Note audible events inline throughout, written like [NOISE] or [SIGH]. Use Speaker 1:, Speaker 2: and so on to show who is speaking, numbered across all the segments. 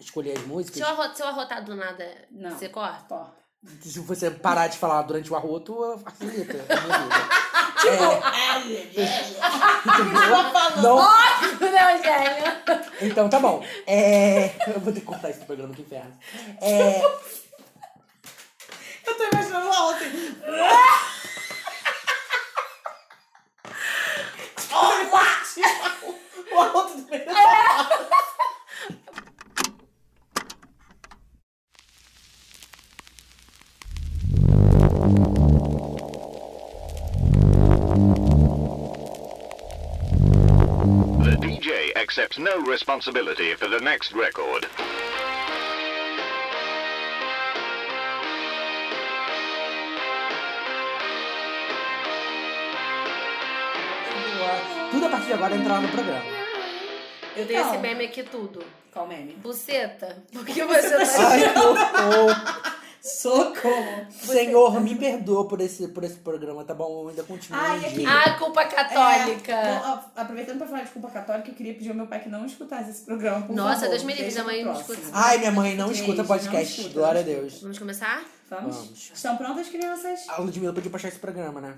Speaker 1: escolher as músicas.
Speaker 2: Se eu, arro- se eu arrotar do nada,
Speaker 3: Não.
Speaker 2: você
Speaker 3: [LAUGHS]
Speaker 2: corta?
Speaker 3: Corta.
Speaker 1: Se você parar de falar durante o arroto, facilita.
Speaker 3: [LAUGHS] Tipo, é,
Speaker 1: [LAUGHS] É. Não,
Speaker 3: é
Speaker 2: Não, Eugênio.
Speaker 1: Então tá bom. É... [LAUGHS] Eu vou ter que cortar esse programa que inferno. É...
Speaker 3: Eu tô imaginando assim. lá ontem. O alto do meio.
Speaker 4: The DJ accepts no responsibility for the next record.
Speaker 1: Tudo a partir de agora é entrar no programa.
Speaker 2: Eu dei esse
Speaker 3: Então.
Speaker 2: meme aqui tudo.
Speaker 3: Qual meme?
Speaker 2: Buceta, por que você tá
Speaker 3: assim?
Speaker 1: Ai, socorro.
Speaker 3: Socorro.
Speaker 1: Senhor, me perdoa por esse, por esse programa, tá bom? Eu ainda continuo.
Speaker 3: Ai,
Speaker 1: no
Speaker 3: é que-
Speaker 1: dia.
Speaker 2: Ah, culpa católica.
Speaker 3: É, bom, a- aproveitando pra falar de culpa católica, eu queria pedir ao meu pai que não escutasse esse programa. Por
Speaker 2: Nossa,
Speaker 3: favor,
Speaker 2: Deus me livre,
Speaker 3: Deixa
Speaker 2: minha mãe
Speaker 3: pro
Speaker 2: não
Speaker 3: próximo.
Speaker 2: escuta.
Speaker 1: Ai, minha mãe não
Speaker 3: Gente,
Speaker 1: escuta
Speaker 3: não
Speaker 1: podcast.
Speaker 3: escuta,
Speaker 1: Glória a
Speaker 3: não
Speaker 1: Deus.
Speaker 2: Vamos começar?
Speaker 3: Vamos?
Speaker 1: Vamos.
Speaker 3: Estão prontas, crianças?
Speaker 1: A Ludmilla pediu pra achar esse programa, né?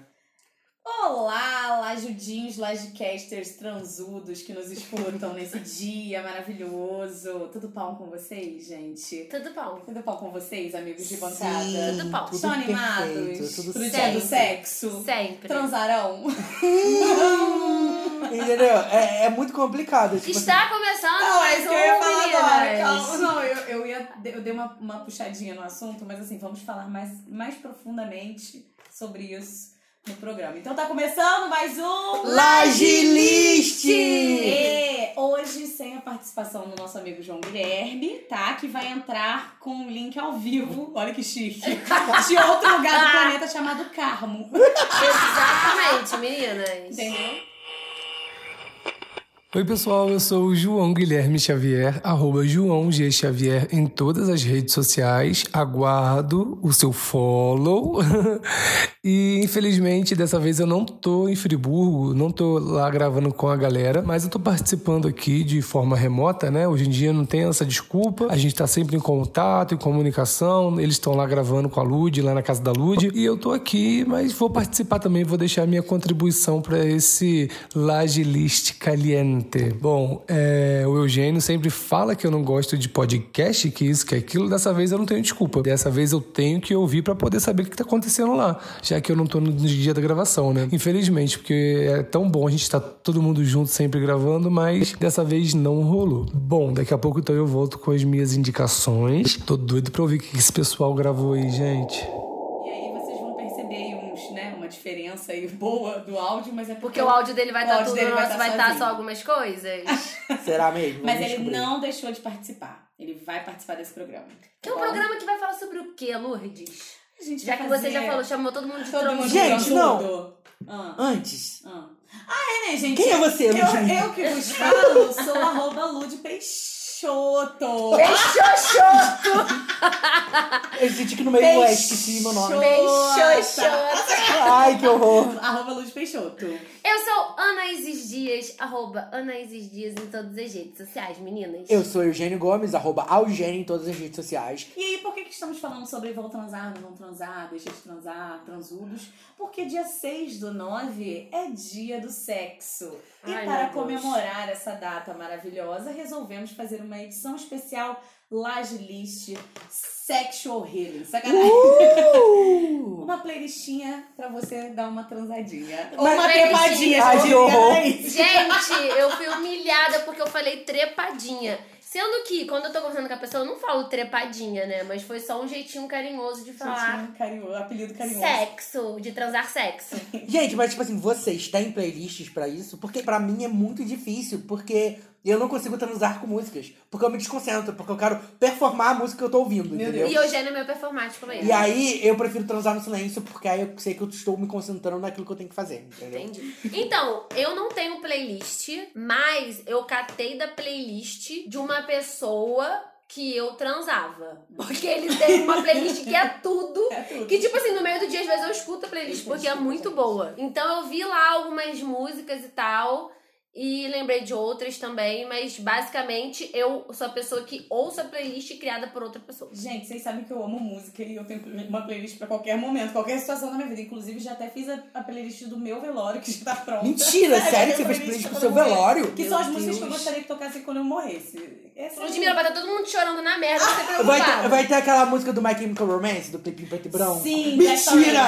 Speaker 3: Olá, lajudins, lajecasters, transudos que nos escutam nesse [LAUGHS] dia maravilhoso. Tudo pau com vocês, gente?
Speaker 2: Tudo bom.
Speaker 3: Tudo pau com vocês, amigos de
Speaker 1: Sim,
Speaker 3: bancada?
Speaker 2: Tudo bom.
Speaker 3: Estão animados?
Speaker 1: perfeito, tudo
Speaker 3: Pro dia
Speaker 2: certo.
Speaker 3: do sexo?
Speaker 2: Sempre.
Speaker 3: Transarão?
Speaker 1: Uh! Entendeu? É, é muito complicado. tipo assim.
Speaker 2: Está começando
Speaker 3: Não, é
Speaker 2: mais
Speaker 3: isso
Speaker 2: um,
Speaker 3: que eu ia falar agora,
Speaker 2: meninas.
Speaker 3: calma. Não, eu, eu, ia, eu dei uma, uma puxadinha no assunto, mas assim, vamos falar mais, mais profundamente sobre isso no programa. Então tá começando mais um...
Speaker 1: assim. Lagiliste!
Speaker 3: E hoje, sem a participação do nosso amigo João Guilherme, tá? Que vai entrar com um link ao vivo, olha que chique, de outro lugar do planeta chamado Carmo.
Speaker 2: Exatamente, meninas.
Speaker 3: Entendeu?
Speaker 5: Oi pessoal, eu sou o João Guilherme Xavier, arroba João G Xavier em todas as redes sociais. Aguardo o seu follow. [LAUGHS] e infelizmente dessa vez eu não tô em Friburgo, não tô lá gravando com a galera, mas eu tô participando aqui de forma remota, né? Hoje em dia não tem essa desculpa. A gente tá sempre em contato, em comunicação. Eles estão lá gravando com a Lud, lá na casa da Lud, e eu tô aqui, mas vou participar também, vou deixar minha contribuição para esse Lagilist Caliente. Bom, é, o Eugênio sempre fala que eu não gosto de podcast, que isso, que aquilo. Dessa vez eu não tenho desculpa. Dessa vez eu tenho que ouvir para poder saber o que tá acontecendo lá, já que eu não tô no dia da gravação, né? Infelizmente, porque é tão bom a gente estar todo mundo junto sempre gravando, mas dessa vez não rolou. Bom, daqui a pouco então eu volto com as minhas indicações. Tô doido pra ouvir o que esse pessoal gravou aí, gente.
Speaker 3: E aí vocês vão perceber aí uns, né, uma diferença aí boa do áudio, mas é
Speaker 2: Porque o áudio dele vai
Speaker 3: O
Speaker 2: estar
Speaker 3: áudio
Speaker 2: tudo,
Speaker 3: dele
Speaker 2: o
Speaker 3: vai
Speaker 2: nosso
Speaker 3: tá
Speaker 2: vai estar
Speaker 3: sozinho.
Speaker 2: só algumas
Speaker 3: [LAUGHS]
Speaker 2: coisas.
Speaker 1: Será mesmo?
Speaker 3: Mas
Speaker 1: Vamos
Speaker 3: ele
Speaker 1: descobrir.
Speaker 3: não deixou de participar. Ele vai participar desse programa.
Speaker 2: Que é um
Speaker 3: Bom,
Speaker 2: programa que vai falar sobre o quê, Lourdes?
Speaker 3: a gente
Speaker 2: Já
Speaker 3: vai
Speaker 2: que você
Speaker 3: fazer
Speaker 2: já falou, chamou todo mundo de
Speaker 3: todo mundo
Speaker 2: tronco.
Speaker 1: Gente,
Speaker 3: junto.
Speaker 1: não.
Speaker 3: Ah,
Speaker 1: Antes.
Speaker 3: ah. ah, é, né, gente?
Speaker 1: Quem é você,
Speaker 3: Eu,
Speaker 1: Ludmilla?
Speaker 3: eu que vos falo, sou arroba Lud Peixoto.
Speaker 2: Peixoxô!
Speaker 1: Eu senti que no meio do é, esqueci meu nome.
Speaker 2: Peixoxô!
Speaker 1: Ai, que horror.
Speaker 3: Arroba Lud Peixoto.
Speaker 2: Eu sou Anaíses Dias, arroba Anaíses Dias em todas as redes sociais, meninas.
Speaker 1: Eu sou Eugênio Gomes, arroba Algênio em todas as redes sociais.
Speaker 3: E aí, por que, que estamos falando sobre vão transar, não vão transar, deixa de transar, transudos? Porque dia 6 do 9 é dia do sexo. E
Speaker 2: Ai,
Speaker 3: para
Speaker 2: meu Deus.
Speaker 3: comemorar essa data maravilhosa, resolvemos fazer uma edição especial Laje List Sexual Healing. Sacanagem.
Speaker 1: Uh!
Speaker 3: Uma playlistinha pra você dar uma transadinha. Ou
Speaker 2: Mas
Speaker 3: uma
Speaker 2: playlistinha.
Speaker 3: trepadinha,
Speaker 1: Ai,
Speaker 3: como
Speaker 1: que
Speaker 3: diria
Speaker 1: horror.
Speaker 3: Laís.
Speaker 2: Gente, eu fui humilhada porque eu falei trepadinha. Sendo que, quando eu tô conversando com a pessoa, eu não falo trepadinha, né? Mas foi só um jeitinho carinhoso de falar
Speaker 3: Jeitinho carinhoso, um apelido carinhoso.
Speaker 2: sexo, de transar sexo.
Speaker 1: Gente, mas tipo assim, vocês têm playlists pra isso? Porque pra mim é muito difícil, porque eu não consigo transar com músicas. Porque eu me desconcentro, porque eu quero performar a música que eu tô ouvindo,
Speaker 3: Meu
Speaker 1: entendeu?
Speaker 3: Deus.
Speaker 2: E Eugênio é meu performático mesmo.
Speaker 1: E aí, eu prefiro transar no silêncio, porque aí eu sei que eu estou me concentrando naquilo que eu tenho que fazer, entendeu?
Speaker 2: Entendi. Então, eu não tenho playlist, mas eu catei da playlist de uma pessoa que eu transava. Porque ele tem uma playlist que é tudo.
Speaker 3: É tudo.
Speaker 2: Que, tipo assim, no meio do dia, às vezes eu escuto a playlist porque é muito boa. Então, eu vi lá algumas músicas e tal. E lembrei de outras também, mas basicamente eu sou a pessoa que ouça a playlist criada por outra pessoa.
Speaker 3: Gente, vocês sabem que eu amo música e eu tenho uma playlist pra qualquer momento, qualquer situação da minha vida. Inclusive, já até fiz a, a playlist do meu velório, que já tá pronta. [LAUGHS]
Speaker 1: Mentira, sério que você
Speaker 3: eu
Speaker 1: fez
Speaker 3: tenho
Speaker 1: playlist pro
Speaker 3: pra
Speaker 1: seu
Speaker 3: quando eu morrer.
Speaker 1: velório?
Speaker 3: Que
Speaker 1: Meu
Speaker 3: são as músicas que eu
Speaker 1: Deus.
Speaker 3: gostaria que tocassem quando eu morresse. Essa é
Speaker 2: Ludmilla, vai estar todo mundo chorando na merda, você
Speaker 3: tá
Speaker 1: Vai
Speaker 2: preocupado.
Speaker 1: ter, vai ter aquela música do My Chemical Romance, do Pepinho Preto e Branco.
Speaker 3: Sim,
Speaker 1: Mentira!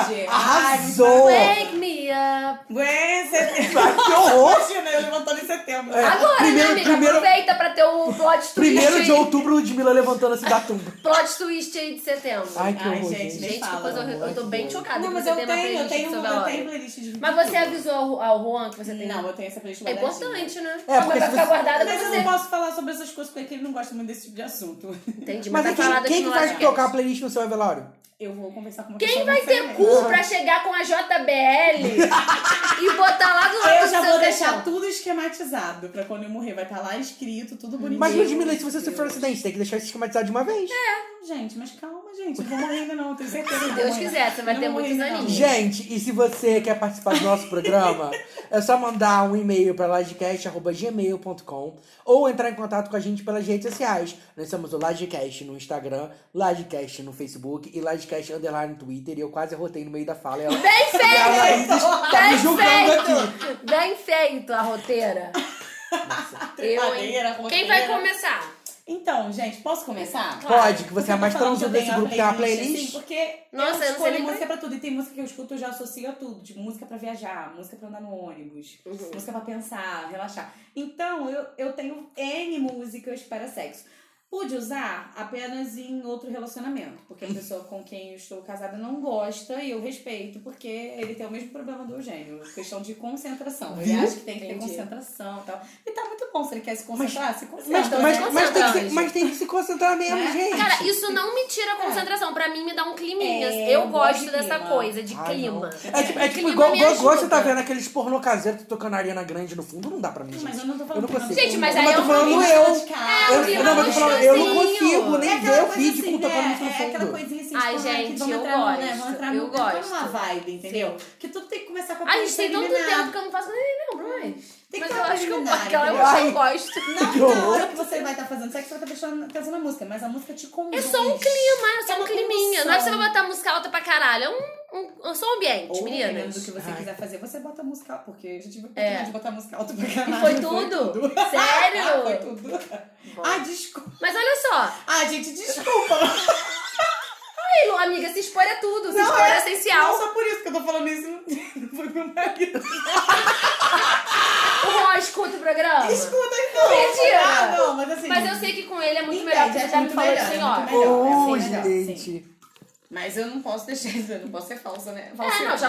Speaker 3: Restaurante.
Speaker 1: Arrasou!
Speaker 2: Wake me up.
Speaker 3: Ué, é, setembro.
Speaker 1: Vai, que [LAUGHS] horror!
Speaker 3: Imagina, eu levantando em setembro.
Speaker 1: É.
Speaker 2: Agora,
Speaker 1: Primeiro-
Speaker 2: né, amiga?
Speaker 1: primeiro-
Speaker 2: Aproveita pra ter o plot twist.
Speaker 1: Primeiro
Speaker 2: aí.
Speaker 1: de outubro, Ludmilla levantando assim da tumba.
Speaker 2: Plot twist aí de setembro.
Speaker 1: Ai, que
Speaker 3: Ai,
Speaker 1: horror,
Speaker 3: gente,
Speaker 1: gente.
Speaker 3: nem
Speaker 2: Gente, que
Speaker 3: fala,
Speaker 2: coisa horrível. Eu tô bem chocada
Speaker 3: Não,
Speaker 2: que
Speaker 3: mas
Speaker 2: Ah, você
Speaker 3: eu
Speaker 2: tem
Speaker 3: tenho,
Speaker 2: uma playlist
Speaker 3: eu tenho,
Speaker 2: do seu
Speaker 3: eu tenho
Speaker 2: velório.
Speaker 3: playlist de
Speaker 2: Mas você avisou ao- ao Juan que você tem?
Speaker 3: Não, eu tenho essa playlist
Speaker 2: É
Speaker 3: guardadinha.
Speaker 2: importante, né?
Speaker 1: É,
Speaker 2: É,
Speaker 1: porque
Speaker 2: porque vai
Speaker 1: se
Speaker 2: ficar
Speaker 1: você-
Speaker 2: guardada pra
Speaker 3: Mas eu não
Speaker 2: você.
Speaker 3: posso falar sobre essas coisas porque ele não gosta muito desse tipo de assunto.
Speaker 2: Entendi,
Speaker 1: Mas
Speaker 2: mas
Speaker 1: aí
Speaker 2: tá
Speaker 1: quem,
Speaker 2: falado
Speaker 1: quem
Speaker 2: aqui
Speaker 1: que
Speaker 2: no
Speaker 1: vai tocar a
Speaker 2: podcast.
Speaker 1: playlist no seu velório?
Speaker 3: Eu vou conversar com uma
Speaker 2: Quem
Speaker 3: pessoa
Speaker 2: vai ter
Speaker 3: diferente.
Speaker 2: cu pra chegar com a
Speaker 3: [LAUGHS]
Speaker 2: JBL e botar lá do lado
Speaker 3: Eu
Speaker 2: do
Speaker 3: já
Speaker 2: seu
Speaker 3: vou Ah, deixar
Speaker 2: caixão?
Speaker 3: tudo esquematizado pra quando eu morrer. Vai estar lá escrito, tudo bonitinho.
Speaker 1: Mas, Ludmilla, se você
Speaker 3: Meu
Speaker 1: sofrer um
Speaker 3: Deus.
Speaker 1: acidente, tem que deixar isso esquematizado de uma vez.
Speaker 3: Gente, mas calma, gente. Eu não vou morrer ainda não, tenho certeza.
Speaker 2: Se Deus quiser, você vai ter muitos aninhos.
Speaker 1: Gente, e se você quer participar do nosso programa, é só mandar um e-mail para ladcast.gmail.com ou entrar em contato com a gente pelas redes sociais. Nós somos o Ladcast no Instagram, Ladcast no Facebook e Ladcast Underline no Twitter. E eu quase rotei no meio da fala. E ela,
Speaker 3: Tá
Speaker 2: Bem
Speaker 1: e a
Speaker 2: feito!
Speaker 1: Laís está me
Speaker 2: Bem
Speaker 1: julgando aqui.
Speaker 2: feito! Bem feito a roteira. Eu, hein? Quem vai começar?
Speaker 3: Então, gente, posso começar?
Speaker 1: Pode, que você
Speaker 3: Porque
Speaker 1: é a
Speaker 3: eu tô
Speaker 1: mais
Speaker 3: falando
Speaker 1: transa
Speaker 3: eu
Speaker 1: desse
Speaker 3: tenho
Speaker 1: grupo, tem uma
Speaker 3: assim,
Speaker 1: playlist.
Speaker 3: porque
Speaker 2: Nossa, eu não
Speaker 3: eu
Speaker 2: sei
Speaker 3: escolho
Speaker 2: nem é.
Speaker 3: música pra tudo. E tem música que eu escuto, eu já associo a tudo. Tipo, música pra viajar, música pra andar no ônibus,
Speaker 2: Uhum.
Speaker 3: música pra pensar, relaxar. Então, eu, eu tenho N músicas para sexo. Pude usar apenas em outro relacionamento, porque a pessoa com quem eu estou casada não gosta e eu respeito, porque ele tem o mesmo problema do Eugênio, questão de concentração. Ele
Speaker 1: Viu?
Speaker 3: acha que tem que ter
Speaker 2: Entendi.
Speaker 3: concentração e tal. E tá muito bom, se ele quer se concentrar, se
Speaker 1: Mas,
Speaker 3: concentra.
Speaker 2: Então,
Speaker 1: mas,
Speaker 2: né?
Speaker 1: mas tem que se,
Speaker 2: Concentrando.
Speaker 1: mas tem que se concentrar mesmo,
Speaker 3: Né?
Speaker 1: gente.
Speaker 2: Cara, isso não me tira a concentração. Pra mim, me dá um climinhas.
Speaker 3: É,
Speaker 2: eu
Speaker 3: eu gosto
Speaker 2: gosto
Speaker 3: de
Speaker 2: dessa
Speaker 3: clima.
Speaker 2: coisa, de
Speaker 1: Ah,
Speaker 2: clima.
Speaker 1: É tipo, é tipo
Speaker 2: Clima
Speaker 1: igual,
Speaker 2: me
Speaker 1: igual, igual você
Speaker 2: ajuda.
Speaker 1: tá vendo aqueles pornô caseiros tocando a Ariana Grande no fundo, não dá pra mim, gente.
Speaker 3: Mas eu não tô
Speaker 1: Eu
Speaker 3: falando.
Speaker 1: não consigo.
Speaker 2: Gente, mas aí
Speaker 1: eu
Speaker 2: é
Speaker 1: tô
Speaker 2: um
Speaker 1: falando
Speaker 2: clima
Speaker 1: eu.
Speaker 2: É,
Speaker 1: eu,
Speaker 3: assim,
Speaker 2: um clima
Speaker 1: não, mas eu, tô
Speaker 3: tipo
Speaker 1: falando, eu não
Speaker 2: gostosinho.
Speaker 1: consigo nem ver
Speaker 3: É aquela
Speaker 1: o
Speaker 3: coisa
Speaker 1: vídeo
Speaker 3: assim,
Speaker 1: com tocando
Speaker 3: né?
Speaker 1: música no
Speaker 3: É aquela
Speaker 1: fundo.
Speaker 3: coisinha assim,
Speaker 2: Ai,
Speaker 3: tipo, né, que
Speaker 2: gente,
Speaker 3: vamos
Speaker 2: eu
Speaker 3: entrar, no- né,
Speaker 2: gosto,
Speaker 3: vamos entrar
Speaker 2: eu
Speaker 3: no- entrar
Speaker 2: gosto.
Speaker 3: numa vibe, entendeu? Que tudo tem que começar com a né?
Speaker 2: A gente tem tanto
Speaker 3: preliminar.
Speaker 2: tempo que eu não faço nem lembro mais.
Speaker 3: Tem que
Speaker 2: mas
Speaker 3: ter
Speaker 2: eu
Speaker 3: uma
Speaker 2: acho que eu,
Speaker 3: preliminar,
Speaker 2: aquela
Speaker 1: entendeu?
Speaker 2: eu
Speaker 1: Ai.
Speaker 2: gosto.
Speaker 1: Que
Speaker 3: Não, na
Speaker 1: horror.
Speaker 3: hora que você vai estar fazendo sexo, você vai estar prestando atenção na música, mas a música te
Speaker 2: É
Speaker 3: conduz.
Speaker 2: só um clima, é só
Speaker 3: É
Speaker 2: um
Speaker 3: uma
Speaker 2: climinha.
Speaker 3: condução.
Speaker 2: Não é que você vai botar música alta pra caralho. É um, um, é só um ambiente,
Speaker 3: Ou dependendo
Speaker 2: meninas.
Speaker 3: do que você
Speaker 1: Ai.
Speaker 3: quiser fazer, você bota música, porque eu já tive
Speaker 2: É.
Speaker 3: a oportunidade de botar música alto pra
Speaker 2: E
Speaker 3: caralho.
Speaker 2: foi tudo? Sério?
Speaker 3: [LAUGHS] Foi tudo. Ai, desculpa.
Speaker 2: Mas olha só.
Speaker 3: Ai, gente, desculpa.
Speaker 2: Ei, Lu, amiga, se expor é tudo. Se
Speaker 3: Não,
Speaker 2: expor é, essencial.
Speaker 3: Não, só por isso que eu tô falando isso. [LAUGHS] Não foi meu marido.
Speaker 2: O Ró escuta o programa.
Speaker 3: Escuta então.
Speaker 2: Mentira.
Speaker 3: Ah, não, mas assim.
Speaker 2: Mas eu sei que com ele é muito
Speaker 3: Entende,
Speaker 2: melhor. Você
Speaker 3: é
Speaker 2: já me
Speaker 3: muito
Speaker 2: falou
Speaker 3: melhor,
Speaker 2: assim,
Speaker 3: é
Speaker 2: ó.
Speaker 3: muito melhor.
Speaker 1: Ô,
Speaker 3: é melhor,
Speaker 1: gente.
Speaker 3: Mas eu não posso deixar [LAUGHS] isso, eu não posso ser falsa, né?
Speaker 2: É, não, já
Speaker 3: aconteceu.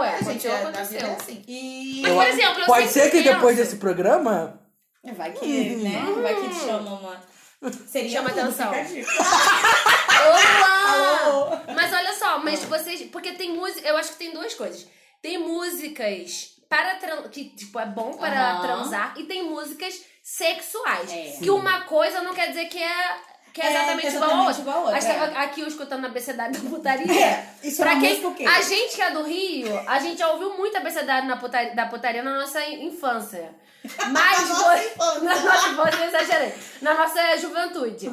Speaker 2: aconteceu, é.
Speaker 3: Gente,
Speaker 2: Aconteceu,
Speaker 3: é, da vida é
Speaker 2: aconteceu.
Speaker 3: assim. E.
Speaker 2: Mas, por exemplo, eu
Speaker 1: Pode
Speaker 2: sempre
Speaker 1: ser que
Speaker 2: penso-
Speaker 1: depois desse programa.
Speaker 3: Vai que, né? Vai que te chama uma. Seria um
Speaker 2: Chama
Speaker 3: tudo,
Speaker 2: atenção.
Speaker 3: fica a dica.
Speaker 2: Olá!
Speaker 3: Alô?
Speaker 2: Mas olha só, mas vocês. Porque tem música. Eu acho que tem duas coisas. Tem músicas para tran- que, tipo, é bom para
Speaker 3: Aham.
Speaker 2: transar e tem músicas sexuais.
Speaker 3: É.
Speaker 2: Que uma coisa não quer dizer que é, que é
Speaker 3: É,
Speaker 2: exatamente,
Speaker 3: que é
Speaker 2: igual a
Speaker 3: exatamente
Speaker 2: outra.
Speaker 3: igual a outra,
Speaker 2: A gente tava
Speaker 3: é.
Speaker 2: aqui eu escutando a BCDade [LAUGHS] da putaria.
Speaker 3: É, isso é
Speaker 2: pra
Speaker 3: uma
Speaker 2: quem,
Speaker 3: música o quê?
Speaker 2: A gente que é do Rio, a gente já ouviu muito a BCDade na putaria, da putaria na nossa in-
Speaker 3: [LAUGHS]
Speaker 2: infância. Mas
Speaker 3: Na
Speaker 2: vo-
Speaker 3: nossa infância.
Speaker 2: na nossa infância, tipo, eu exagerei. Na nossa juventude.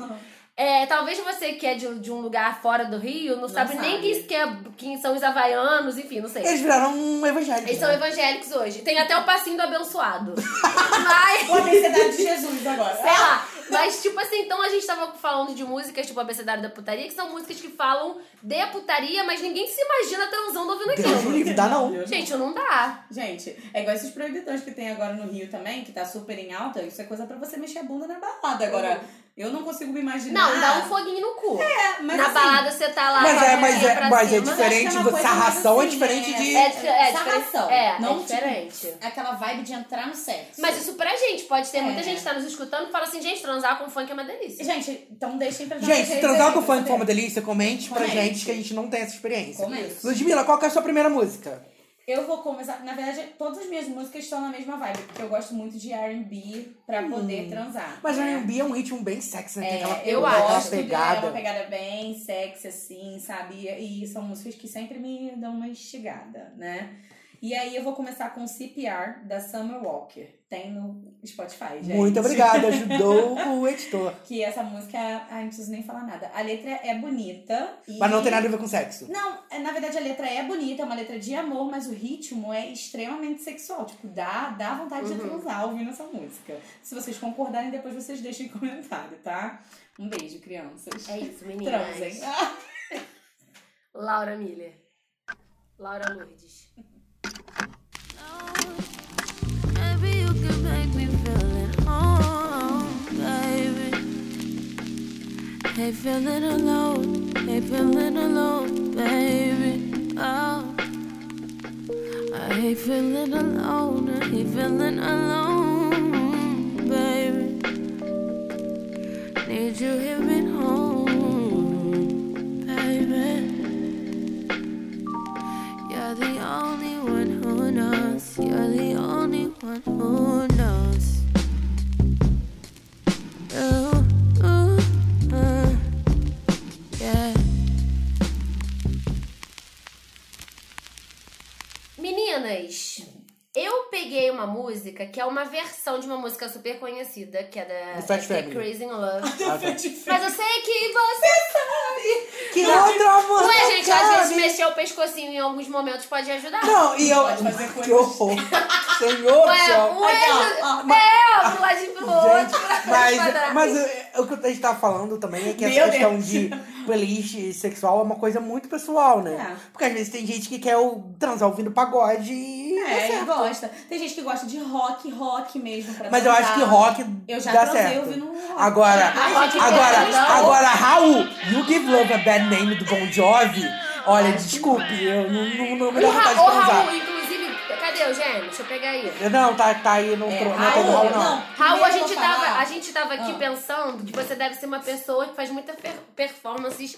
Speaker 2: É, talvez você que é de, de um lugar fora do Rio não, sabe, nem
Speaker 3: sabe.
Speaker 2: que, isso que, é, quem são os havaianos, enfim, não sei.
Speaker 1: Eles viraram um evangélico.
Speaker 2: Eles são evangélicos hoje. Tem até o passinho
Speaker 1: [LAUGHS]
Speaker 2: do abençoado. mas,
Speaker 3: Ou a ansiedade de Jesus agora.
Speaker 2: sei lá. Mas, tipo assim, então a gente tava falando de músicas tipo Abecedário da Putaria, que são músicas que falam de putaria, mas ninguém se imagina transando ouvindo
Speaker 1: Deus me
Speaker 2: aquilo.
Speaker 1: livre, dá não.
Speaker 3: Deus
Speaker 2: Gente, não dá.
Speaker 3: Gente, é igual esses proibidões que tem agora no Rio também, que tá super em alta. Isso é coisa pra você mexer a bunda na balada. Agora, eu não consigo me imaginar.
Speaker 2: Não, dá
Speaker 1: Ah.
Speaker 2: um foguinho no cu.
Speaker 3: É, mas
Speaker 2: Na
Speaker 3: assim,
Speaker 2: balada você tá lá.
Speaker 1: Mas
Speaker 2: com a
Speaker 1: é, mas
Speaker 2: mãozinha
Speaker 1: é,
Speaker 2: pra
Speaker 1: mas é
Speaker 2: cima. né?
Speaker 1: diferente.
Speaker 3: Acho que é uma coisa
Speaker 1: Sarração é
Speaker 3: mais assim,
Speaker 1: diferente
Speaker 3: né?
Speaker 1: de.
Speaker 2: É, di- é
Speaker 3: Sarração.
Speaker 2: diferente. É,
Speaker 3: Não,
Speaker 2: é
Speaker 3: tipo,
Speaker 2: diferente.
Speaker 3: Aquela vibe de entrar no sexo.
Speaker 2: Mas isso pra gente, pode ter
Speaker 3: É.
Speaker 2: muita gente que tá nos escutando que fala assim, gente, transar com funk é uma delícia.
Speaker 3: Gente, então deixem pra
Speaker 1: Gente, se transar com
Speaker 3: foi
Speaker 1: funk for uma delícia, comente pra
Speaker 3: Comente.
Speaker 1: gente que a gente não tem essa experiência.
Speaker 3: Comente.
Speaker 1: Ludmilla, qual que é a sua primeira música?
Speaker 3: Eu vou começar. Na verdade, todas as minhas músicas estão na mesma vibe, porque eu gosto muito de RB pra poder transar.
Speaker 1: Hum. Mas o
Speaker 3: né?
Speaker 1: R&B é um ritmo bem sexy, né? Tem
Speaker 3: É,
Speaker 1: aquela
Speaker 3: eu
Speaker 1: aquela
Speaker 3: gosto, pegada. é
Speaker 1: pegada.
Speaker 3: uma pegada bem sexy, assim, sabe? E são músicas que sempre me dão uma instigada, né? E aí eu vou começar com o CPR da Summer Walker. Tem no Spotify, gente.
Speaker 1: Muito obrigada, ajudou o editor.
Speaker 3: Que essa música, ai, não preciso nem falar nada. A letra é bonita. e-
Speaker 1: Mas não tem nada a ver com sexo.
Speaker 3: Não, é, na verdade a letra é bonita, é uma letra de amor, mas o ritmo é extremamente sexual. Tipo, dá, dá vontade de
Speaker 1: Uhum.
Speaker 3: transar ouvindo essa música. Se vocês concordarem, depois vocês deixem comentário, tá? Um beijo, crianças.
Speaker 2: É isso, meninas.
Speaker 3: Transem. [LAUGHS] Ah,
Speaker 2: Laura Miller. Laura Lourdes.
Speaker 6: Maybe you can make me feel at home, baby. Hey, feeling alone, hey, feeling alone, baby. Oh, I hate feeling alone, I hate feeling alone, baby. Need you here at home, baby. You're the only one who knows. You're the only one who knows. Ooh, ooh, uh, yeah.
Speaker 2: Meninas, eu peguei uma música que é uma versão de uma música super conhecida, que é da
Speaker 1: Do Fat
Speaker 2: é
Speaker 1: Family.
Speaker 2: Crazy in
Speaker 1: [LAUGHS]
Speaker 2: Love.
Speaker 1: Ah, tá.
Speaker 2: Mas eu sei que você.
Speaker 1: Que outra música?
Speaker 2: Ué, gente, às
Speaker 1: cara?
Speaker 2: vezes mexer o pescocinho em alguns momentos pode ajudar.
Speaker 1: Não, e eu.
Speaker 3: Pode fazer coisas.
Speaker 1: Que horror. Senhor do
Speaker 2: Ué,
Speaker 1: céu.
Speaker 2: um é,
Speaker 1: Ah,
Speaker 2: ju- é, pro lado e pro outro. pra trás, pra
Speaker 1: Mas,
Speaker 2: trás.
Speaker 1: mas eh, o que a gente tava falando também é que
Speaker 3: Meu
Speaker 1: essa questão
Speaker 3: Deus.
Speaker 1: de playlist sexual é uma coisa muito pessoal, né?
Speaker 3: É.
Speaker 1: Porque às vezes tem gente que quer o transar ouvindo pagode e. dá
Speaker 3: É, e
Speaker 1: certo.
Speaker 3: gosta. Tem gente que gosta de rock, rock mesmo. Pra
Speaker 1: Mas eu acho
Speaker 3: transar.
Speaker 1: que rock
Speaker 3: Eu já
Speaker 1: dá
Speaker 3: transei
Speaker 1: certo.
Speaker 3: ouvindo um rock.
Speaker 1: Agora,
Speaker 2: Ai, gente, que
Speaker 1: agora,
Speaker 2: não.
Speaker 1: agora, Raul, You Give Love a Bad Name do Bon Jovi. Olha, desculpe, eu não, não, não me
Speaker 2: O
Speaker 1: dá
Speaker 2: Ra-
Speaker 1: vontade de
Speaker 2: o
Speaker 1: transar.
Speaker 2: Raul, inclusive, cadê o gêmeo? Deixa eu pegar aí.
Speaker 1: Eu- Não, tá, tá aí, não,
Speaker 3: É,
Speaker 1: tro- não é
Speaker 3: Raul,
Speaker 1: todo Raul, não.
Speaker 3: não.
Speaker 2: Raul, a
Speaker 3: Primeiro eu
Speaker 2: gente,
Speaker 3: vou
Speaker 2: tava,
Speaker 3: falar-
Speaker 2: a gente tava aqui
Speaker 3: Ah.
Speaker 2: pensando que você deve ser uma pessoa que faz muita per- performances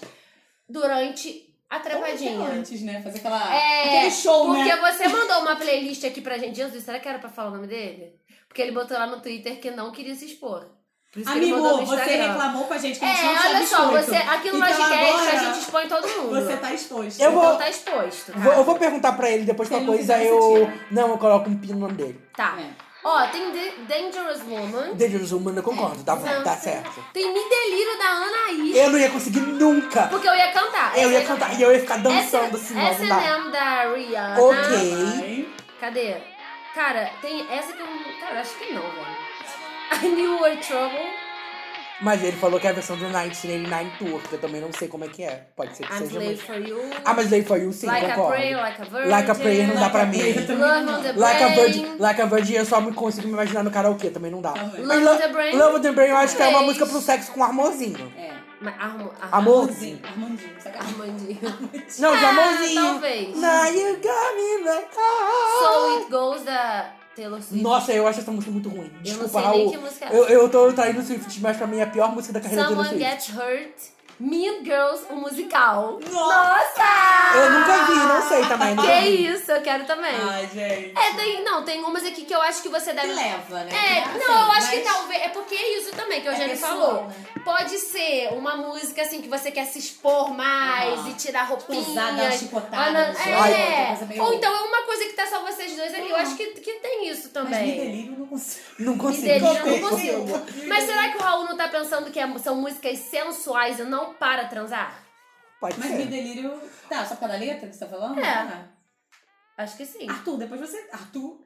Speaker 2: durante a
Speaker 3: Ou até
Speaker 2: trepadinha.
Speaker 3: Antes, né? Fazer aquela.
Speaker 2: É,
Speaker 3: aquele show,
Speaker 2: porque
Speaker 3: né?
Speaker 2: você mandou uma playlist aqui pra gente. Jesus, será que era pra falar o nome dele? Porque ele botou lá no Twitter que não queria se expor. Por isso que ele
Speaker 3: Amigo,
Speaker 2: mandou no
Speaker 3: você
Speaker 2: Instagram.
Speaker 3: reclamou com a gente que a gente
Speaker 2: É,
Speaker 3: não sabe
Speaker 2: olha só,
Speaker 3: muito.
Speaker 2: você, aqui no
Speaker 3: Então
Speaker 2: Logicast
Speaker 3: agora,
Speaker 2: a gente expõe todo mundo.
Speaker 3: Você tá exposto.
Speaker 1: Eu vou-
Speaker 2: Então tá exposto.
Speaker 1: Vou-
Speaker 2: cara.
Speaker 1: eu vou perguntar pra ele depois
Speaker 3: Se
Speaker 1: qualquer
Speaker 3: ele não
Speaker 1: coisa
Speaker 3: quiser,
Speaker 1: eu.
Speaker 3: você tira.
Speaker 1: Não, eu coloco um pino no nome dele.
Speaker 2: Tá.
Speaker 3: É.
Speaker 2: Ó, tem The- Dangerous Woman.
Speaker 1: Dangerous Woman, eu concordo, tá,
Speaker 2: Não.
Speaker 1: tá certo.
Speaker 2: Tem Me Delírio da Anaís.
Speaker 1: Eu não ia conseguir nunca.
Speaker 2: Porque eu ia cantar.
Speaker 1: Eu
Speaker 2: Essa
Speaker 1: ia cantar e eu ia ficar dançando
Speaker 2: é-
Speaker 1: assim, não,
Speaker 3: é
Speaker 1: não dá.
Speaker 2: S&M da Rihanna.
Speaker 1: Ok.
Speaker 3: Ai.
Speaker 2: Cadê? Cara, tem essa que eu não... Cara, acho que não, velho. [LAUGHS] I Knew Were Trouble.
Speaker 1: Mas ele falou que é a versão do 1989 Tour, que eu também não sei como é que é. Pode ser que
Speaker 2: I'm
Speaker 1: seja.
Speaker 2: Slave
Speaker 1: Mas...
Speaker 2: For You.
Speaker 1: Ah, mas Lay For You sim,
Speaker 2: like a
Speaker 1: concordo.
Speaker 2: Prayer, Like a Virgin.
Speaker 1: Like a Prayer não dá pra mim.
Speaker 2: Love on the
Speaker 1: Like a Virgin,
Speaker 2: Brain.
Speaker 1: like a Virgin, eu só me consigo me imaginar no karaokê, também não dá.
Speaker 3: Também.
Speaker 2: Love
Speaker 1: Lo-
Speaker 2: the Brain.
Speaker 1: Love the Brain, eu acho que é uma
Speaker 2: Três.
Speaker 1: música pro sexo com amorzinho.
Speaker 3: É.
Speaker 2: Mas Armo- Ar-
Speaker 1: Amorzinho.
Speaker 3: Armandinho, tá- sacanagem.
Speaker 2: Armandinho.
Speaker 1: Não, de
Speaker 2: Ah,
Speaker 1: amorzinho.
Speaker 2: talvez.
Speaker 1: Now you got me like a-
Speaker 2: So It Goes da Taylor Swift.
Speaker 1: Nossa, eu acho essa música muito ruim.
Speaker 2: Eu
Speaker 1: Desculpa,
Speaker 2: não sei
Speaker 1: Raul.
Speaker 2: nem que música é
Speaker 1: Eu, eu tô traindo Swift, mas pra mim é a pior música da carreira do
Speaker 2: Someone
Speaker 1: Swift.
Speaker 2: Gets Hurt. Mean Girls, o musical.
Speaker 1: Eu nunca vi, não sei também. Não
Speaker 2: Ah, Que isso, eu quero também.
Speaker 3: Ai, gente.
Speaker 2: É, tem, não, tem umas aqui que eu acho que você
Speaker 3: Que
Speaker 2: deve.
Speaker 3: leva, né?
Speaker 2: É,
Speaker 3: Assim,
Speaker 2: não, eu acho que
Speaker 3: mas-
Speaker 2: talvez. É porque é isso também que o
Speaker 3: É
Speaker 2: Eugênio
Speaker 3: pessoal,
Speaker 2: falou.
Speaker 3: né?
Speaker 2: Pode ser uma música assim que você quer se expor mais
Speaker 3: Aham.
Speaker 2: e tirar roupinha.
Speaker 3: Ah, tipo, Usar, dar uma chicotada
Speaker 2: Ah,
Speaker 3: no
Speaker 2: não,
Speaker 3: joelho,
Speaker 2: é.
Speaker 3: uma coisa meio- Ah.
Speaker 2: Ou então é uma coisa que tá só vocês dois ali. Eu acho que, que tem isso
Speaker 3: Mas me
Speaker 2: também.
Speaker 3: delírio eu não consigo.
Speaker 1: Não consigo.
Speaker 2: delírio eu
Speaker 1: desculpa.
Speaker 2: não consigo. Mas será que o Raul não tá pensando que é- são músicas sensuais e não para transar?
Speaker 1: Pode
Speaker 3: Mas
Speaker 1: ser.
Speaker 3: me delírio. Tá, só por causa da letra que você tá falando?
Speaker 2: É.
Speaker 3: Ah.
Speaker 2: Acho que
Speaker 3: [LAUGHS]
Speaker 2: sim.
Speaker 3: Arthur, depois você. Arthur.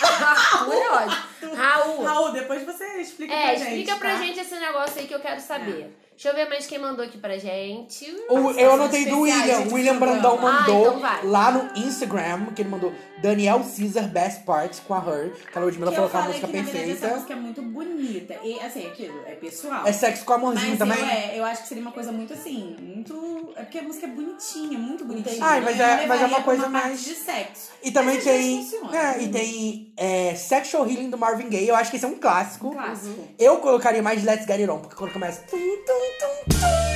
Speaker 2: Raul é ótimo. Raul.
Speaker 3: Raul, depois você explica pra
Speaker 2: É,
Speaker 3: gente.
Speaker 2: explica pra
Speaker 3: tá? É.
Speaker 2: gente esse negócio aí que eu quero saber. Deixa eu ver mais quem mandou aqui pra gente.
Speaker 1: O- eu anotei do
Speaker 3: especiais,
Speaker 1: William.
Speaker 3: gente,
Speaker 1: O William Brandão
Speaker 3: Ah,
Speaker 1: mandou
Speaker 2: então vai.
Speaker 1: lá no Instagram, que ele mandou Daniel Caesar Best Parts com a Her. Que a Ludmilla falou
Speaker 3: Que eu
Speaker 1: que é uma
Speaker 3: falei
Speaker 1: música
Speaker 3: que, na verdade, essa
Speaker 1: perfeita.
Speaker 3: música é muito bonita. E, assim, é aquilo, é pessoal.
Speaker 1: É sexo com amorzinho
Speaker 3: Mas
Speaker 1: também.
Speaker 3: Eu, é, eu acho que seria uma coisa muito assim, muito. É porque a música é bonitinha, muito bonitinha.
Speaker 1: Ai, mas
Speaker 3: Eu
Speaker 1: é-
Speaker 3: não
Speaker 1: mas é uma
Speaker 3: levaria pra
Speaker 1: coisa
Speaker 3: parte
Speaker 1: mais-
Speaker 3: de sexo.
Speaker 1: E também
Speaker 3: Mas às
Speaker 1: tem.
Speaker 3: vezes funciona. Uhum.
Speaker 1: é, e tem é, Sexual Healing do Marvin Gaye. Eu acho que esse é um clássico. Uhum.
Speaker 3: Um clássico.
Speaker 1: Eu colocaria mais Let's Get It On, porque quando começa. Tum, tum, tum, tum,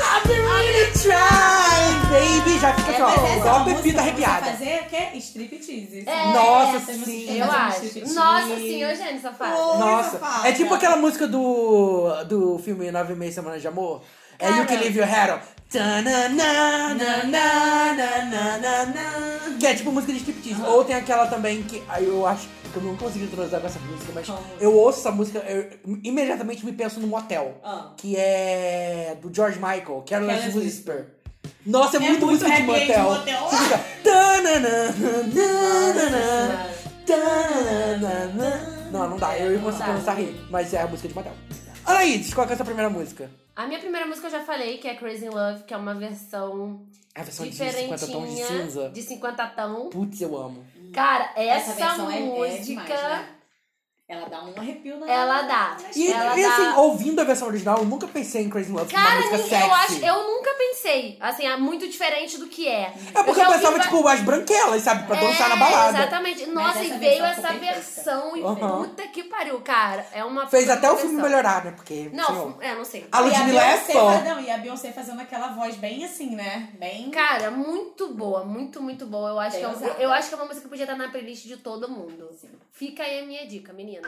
Speaker 1: I've been really trying, baby. já fica assim,
Speaker 3: É, mas
Speaker 1: ó,
Speaker 3: essa
Speaker 1: igual a Pepita
Speaker 3: música que você vai
Speaker 1: arrepiada.
Speaker 3: fazer que é striptease. assim.
Speaker 2: É,
Speaker 1: Nossa,
Speaker 3: essas músicas
Speaker 1: sim.
Speaker 3: que
Speaker 2: Eu
Speaker 3: fazem
Speaker 2: acho.
Speaker 3: é striptease.
Speaker 2: Nossa senhora, Eugênio,
Speaker 3: Oh,
Speaker 2: safado.
Speaker 1: Nossa,
Speaker 7: Fábio.
Speaker 1: é tipo aquela música do, do filme Nove e Meia Semana de Amor. É You Can Leave Your Head On. Tanana, nanana, nanana. Que é tipo música de striptease. Ou tem aquela também que aí eu acho que eu não consegui transar com essa música, mas
Speaker 3: Como?
Speaker 1: eu ouço essa música, eu imediatamente me penso num motel.
Speaker 3: Ah.
Speaker 1: Que é do George Michael, Careless
Speaker 3: Careless
Speaker 1: Whisper. Nossa, é,
Speaker 3: É
Speaker 1: muito,
Speaker 3: muito
Speaker 1: música de
Speaker 3: happy end
Speaker 1: motel.
Speaker 3: motel.
Speaker 1: Você fica, tanana, nanana. Não, não dá. Eu ia conseguir
Speaker 2: É, Não dá.
Speaker 1: começar a rir, mas é a música de Matel. Anaídes, qual que é a sua primeira música?
Speaker 2: A minha primeira música eu já falei, que é Crazy in Love, que é uma versão
Speaker 1: É a versão de 50 tons de
Speaker 2: diferentinha
Speaker 1: cinza.
Speaker 2: de 50 tão.
Speaker 1: Putz, eu amo.
Speaker 2: Cara, essa,
Speaker 3: versão é- é
Speaker 2: música,
Speaker 3: demais, né? Ela dá um arrepio na
Speaker 2: ela dá.
Speaker 1: E,
Speaker 2: ela
Speaker 1: e, assim,
Speaker 2: dá...
Speaker 1: ouvindo a versão original, eu nunca pensei em Crazy Love como uma
Speaker 2: Cara,
Speaker 1: música
Speaker 2: ninguém-
Speaker 1: sexy.
Speaker 2: eu acho, eu nunca pensei, assim, é muito diferente do que é.
Speaker 1: É porque
Speaker 2: já
Speaker 1: eu,
Speaker 2: ouvi
Speaker 1: pensava,
Speaker 2: va-
Speaker 1: tipo, as branquelas, sabe? Pra dançar na
Speaker 2: É,
Speaker 1: balada.
Speaker 2: Exatamente. Nossa, e
Speaker 3: essa
Speaker 2: veio
Speaker 3: versão
Speaker 2: essa
Speaker 3: ficou perfeita.
Speaker 2: versão e
Speaker 1: Aham.
Speaker 2: puta que pariu, cara. É uma
Speaker 1: Fez
Speaker 2: puta
Speaker 1: até o
Speaker 2: versão.
Speaker 1: filme melhorar, né? Porque.
Speaker 2: Não,
Speaker 1: senhor.
Speaker 2: é, não sei.
Speaker 1: a
Speaker 3: E a
Speaker 1: Ludmilla é
Speaker 3: Beyoncé
Speaker 1: fã.
Speaker 3: faz- Não, e a Beyoncé fazendo aquela voz bem assim, né? Bem.
Speaker 2: Cara, muito boa, muito, muito boa. Eu acho,
Speaker 3: Bem
Speaker 2: que é, um-
Speaker 3: usada.
Speaker 2: eu acho que é uma música que podia estar na playlist de todo mundo. Fica aí a minha dica, meninas.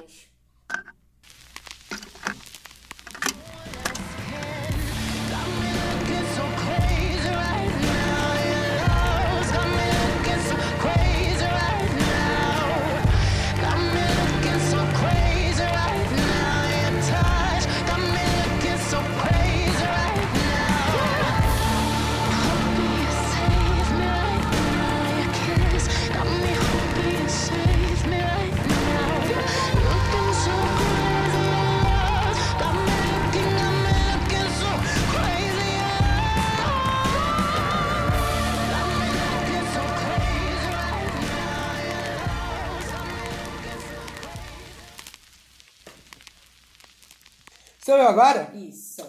Speaker 1: Sou eu agora?
Speaker 3: Isso.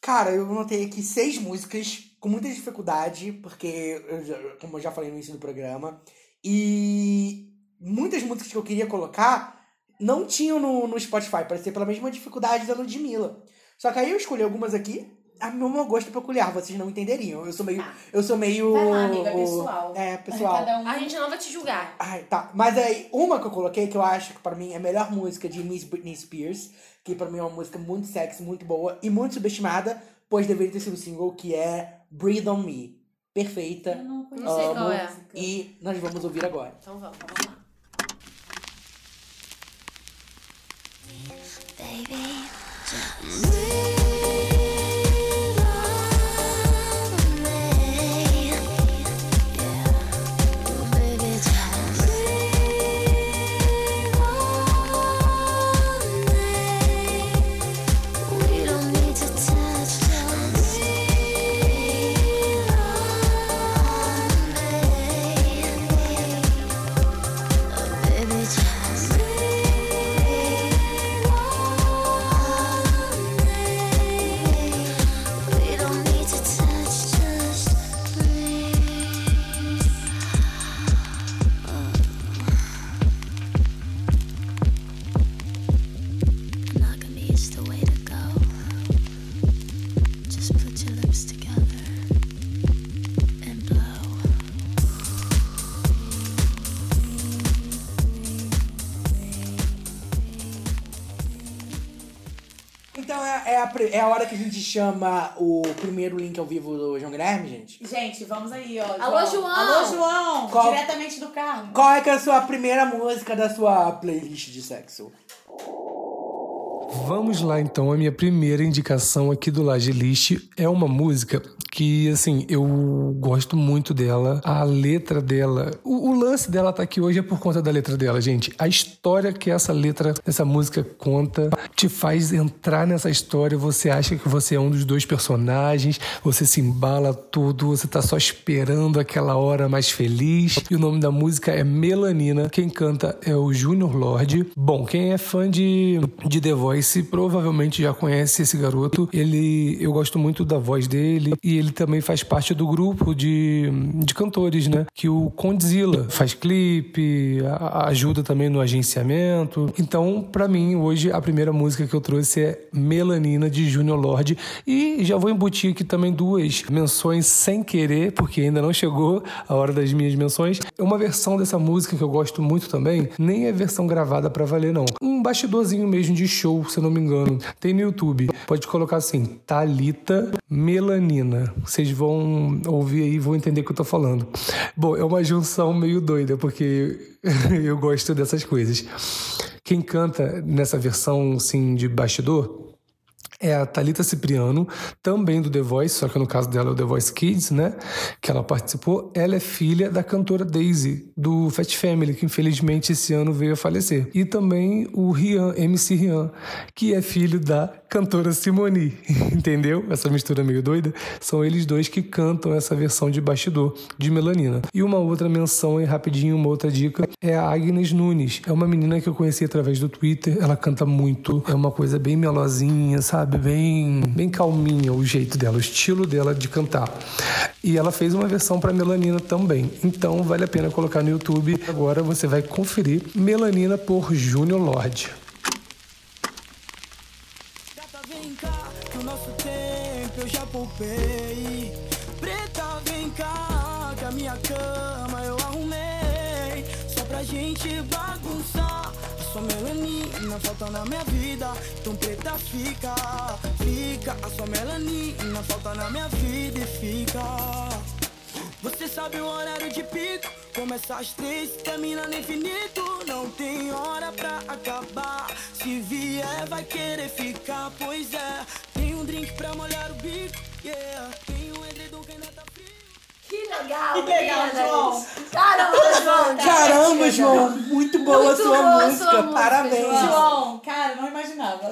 Speaker 1: Cara, eu notei aqui seis músicas com muita dificuldade, porque, eu já- como eu já falei no início do programa, e muitas músicas que eu queria colocar não tinham no, no Spotify, parecia pela mesma dificuldade da Ludmilla. Só que aí eu escolhi algumas aqui, a meu mau gosto peculiar, vocês não entenderiam. Eu sou meio.
Speaker 3: Tá.
Speaker 1: Eu sou meio.
Speaker 3: Vai lá, amiga, pessoal.
Speaker 1: É, pessoal.
Speaker 3: Cada um.
Speaker 2: A gente não vai te julgar.
Speaker 1: Ai, tá. Mas aí, uma que eu coloquei, que eu acho que pra mim é a melhor música de Miss Britney Spears, que pra mim é uma música muito sexy, muito boa e muito subestimada, pois deveria ter sido single, que é Breathe On Me.
Speaker 3: Eu
Speaker 1: Perfeita.
Speaker 3: não conheço.
Speaker 2: Não sei
Speaker 1: amo,
Speaker 2: qual é.
Speaker 1: E nós vamos ouvir agora.
Speaker 2: Então vamos, vamos lá.
Speaker 6: Baby, just breathe on me. Yeah. Baby, just breathe on me. We don't need to touch, just breathe on me. Baby, just breathe on me. We don't need to touch, just breathe. Monogamy is the way to go. Just put your lips together and blow.
Speaker 1: Então é, é, a, pri- é a hora que a gente chama o primeiro link ao vivo do João Guilherme, gente.
Speaker 3: Gente, vamos aí, ó.
Speaker 2: Alô, João!
Speaker 3: Alô, João!
Speaker 1: Qual-
Speaker 3: Diretamente do carro.
Speaker 1: Qual é que é a sua primeira música da sua playlist de sexo?
Speaker 5: Vamos lá então, a minha primeira indicação aqui do Laje List é uma música que, assim, eu gosto muito dela, a letra dela, o, o lance dela tá aqui hoje é por conta da letra dela, gente. A história que essa letra, essa música conta, te faz entrar nessa história, você acha que você é um dos dois personagens, você se embala todo, você tá só esperando aquela hora mais feliz. E o nome da música é Melanina, quem canta é o Júnior Lorde. Bom, quem é fã de, de The Voice provavelmente já conhece esse garoto. Ele, eu gosto muito da voz dele e ele ele também faz parte do grupo de, de cantores, né? Que o Condzilla faz clipe, a- ajuda também no agenciamento. Então, pra mim, hoje, a primeira música que eu trouxe é Melanina, de Junior Lorde. E já vou embutir aqui também duas menções sem querer, porque ainda não chegou a hora das minhas menções. Uma versão dessa música que eu gosto muito também, nem é versão gravada pra valer, não. Um bastidorzinho mesmo de show, se eu não me engano. Tem no YouTube. Pode colocar assim, Talita Melanina. Vocês vão ouvir aí e vão entender o que eu tô falando. Bom, é uma junção meio doida, porque [LAUGHS] eu gosto dessas coisas. Quem canta nessa versão, assim, de bastidor é a Thalita Cipriano, também do The Voice, só que no caso dela é o The Voice Kids, né? Que ela participou. Ela é filha da cantora Daisy, do Fat Family, que infelizmente esse ano veio a falecer. E também o Rian, MC Rian, que é filho da cantora Simone. [LAUGHS] Entendeu? Essa mistura meio doida. São eles dois que cantam essa versão de bastidor de Melanina. E uma outra menção, e rapidinho, uma outra dica, é a Agnes Nunes. É uma menina que eu conheci através do Twitter. Ela canta muito. É uma coisa bem melosinha, sabe? Bem, bem calminha o jeito dela, o estilo dela de cantar. E ela fez uma versão para Melanina também. Então vale a pena colocar no YouTube. Agora você vai conferir Melanina por Júnior Lorde.
Speaker 7: Gata, vem cá, que o nosso tempo eu já poupei. Preta, vem cá, que a minha cama eu arrumei. Só pra gente bagunçar. A sua melanina falta na minha vida. Então, preta, fica, fica. A sua melanina falta na minha vida e fica. Você sabe o horário de pico Começa às três, termina no infinito Não tem hora pra acabar Se vier vai querer ficar, pois é Tem um drink pra molhar o bico, yeah Tem um edredom que ainda tá frio
Speaker 2: Que legal,
Speaker 3: Que legal,
Speaker 2: meninas.
Speaker 3: João.
Speaker 2: Caramba,
Speaker 1: [LAUGHS]
Speaker 2: João. tá
Speaker 1: Caramba, João, muito boa a
Speaker 2: Muito
Speaker 1: sua
Speaker 2: boa a sua
Speaker 1: música.
Speaker 2: música,
Speaker 1: Parabéns.
Speaker 2: João.
Speaker 3: João, cara, não imaginava.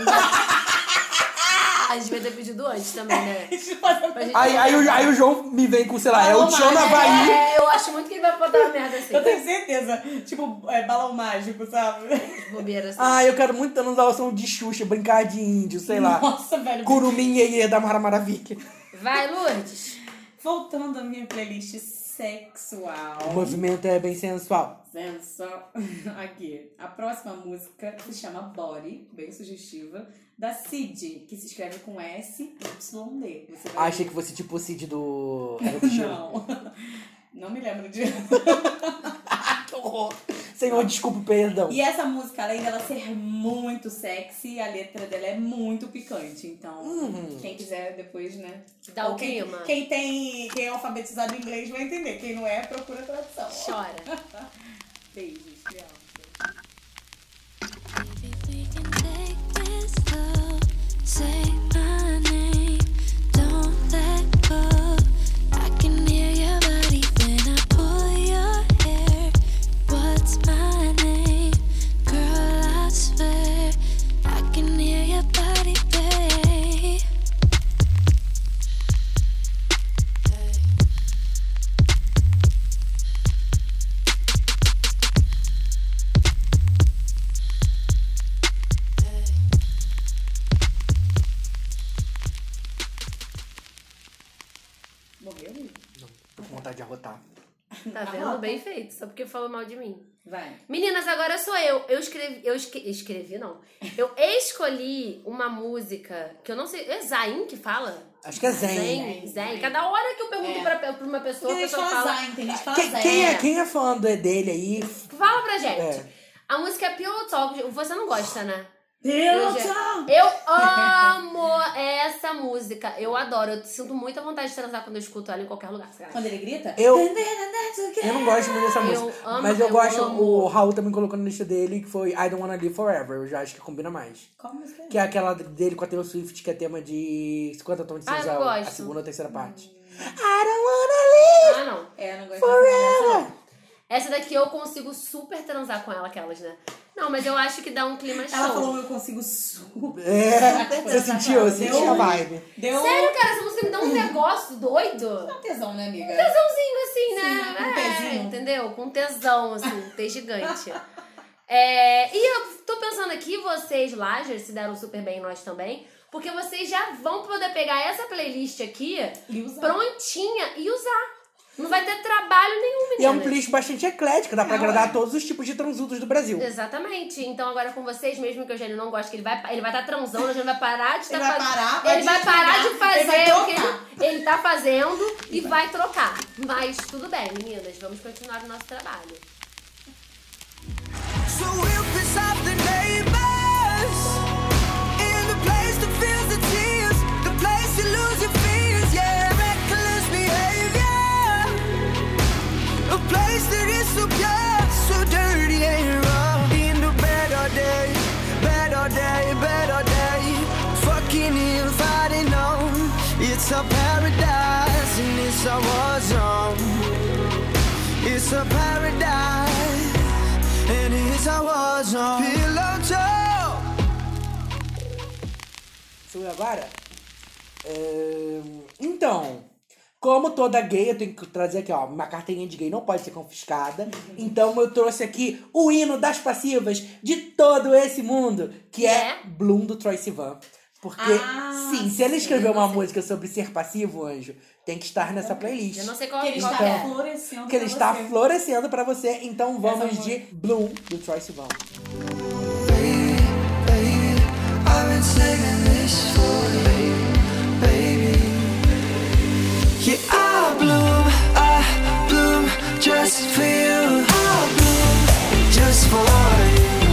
Speaker 2: Ah, A gente vai ter pedido antes
Speaker 1: [LAUGHS]
Speaker 2: também, né? Pra gente-
Speaker 1: Aí, aí, o- aí o João me vem com, sei lá, é o Tio na
Speaker 3: Paloma,
Speaker 1: Bahia.
Speaker 2: É, eu acho muito que ele vai botar uma merda assim.
Speaker 3: Eu tenho certeza. Tipo, é balão mágico, sabe?
Speaker 2: Bobeira assim.
Speaker 1: Ah, eu quero muito dançar o som de Xuxa, brincar de índio, sei lá.
Speaker 3: Nossa, velho.
Speaker 1: Curumim Iê da Mara Maravilha.
Speaker 2: Vai, Lourdes.
Speaker 3: Voltando à minha playlist sexual.
Speaker 1: O movimento é bem sensual.
Speaker 3: Sensual. Aqui. A próxima música se chama Body, bem sugestiva, da Cid, que se escreve com S-Y-D. Você vai-
Speaker 1: Achei que fosse tipo o Cid do.
Speaker 3: Não. [LAUGHS] Não me lembro de.
Speaker 1: Que horror. Senhor, desculpa o perdão.
Speaker 3: E essa música, além dela ser muito sexy, a letra dela é muito picante. Então,
Speaker 1: Uhum.
Speaker 3: quem quiser depois, né?
Speaker 2: Dá o
Speaker 3: Ou quem,
Speaker 2: clima.
Speaker 3: Quem tem. Quem é alfabetizado em inglês vai entender. Quem não é, procura tradução.
Speaker 2: Chora.
Speaker 3: [LAUGHS] Beijos, Leandro.
Speaker 6: Maybe we can take this slow. Say my name, don't let go. I can hear your body when I pull your hair. What's my name, girl? I swear I can hear your body, babe.
Speaker 3: Morreu? amigo?
Speaker 1: Tô com vontade de arrotar.
Speaker 2: Tá vendo? Bem feito. Só porque falou mal de mim.
Speaker 3: Vai.
Speaker 2: Meninas, agora sou eu. Eu escrevi. Eu esque- escrevi, não. Eu escolhi uma música que eu não sei. É Zayn que fala?
Speaker 1: Acho que é Zen.
Speaker 2: Zen. Zen. Cada hora que eu
Speaker 3: É.
Speaker 2: pergunto pra, pra uma pessoa, a
Speaker 3: Porque a gente
Speaker 2: pessoa
Speaker 3: fala
Speaker 2: fala.
Speaker 3: Zayn, tem gente que fala
Speaker 1: Quem,
Speaker 3: Zayn.
Speaker 1: quem é, quem é fã do- dele aí?
Speaker 2: Fala pra gente.
Speaker 1: É.
Speaker 2: A música é Pillow Talk. Você não gosta, né?
Speaker 3: Pillow
Speaker 2: Eu já-
Speaker 3: Talk!
Speaker 2: Eu amo essa música. Eu adoro. Eu sinto muita vontade de transar quando eu escuto ela em qualquer lugar. sacanagem.
Speaker 3: Quando ele grita?
Speaker 1: Eu- Eu não gosto muito dessa
Speaker 2: Eu
Speaker 1: música.
Speaker 2: amo,
Speaker 1: mas eu,
Speaker 2: eu
Speaker 1: gosto,
Speaker 2: amo.
Speaker 1: o Raul também colocou na lista dele, que foi I Don't Wanna Live Forever. Eu já acho que combina mais.
Speaker 3: Qual música é?
Speaker 1: Que é aquela dele com a Taylor Swift, que é tema de 50 tons de
Speaker 2: Ah, eu
Speaker 1: cinza.
Speaker 2: não
Speaker 1: a
Speaker 2: gosto.
Speaker 1: segunda ou terceira parte. I don't wanna live!
Speaker 2: Ah, não.
Speaker 3: É, eu não gosto Forever!
Speaker 2: Essa daqui eu consigo super transar com ela, aquelas, né? Não, mas eu acho que dá um clima show.
Speaker 3: Ela falou, eu consigo super. um
Speaker 1: É, você
Speaker 3: [LAUGHS]
Speaker 1: sentiu, eu senti a vibe.
Speaker 3: Deu
Speaker 2: Sério, cara, essa música me
Speaker 3: "Hum."
Speaker 2: dá um negócio doido.
Speaker 3: um tesão, né, amiga?
Speaker 2: tesãozinho assim, né?
Speaker 3: Sim, com
Speaker 2: é,
Speaker 3: pezinho.
Speaker 2: entendeu? Com tesão, assim, um tez gigante. É, e eu tô pensando aqui, vocês, Lager, se deram super bem, nós também. Porque vocês já vão poder pegar essa playlist aqui
Speaker 3: E usa.
Speaker 2: prontinha e usar. Não vai ter trabalho nenhum,
Speaker 1: E é um
Speaker 2: meninas.
Speaker 1: playlist bastante eclético, dá pra
Speaker 3: Não,
Speaker 1: agradar
Speaker 3: né? é.
Speaker 1: todos os tipos de transudos do Brasil.
Speaker 2: Exatamente. Então agora com vocês, mesmo que o Eugênio não goste, que ele vai ele vai estar transando, o Eugênio vai parar de estar
Speaker 3: Ele vai parar, vai
Speaker 2: Ele vai parar de
Speaker 3: desligar, ele vai
Speaker 2: fazer o que
Speaker 3: trocar.
Speaker 2: ele, ele tá fazendo e vai trocar. Mas tudo bem, meninas, vamos continuar o nosso trabalho.
Speaker 8: So we'll piss off the neighbors in the place that feels the tears, the place you lose your fears, yeah, reckless behavior, a place that is so pure, so dirty and raw. In the better day, better day, better day, fucking hell, fighting on. It's a paradise and it's a war zone. It's a paradise. And it's a war zone. Pillow talk.
Speaker 1: Sou eu agora? É, Então, como toda gay, eu tenho que trazer aqui, ó, uma carteirinha de gay não pode ser confiscada. Então eu trouxe aqui o hino das passivas de todo esse mundo, que é,
Speaker 2: É?
Speaker 1: Bloom do Troy Sivan. Porque,
Speaker 3: Ah,
Speaker 1: sim, se ele escreveu uma música sobre ser passivo, anjo, tem que estar nessa playlist.
Speaker 2: Eu não sei qual,
Speaker 3: Que ele
Speaker 2: qual
Speaker 3: está
Speaker 2: que é.
Speaker 3: florescendo.
Speaker 1: Que ele
Speaker 3: pra
Speaker 1: está
Speaker 3: você.
Speaker 1: florescendo pra você, então vamos
Speaker 3: Essa
Speaker 1: de Bloom do Troy Sivan.
Speaker 8: Baby, baby, I've been saving this for you, baby. Yeah, I bloom, I bloom just for you. I bloom just for you.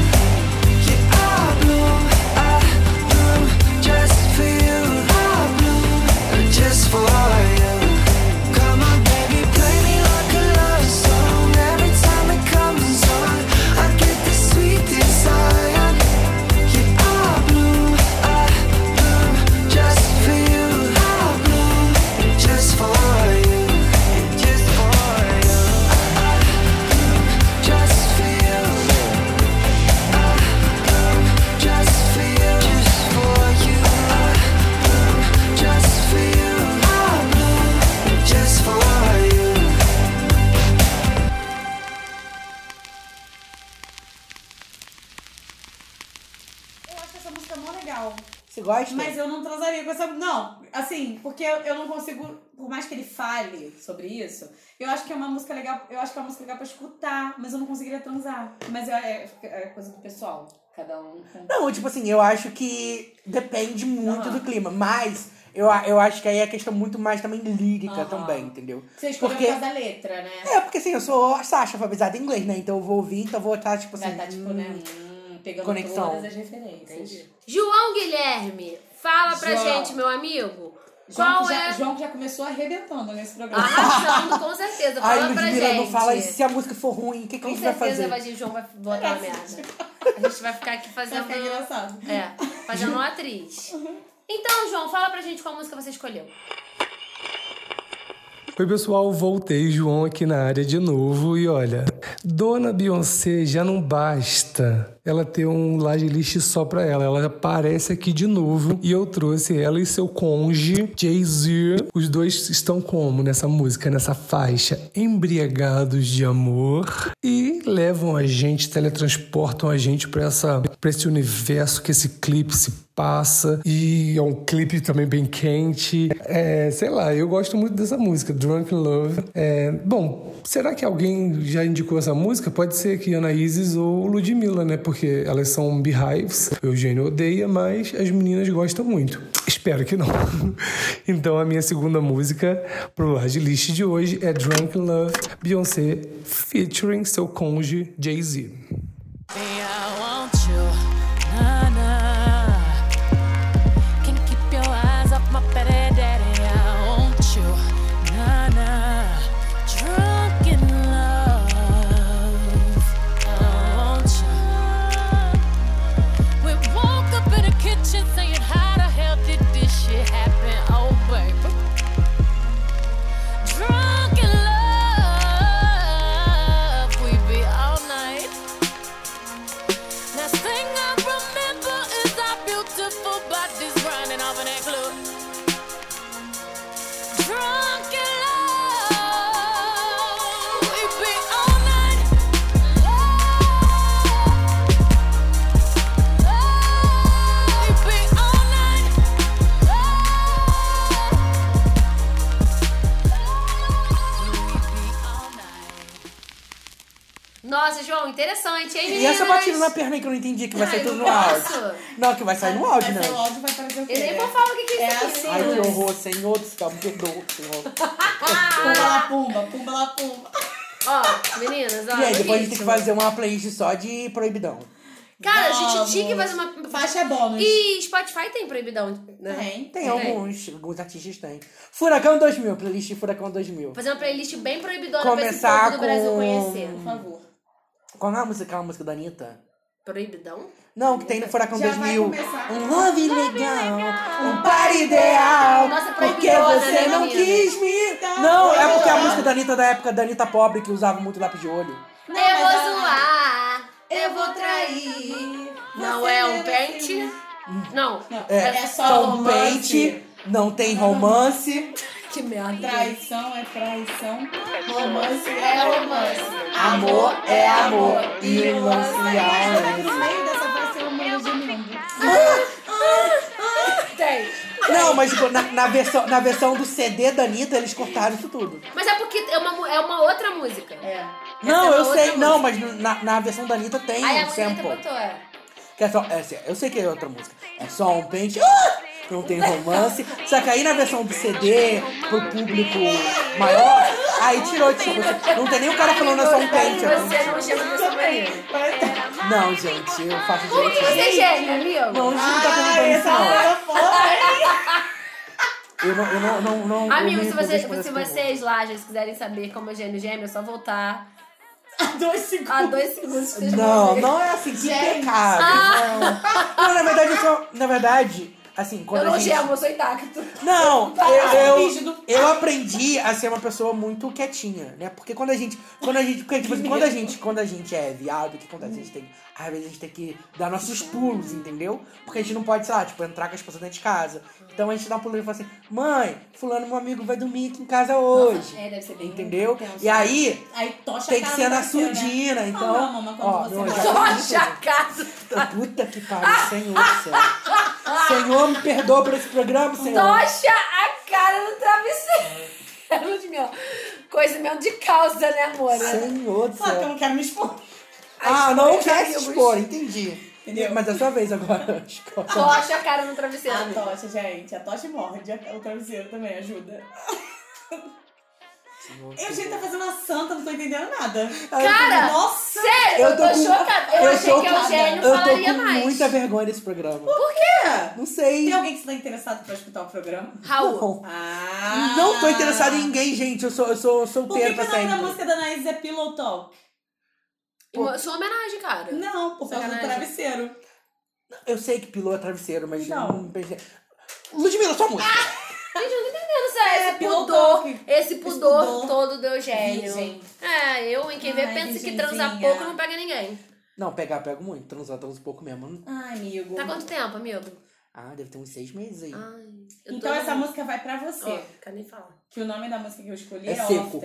Speaker 8: Yeah, I bloom, I bloom just for you. I bloom just for you. Come on, baby, play me like a love song. Every time it comes on, I get this sweet desire. Yeah, I bloom, I bloom just for you. I bloom just for you. Just for you. I bloom just for you. I bloom just for you. Just for you. I bloom just for you. I bloom just for you.
Speaker 3: Eu acho essa música mó legal.
Speaker 1: Você gosta?
Speaker 3: Mas eu não transaria com essa. Não, assim, porque eu- eu não consigo. Por mais que ele fale sobre isso, eu acho que é uma música legal. Eu acho que é uma música legal pra escutar, mas eu não conseguiria transar. Mas eu- é, é coisa do pessoal. Cada um com.
Speaker 1: Não, tipo assim, eu acho que depende muito
Speaker 3: Aham.
Speaker 1: do clima, mas eu, a- eu acho que aí é questão muito mais também lírica
Speaker 3: Aham.
Speaker 1: também, entendeu?
Speaker 3: Você escolheu
Speaker 1: Porque-
Speaker 3: por causa da letra, né?
Speaker 1: É, porque assim, eu sou a Sasha alfabetizada em inglês, né? Então eu vou ouvir, então eu vou estar, tipo assim.
Speaker 3: Vai estar, tipo, né?
Speaker 1: hum.
Speaker 3: hum, pegando
Speaker 1: Conexão.
Speaker 3: todas as referências.
Speaker 2: João Guilherme, fala pra
Speaker 3: João.
Speaker 2: gente, meu amigo.
Speaker 3: João,
Speaker 2: Qual
Speaker 3: que já,
Speaker 2: é?
Speaker 3: João que já começou arrebentando nesse programa.
Speaker 1: Ah,
Speaker 2: Arrasando, com certeza.
Speaker 1: Ai,
Speaker 2: Fala pra
Speaker 1: Ludmilla,
Speaker 2: gente.
Speaker 1: não fala, e se a música for ruim, o que, que a
Speaker 2: Com
Speaker 1: gente vai
Speaker 2: certeza
Speaker 1: fazer?
Speaker 2: vai, o João vai botar uma merda. A gente vai ficar aqui
Speaker 3: Vai
Speaker 2: fazendo.
Speaker 3: ficar engraçado.
Speaker 2: É, fazendo uma atriz. Então, João, fala pra gente qual música você escolheu.
Speaker 5: Oi, pessoal, voltei, João, aqui na área de novo. E olha, Dona Beyoncé já não basta ela ter um laje list só pra ela. Ela aparece aqui de novo e eu trouxe ela e seu conge, Jay-Z. Os dois estão como nessa música, nessa faixa? Embriagados de amor e levam a gente, teletransportam a gente pra, essa, pra esse universo que esse clipe se passa e é um clipe também bem quente. É, sei lá, eu gosto muito dessa música, Drunk in Love. É, bom, será que alguém já indicou essa música? Pode ser que Ana Isis ou Ludmilla, né? Porque elas são beehives. O Eugênio odeia, mas as meninas gostam muito. Espero que não. [LAUGHS] Então a minha segunda música pro Laje List de hoje é Drunk in Love, Beyoncé featuring seu cônjuge Jay-Z.
Speaker 6: I want you, nah, nah. Can keep your eyes off my baby daddy. I want you, nah, nah. Drunk in love, I want you. We woke up in the kitchen saying, How the hell did this shit happen? Oh, baby. Drunk in love, we be all night. Now sing a
Speaker 2: Nossa, João, interessante, hein,
Speaker 1: E essa
Speaker 2: meninas?
Speaker 1: batida na perna aí que eu não entendi, que vai sair
Speaker 2: Ai,
Speaker 1: tudo no
Speaker 2: nossa.
Speaker 1: áudio. Não, que vai sair no áudio, né?
Speaker 3: Mas o áudio é vai trazer o quê?
Speaker 2: Eu nem
Speaker 3: né?
Speaker 2: vou falar o que, que é,
Speaker 3: É
Speaker 2: isso aqui,
Speaker 3: assim,
Speaker 1: Ai, que
Speaker 2: meninas.
Speaker 1: horror, senhor do céu, me perdoa, senhor.
Speaker 3: Pumba lá, pumba, pumba lá, pumba.
Speaker 2: Ó, meninas, ó.
Speaker 1: E aí, depois a
Speaker 2: no
Speaker 1: gente tem que
Speaker 2: ritmo.
Speaker 1: fazer uma playlist só de proibidão.
Speaker 2: Cara, a gente
Speaker 3: Vamos.
Speaker 2: tinha que fazer uma.
Speaker 3: Faixa é bônus.
Speaker 2: E Spotify tem proibidão, né?
Speaker 3: Tem.
Speaker 1: Tem
Speaker 2: Tem.
Speaker 1: alguns, alguns artistas têm. Furacão 2000, playlist Furacão 2000.
Speaker 2: Fazer uma playlist bem proibidona
Speaker 1: Começar
Speaker 2: pra esse povo do Brasil
Speaker 1: com-
Speaker 2: conhecer.
Speaker 3: Por favor.
Speaker 1: Qual é a música? Aquela música da Anitta?
Speaker 2: Proibidão?
Speaker 1: Não, que tem no Furacão
Speaker 3: Já
Speaker 1: 2000.
Speaker 3: vai começar.
Speaker 1: Um love legal, um par ideal.
Speaker 2: Nossa,
Speaker 1: porque
Speaker 2: proibidona,
Speaker 1: você
Speaker 2: né,
Speaker 1: não
Speaker 2: menina?
Speaker 1: quis me.
Speaker 3: Então,
Speaker 1: Não, é porque a música da Anitta da época da Anitta pobre que usava muito lápis de olho.
Speaker 3: Não,
Speaker 2: eu vou
Speaker 3: mas a-
Speaker 2: zoar, eu vou trair. Não é um pente?
Speaker 3: assim,
Speaker 2: Não.
Speaker 1: É,
Speaker 3: É só
Speaker 1: Tom
Speaker 3: romance.
Speaker 1: Pente, não tem romance.
Speaker 2: Que merda.
Speaker 3: Traição é traição. Romance é
Speaker 2: romance.
Speaker 3: romance.
Speaker 1: Amor é amor. E lance
Speaker 3: Mas
Speaker 1: é
Speaker 3: tá
Speaker 1: lance.
Speaker 3: no meio dessa frase tem um mano de mundo.
Speaker 2: Tem.
Speaker 1: Não, mas tipo, na, na versão, na versão do CD da Anitta, eles cortaram isso tudo.
Speaker 2: Mas é porque é uma, mu- é uma outra música.
Speaker 3: É.
Speaker 1: Não,
Speaker 2: é
Speaker 1: eu
Speaker 2: outra
Speaker 1: sei, não, mas na, na versão da Anitta tem
Speaker 2: Aí
Speaker 1: um
Speaker 2: a música
Speaker 1: sample.
Speaker 2: botou, é.
Speaker 1: Que é só, é, assim, eu sei que é outra música. É só um pente. Ah! Não tem romance. Só que aí na versão do CD, pro público maior, aí tirou, tipo, assim, não tem nem o cara falando é só um pente.
Speaker 2: Você
Speaker 1: é um
Speaker 2: não
Speaker 1: pente.
Speaker 2: chama de sobrinho.
Speaker 1: Não, gente, eu faço
Speaker 2: Por que
Speaker 1: direito.
Speaker 2: você é gênio, amigo?
Speaker 1: Não, o Gil não tá perguntando isso, não.
Speaker 2: é
Speaker 1: Eu não, eu não, não, não. eu
Speaker 2: Amigo,
Speaker 1: não
Speaker 2: se, você,
Speaker 1: respondo
Speaker 2: se
Speaker 1: essa pergunta.
Speaker 2: vocês lá já quiserem saber como é gênio gêmeo, é só voltar
Speaker 3: Dois segundos.
Speaker 2: a dois segundos que vocês vão
Speaker 1: Não,
Speaker 2: ver.
Speaker 1: não é assim, que
Speaker 3: Gente. Ah.
Speaker 1: pecado. Não. Não, na verdade, eu só. Na verdade, assim, quando
Speaker 2: Eu não
Speaker 1: a gente.
Speaker 2: gemo, eu sou intacto.
Speaker 1: Não,
Speaker 3: Para,
Speaker 1: eu, eu,
Speaker 3: rígido.
Speaker 1: eu aprendi a ser uma pessoa muito quietinha, né? Porque quando a gente. Quando a gente. Porque, tipo, assim, quando a gente, quando a gente é viado, o que acontece? A gente tem. Às vezes a gente tem que dar nossos pulos, entendeu? Porque a gente não pode, sei lá, tipo, entrar com as pessoas dentro de casa. Então a gente dá um pulo e fala assim, mãe, fulano, meu amigo, vai dormir aqui em casa hoje.
Speaker 3: É, deve ser bem né?
Speaker 1: entendeu?
Speaker 3: intenso.
Speaker 1: E aí,
Speaker 3: Aí tocha
Speaker 1: tem
Speaker 3: a
Speaker 1: que
Speaker 3: cara
Speaker 1: ser
Speaker 3: do
Speaker 1: na
Speaker 3: parceiro, né?
Speaker 1: surdina, então.
Speaker 3: não, mamãe, quando
Speaker 1: ó,
Speaker 3: você
Speaker 1: não,
Speaker 3: vai.
Speaker 1: já-
Speaker 2: Só chacado.
Speaker 1: Puta que pariu, senhor do céu. Senhor, me perdoa por esse programa, senhor.
Speaker 2: Tocha a cara no travesseiro. Ludmilla. Conhecimento de causa, né, amor?
Speaker 1: Senhor do
Speaker 3: Só que [LAUGHS] eu
Speaker 2: tá
Speaker 1: céu.
Speaker 3: não quero me expor.
Speaker 1: Ah, não quer se
Speaker 2: amigos.
Speaker 1: expor, entendi.
Speaker 3: Entendeu?
Speaker 1: Mas é sua vez agora, [LAUGHS] Chico.
Speaker 2: Tocha a cara no travesseiro. então.
Speaker 3: A
Speaker 1: Ah,
Speaker 2: amigo.
Speaker 3: tocha, gente. A tocha morde. O travesseiro também ajuda. Eu, gente, tá fazendo uma santa, não tô entendendo nada.
Speaker 2: Cara,
Speaker 3: Nossa!
Speaker 2: Sério, eu tô,
Speaker 1: com-
Speaker 2: chocada. Eu, achei
Speaker 1: tô
Speaker 2: que é
Speaker 1: com-
Speaker 2: o
Speaker 1: Eu
Speaker 2: gênio
Speaker 1: tô com
Speaker 2: falaria mais.
Speaker 1: muita vergonha desse programa.
Speaker 3: Por quê?
Speaker 1: Não sei.
Speaker 3: Tem alguém que está interessado pra escutar o programa?
Speaker 2: Raul.
Speaker 1: Não.
Speaker 3: Ah!
Speaker 1: Não tô interessado em ninguém, gente. Eu sou, eu sou
Speaker 3: Por que,
Speaker 1: solteiro
Speaker 3: que
Speaker 1: pra
Speaker 3: o nome da
Speaker 1: sempre.
Speaker 3: música da Anaís é Pillow Talk?
Speaker 2: Uma- Sua homenagem, cara.
Speaker 3: Não, por causa do
Speaker 2: Sacanagem.
Speaker 3: travesseiro.
Speaker 1: Eu sei que pilou é travesseiro, mas
Speaker 3: Então.
Speaker 1: não pensei. Ludmilla, um
Speaker 2: Ah!
Speaker 1: sua música.
Speaker 2: Gente, eu não tô entendendo sério.
Speaker 3: É,
Speaker 2: esse
Speaker 3: pillow
Speaker 2: pudor.
Speaker 3: talk.
Speaker 2: Esse pudor,
Speaker 3: pudor.
Speaker 2: todo do Eugênio.
Speaker 3: Virgem.
Speaker 2: É, eu, em quem vê,
Speaker 3: Ai,
Speaker 2: pensa que
Speaker 3: virgenzinha.
Speaker 2: transar pouco não pega ninguém. Tá
Speaker 1: Não, pegar, pego muito. Transar, transo pouco mesmo.
Speaker 3: Ai, amigo.
Speaker 2: Tá quanto tempo, amigo?
Speaker 1: Ah, deve ter uns seis meses aí.
Speaker 2: Ai, eu
Speaker 3: Então
Speaker 2: tô...
Speaker 3: essa música é vai pra você.
Speaker 2: Ó, não quero nem falar.
Speaker 3: Que o nome da música que eu escolhi
Speaker 1: É
Speaker 3: é,
Speaker 1: seco.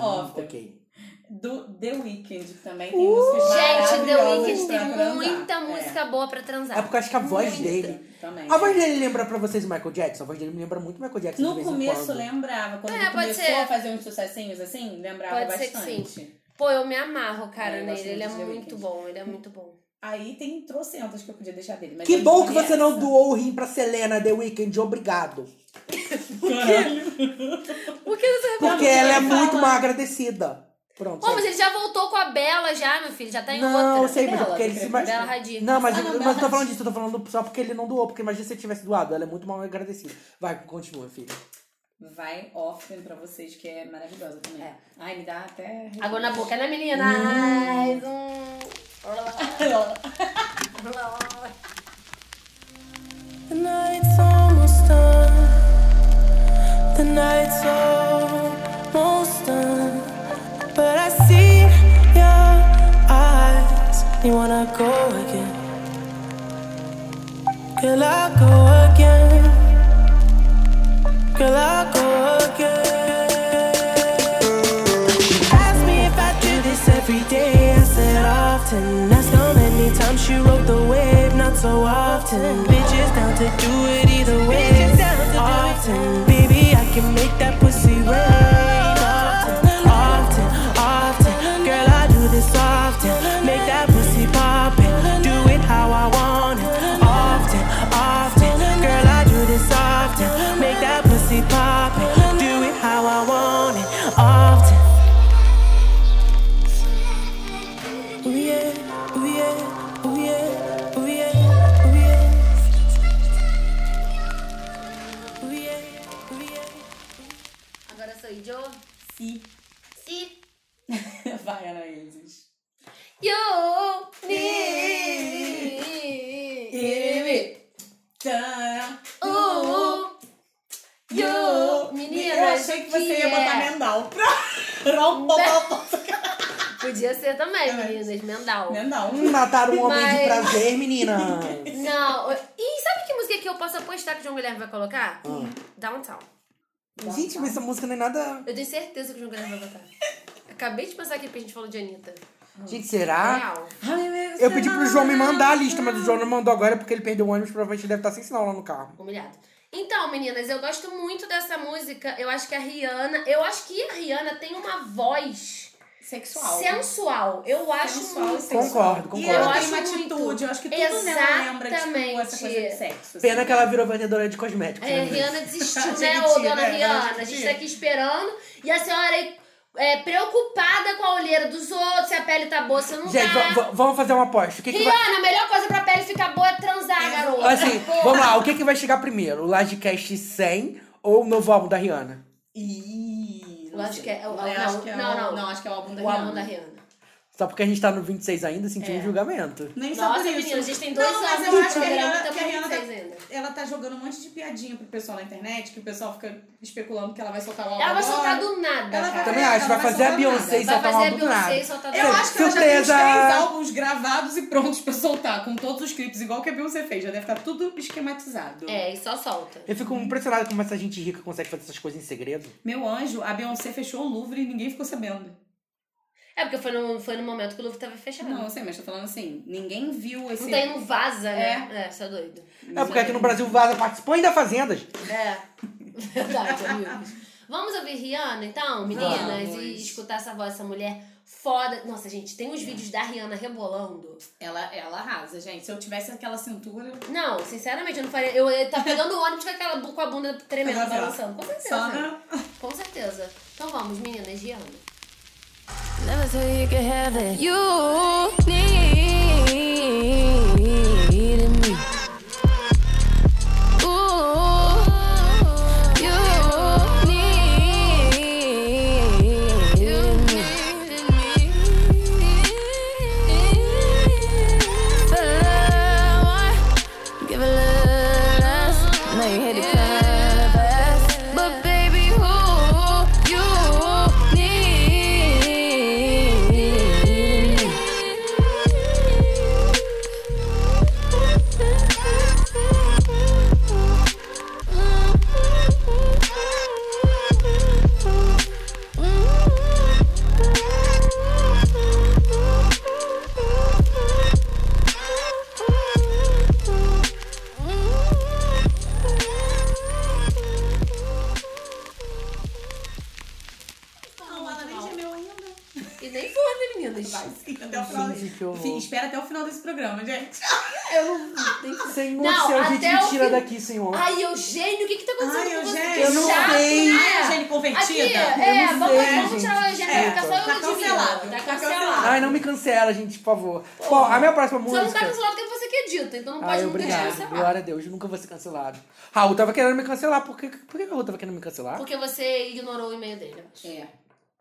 Speaker 1: Often,
Speaker 3: Often.
Speaker 1: ok.
Speaker 3: Do The Weeknd também. Tem músicas
Speaker 2: Gente, The
Speaker 3: maravilhosas
Speaker 2: Weeknd
Speaker 3: pra
Speaker 2: tem
Speaker 3: transar.
Speaker 2: muita
Speaker 3: É,
Speaker 2: música boa pra transar.
Speaker 1: Uh! É porque eu acho que a voz
Speaker 3: Muita.
Speaker 1: dele.
Speaker 3: Também. é.
Speaker 1: A voz dele lembra pra vocês o Michael Jackson? A voz dele me lembra muito o Michael Jackson. de
Speaker 3: No
Speaker 1: vez em
Speaker 3: começo
Speaker 1: quando.
Speaker 3: lembrava, quando
Speaker 2: É,
Speaker 3: ele
Speaker 2: pode
Speaker 3: começou
Speaker 2: ser.
Speaker 3: a fazer uns sucessinhos assim, lembrava
Speaker 2: Pode ser que
Speaker 3: bastante.
Speaker 2: Pô, eu me amarro, cara,
Speaker 3: É, eu gosto
Speaker 2: nele. Ele é
Speaker 3: muito de The
Speaker 2: muito
Speaker 3: Weeknd.
Speaker 2: bom, ele é muito bom.
Speaker 3: Aí tem trocentas que eu podia deixar dele. mas
Speaker 1: Que
Speaker 3: eu
Speaker 1: bom que
Speaker 3: escolhi
Speaker 1: você não
Speaker 3: essa.
Speaker 1: doou o rim pra Selena The Weeknd, obrigado.
Speaker 3: Caralho.
Speaker 2: Por que você...
Speaker 1: Porque
Speaker 3: porque
Speaker 1: ela é
Speaker 3: ele
Speaker 1: muito
Speaker 3: fala-
Speaker 1: mal agradecida. Pronto.
Speaker 2: Pô, mas ele já voltou com a Bela já, meu filho. Já tá em
Speaker 1: não,
Speaker 2: outra.
Speaker 1: sei, mas é
Speaker 3: Bela,
Speaker 1: porque ele se
Speaker 3: do Crepúsculo.
Speaker 1: mas-
Speaker 2: Bela Hadid.
Speaker 1: Não, mas,
Speaker 3: Ah, não,
Speaker 1: mas
Speaker 3: Bela
Speaker 1: eu tô falando
Speaker 3: Hadid.
Speaker 1: disso, eu tô falando só porque ele não doou, porque imagina se ele tivesse doado, ela é muito mal agradecida. Vai, continua, filho.
Speaker 3: Vai Often pra vocês, que é maravilhosa também.
Speaker 2: É.
Speaker 3: Ai, me dá
Speaker 2: [LAUGHS]
Speaker 3: até. [LAUGHS]
Speaker 2: Água na boca, né, menina?
Speaker 3: Hum.
Speaker 2: Ai, um...
Speaker 7: The night's almost done. The night's almost done. But I see your eyes. You wanna go again? Girl, I go again. Girl, I go again. Ask me if I do this every day. I said often. That's how many times she rode the wave. Not so often. Bitches down to do it either way. Often, baby, I can make that pussy rain. Often, often, often.
Speaker 2: Agora sou eu, Joe.
Speaker 3: Si.
Speaker 2: Si.
Speaker 3: Vai, Anaíses.
Speaker 2: Yo. Ni.
Speaker 3: Tana.
Speaker 2: Uh. Yo. Menina.
Speaker 3: Eu achei que você ia
Speaker 2: é-
Speaker 3: botar mendal. [LAUGHS] Rom, pom, pom, pom.
Speaker 2: Podia ser também, meninas. Mendal.
Speaker 3: Mendal.
Speaker 1: Matar um homem de
Speaker 2: Mas-
Speaker 1: prazer, menina.
Speaker 2: Não. E sabe que música que eu posso apostar que o João Guilherme vai colocar? Downtown.
Speaker 1: Gente, mas essa música não é nada.
Speaker 2: Eu tenho certeza que o João Guilherme vai
Speaker 3: [LAUGHS]
Speaker 2: botar. Acabei de pensar aqui porque a gente falou de Anitta.
Speaker 1: Gente, será?
Speaker 2: Real.
Speaker 1: Eu pedi pro João me mandar a lista, mas o João não mandou agora porque ele perdeu o ônibus. Provavelmente deve estar sem sinal lá no carro.
Speaker 2: Humilhado. Então, meninas, eu gosto muito dessa música. Eu acho que a Rihanna. Eu acho que a Rihanna tem uma voz
Speaker 3: Sexual.
Speaker 2: sensual. Eu acho
Speaker 3: Sensual,
Speaker 2: muito.
Speaker 3: sensual.
Speaker 1: Concordo,
Speaker 3: E
Speaker 1: concordo.
Speaker 2: Eu
Speaker 3: ela tem
Speaker 2: acho
Speaker 3: uma
Speaker 2: muito.
Speaker 3: atitude, eu acho que tudo nela lembra, tipo, essa coisa de
Speaker 2: Exatamente.
Speaker 3: sexo. assim.
Speaker 1: Pena que ela virou vendedora de cosméticos.
Speaker 2: É,
Speaker 1: né,
Speaker 2: a
Speaker 1: gente?
Speaker 2: Rihanna
Speaker 1: [LAUGHS]
Speaker 2: desistiu, né,
Speaker 3: Gente,
Speaker 2: ô dona
Speaker 3: né,
Speaker 2: Rihanna? A
Speaker 3: gente.
Speaker 2: gente tá aqui esperando. E a senhora aí, é, preocupada com a olheira dos outros, se a pele tá boa, se não
Speaker 1: Gente,
Speaker 2: tá.
Speaker 1: va- va- vamos fazer uma aposta. O que, que vai.
Speaker 2: Rihanna, a melhor coisa pra pele ficar boa é transar, garota.
Speaker 1: Assim, vamos lá, o que, que vai chegar primeiro? O Lajcast 100 ou o novo álbum da Rihanna?
Speaker 3: Ih,
Speaker 2: Eu acho
Speaker 3: sei.
Speaker 2: que é- eu-
Speaker 3: Eu
Speaker 2: não,
Speaker 3: acho que é
Speaker 2: não,
Speaker 3: o-
Speaker 2: não.
Speaker 3: Não, acho que é o álbum da
Speaker 2: O
Speaker 3: Rihanna.
Speaker 2: álbum da Rihanna.
Speaker 1: Só porque a gente tá no 26 ainda,
Speaker 2: É.
Speaker 1: sentiu um julgamento.
Speaker 3: Nem só
Speaker 2: Nossa,
Speaker 3: por isso.
Speaker 2: menina, a gente tem dois então
Speaker 3: não, mas
Speaker 2: álbuns
Speaker 3: eu
Speaker 2: no
Speaker 3: acho que a
Speaker 2: programa,
Speaker 3: Rihanna,
Speaker 2: tamo
Speaker 3: que a Rihanna tá,
Speaker 2: com vocês ainda.
Speaker 3: ela tá jogando um monte de piadinha pro pessoal na internet, que o pessoal fica especulando que ela vai soltar o álbum
Speaker 2: Ela vai
Speaker 3: agora.
Speaker 2: soltar do nada,
Speaker 3: Ela
Speaker 2: cara.
Speaker 1: Também
Speaker 3: Ela
Speaker 1: acho, vai
Speaker 3: vai
Speaker 1: fazer a
Speaker 3: soltar
Speaker 1: Beyoncé e
Speaker 2: nada.
Speaker 1: soltar um
Speaker 2: Vai fazer
Speaker 1: álbum
Speaker 2: a
Speaker 1: do nada.
Speaker 2: Beyoncé e soltar do
Speaker 3: Eu
Speaker 2: nada.
Speaker 3: acho que ela já tem uns
Speaker 1: Surpresa!
Speaker 3: três álbuns gravados e prontos pra soltar, com todos os clipes, igual que a Beyoncé fez. Já deve estar tudo esquematizado.
Speaker 2: É, e só solta.
Speaker 1: Eu fico impressionado como essa gente rica consegue fazer essas coisas em segredo.
Speaker 3: Meu anjo, a Beyoncé fechou o Louvre e ninguém ficou sabendo.
Speaker 2: É porque foi no, foi no momento que o Louvre tava fechado.
Speaker 3: Não, assim,
Speaker 2: Não,
Speaker 3: eu sei, mas tô falando assim, ninguém viu esse...
Speaker 2: tem, não vaza, né? É, você é doido.
Speaker 1: É porque aqui no Brasil vaza, participou ainda fazendas.
Speaker 2: É. [LAUGHS] Verdade, amigos. Vamos ouvir Rihanna, então, meninas,
Speaker 3: Vamos.
Speaker 2: e escutar essa voz, essa mulher foda. Nossa, gente, tem uns vídeos da Rihanna rebolando.
Speaker 3: Ela, ela arrasa, gente. Se eu tivesse aquela cintura...
Speaker 2: Não, sinceramente, eu não faria. Eu ia tá pegando o ônibus com aquela bu- com a bunda tremendo,
Speaker 3: Ela vai lá.
Speaker 2: balançando. Com certeza.
Speaker 3: [LAUGHS] Sana...
Speaker 2: Com certeza. Então vamos, meninas, Rihanna.
Speaker 6: Never thought you could have it. You needed me. Ooh, you needed me. Fell in love once, give a little less. Now you hit it kinda fast. But baby, who you need?
Speaker 3: Não, ela nem gemeu ainda.
Speaker 2: E nem foi, né, meninas?
Speaker 3: Vai sim, Assim, até o final.
Speaker 1: Gente, que horror.
Speaker 3: Sim, espera até o final desse programa, gente.
Speaker 1: Senhor
Speaker 2: Ah, Não,
Speaker 1: céu, gente,
Speaker 2: até
Speaker 1: me
Speaker 2: o
Speaker 1: tira
Speaker 2: fim.
Speaker 1: daqui, senhor.
Speaker 2: Ai, Eugênio, o que que tá acontecendo
Speaker 3: Ai,
Speaker 2: com você?
Speaker 3: Eugênio,
Speaker 2: Que
Speaker 1: eu não
Speaker 2: chato,
Speaker 1: sei.
Speaker 2: né?
Speaker 3: Ai, Eugênio convertida.
Speaker 2: Aqui,
Speaker 1: Eu
Speaker 2: é,
Speaker 1: não
Speaker 2: vamos,
Speaker 1: sei,
Speaker 2: vamos tirar o
Speaker 1: gente.
Speaker 2: Eugênio, vai ficar só
Speaker 3: Tá
Speaker 2: eu Ludmilla.
Speaker 3: cancelado,
Speaker 2: Tá
Speaker 3: tá
Speaker 2: cancelado.
Speaker 3: cancelado.
Speaker 1: Ai, não me cancela, gente, por favor. Bom, a minha próxima
Speaker 2: Só não tá
Speaker 1: música.
Speaker 2: cancelado porque você que edita, então não pode
Speaker 1: Ai,
Speaker 2: nunca te
Speaker 1: Ah, obrigado.
Speaker 2: cancelar.
Speaker 1: Glória a Deus, nunca vou ser cancelado. Raul tava querendo me cancelar. Por que, por que o Raul tava querendo me cancelar?
Speaker 2: Porque você ignorou o e-mail dele, eu acho.
Speaker 3: É.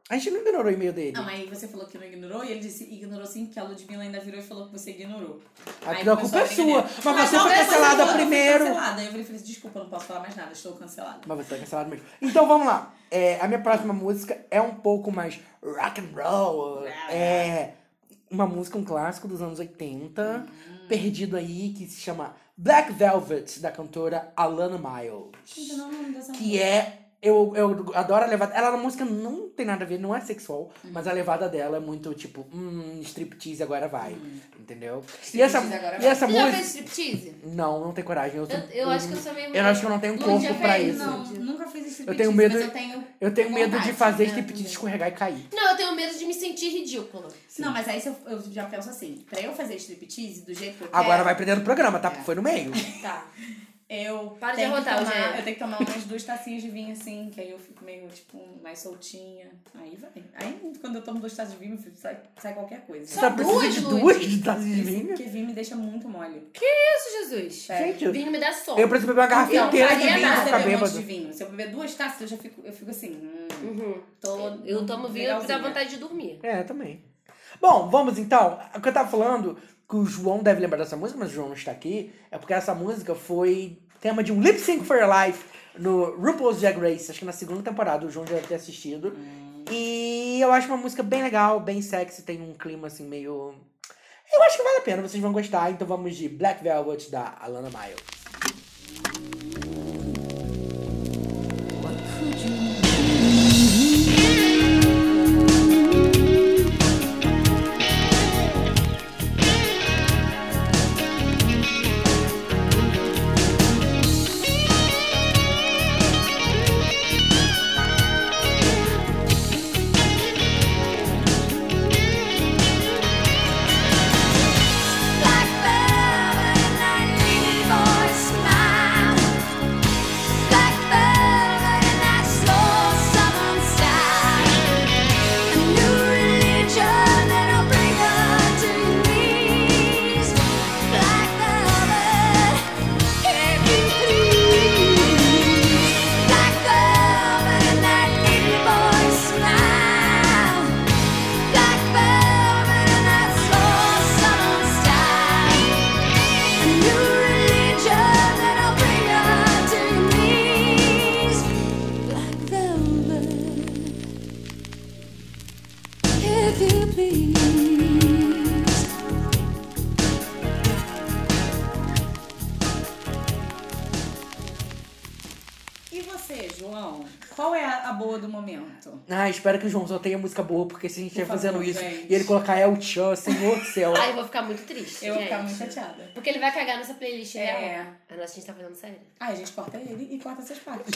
Speaker 1: A gente não ignorou o e-mail dele.
Speaker 3: Não, mas aí você falou que não ignorou e ele disse ignorou sim, porque a Ludmilla ainda virou e falou que você ignorou.
Speaker 1: A
Speaker 3: Aí
Speaker 1: tua
Speaker 3: começou
Speaker 1: culpa é sua.
Speaker 3: brigar.
Speaker 1: Mas você foi
Speaker 3: não, eu
Speaker 1: cancelada
Speaker 3: eu fui
Speaker 1: primeiro.
Speaker 3: Cancelada. Aí eu falei, desculpa, eu não posso falar mais nada, estou cancelada.
Speaker 1: Mas você tá cancelado mesmo. Então vamos lá. É, a minha próxima música é um pouco mais rock and roll. É uma música, um clássico dos anos 80, perdido aí, que se chama Black Velvet, da cantora Alana Miles.
Speaker 3: Gente, eu não lembro dessa
Speaker 1: Que
Speaker 3: música.
Speaker 1: é. Eu, eu adoro a levada. Ela na música não tem nada a ver, não é sexual, mas a levada dela é muito tipo, hum, striptease agora vai. Entendeu? E essa,
Speaker 3: Striptease agora
Speaker 1: e
Speaker 3: vai.
Speaker 1: essa
Speaker 2: Você já fez
Speaker 1: música.
Speaker 2: striptease?
Speaker 1: Não, não tem coragem. Eu, sou-
Speaker 2: Eu, eu acho que eu sou meio.
Speaker 1: Uhum. eu acho que eu não tenho
Speaker 2: Lu
Speaker 1: é corpo
Speaker 2: já
Speaker 1: pra
Speaker 2: fez,
Speaker 1: isso.
Speaker 3: Não,
Speaker 2: Não.
Speaker 3: nunca fiz esse
Speaker 1: Eu tenho medo-
Speaker 3: Mas eu tenho...
Speaker 1: Eu tenho medo de
Speaker 3: vontade,
Speaker 1: fazer
Speaker 3: né,
Speaker 1: striptease
Speaker 3: também.
Speaker 1: escorregar e cair.
Speaker 2: Não, eu tenho medo de me sentir ridícula.
Speaker 3: Não, mas aí se eu, eu já penso assim, pra eu fazer striptease do jeito que eu quero...
Speaker 1: Agora vai prender no programa, tá?
Speaker 3: É.
Speaker 1: Foi no meio.
Speaker 2: Tá.
Speaker 3: Eu
Speaker 2: Para de
Speaker 3: tenho que
Speaker 2: arrotar,
Speaker 3: tomar-
Speaker 2: Eugênia.
Speaker 3: Eu tenho que tomar umas duas tacinhas de vinho, assim, que aí eu fico meio, tipo, mais soltinha. Aí vai. Aí quando eu tomo duas taças de vinho, meu filho, sai, sai qualquer coisa.
Speaker 1: Você
Speaker 2: Só
Speaker 1: só precisa
Speaker 2: duas,
Speaker 1: de
Speaker 2: Luiz?
Speaker 1: duas [LAUGHS] de taças de
Speaker 3: Isso,
Speaker 1: vinho?
Speaker 3: Porque vinho me deixa muito mole.
Speaker 2: Isso, Jesus.
Speaker 1: Gente, É, eu
Speaker 2: Vinho me dá sono.
Speaker 1: eu preciso beber uma garrafa
Speaker 3: Então,
Speaker 2: Não,
Speaker 1: inteira de
Speaker 2: É. faria
Speaker 1: vinho
Speaker 2: nada
Speaker 1: pra
Speaker 3: Se eu
Speaker 1: ficar
Speaker 3: beber um monte de
Speaker 1: bêbado.
Speaker 3: vinho, se eu beber duas taças, eu já fico, eu fico assim. Hum,
Speaker 2: Uhum.
Speaker 3: tô
Speaker 2: Eu tomo vinho e dá
Speaker 3: legalzinha.
Speaker 2: vontade de dormir.
Speaker 1: É, também. Bom, vamos então. O que eu tava falando, que o João deve lembrar dessa música, mas o João não está aqui, é porque essa música foi tema de um Lip Sync for Your Life no RuPaul's Drag Race, acho que na segunda temporada, o João já deve ter assistido.
Speaker 3: Hum.
Speaker 1: E eu acho uma música bem legal, bem sexy, tem um clima assim meio. Eu acho que vale a pena, vocês vão gostar. Então vamos de Black Velvet da Alana Miles.
Speaker 6: Black velvet lightning for a smile. Black velvet and I stole someone's time. A new religion that'll bring her to your knees. Black velvet, if you please. Black velvet and lightning for a smile. Black velvet and I stole someone's time. A new religion that'll bring her to your knees. Black velvet if you please.
Speaker 3: E você, João? Qual é a, a boa do momento?
Speaker 1: Ah, espero que o João só tenha música boa, porque se a gente estiver
Speaker 3: favor,
Speaker 1: fazendo isso
Speaker 3: gente.
Speaker 1: e ele colocar El Chan, Senhor do Céu.
Speaker 2: Ai, eu vou ficar muito triste.
Speaker 3: Eu vou ficar
Speaker 2: gente.
Speaker 3: muito chateada.
Speaker 2: Porque ele vai cagar nessa playlist,
Speaker 3: É.
Speaker 2: real. A nossa, a gente tá fazendo sério.
Speaker 3: Ah, a gente corta ele e corta essas partes.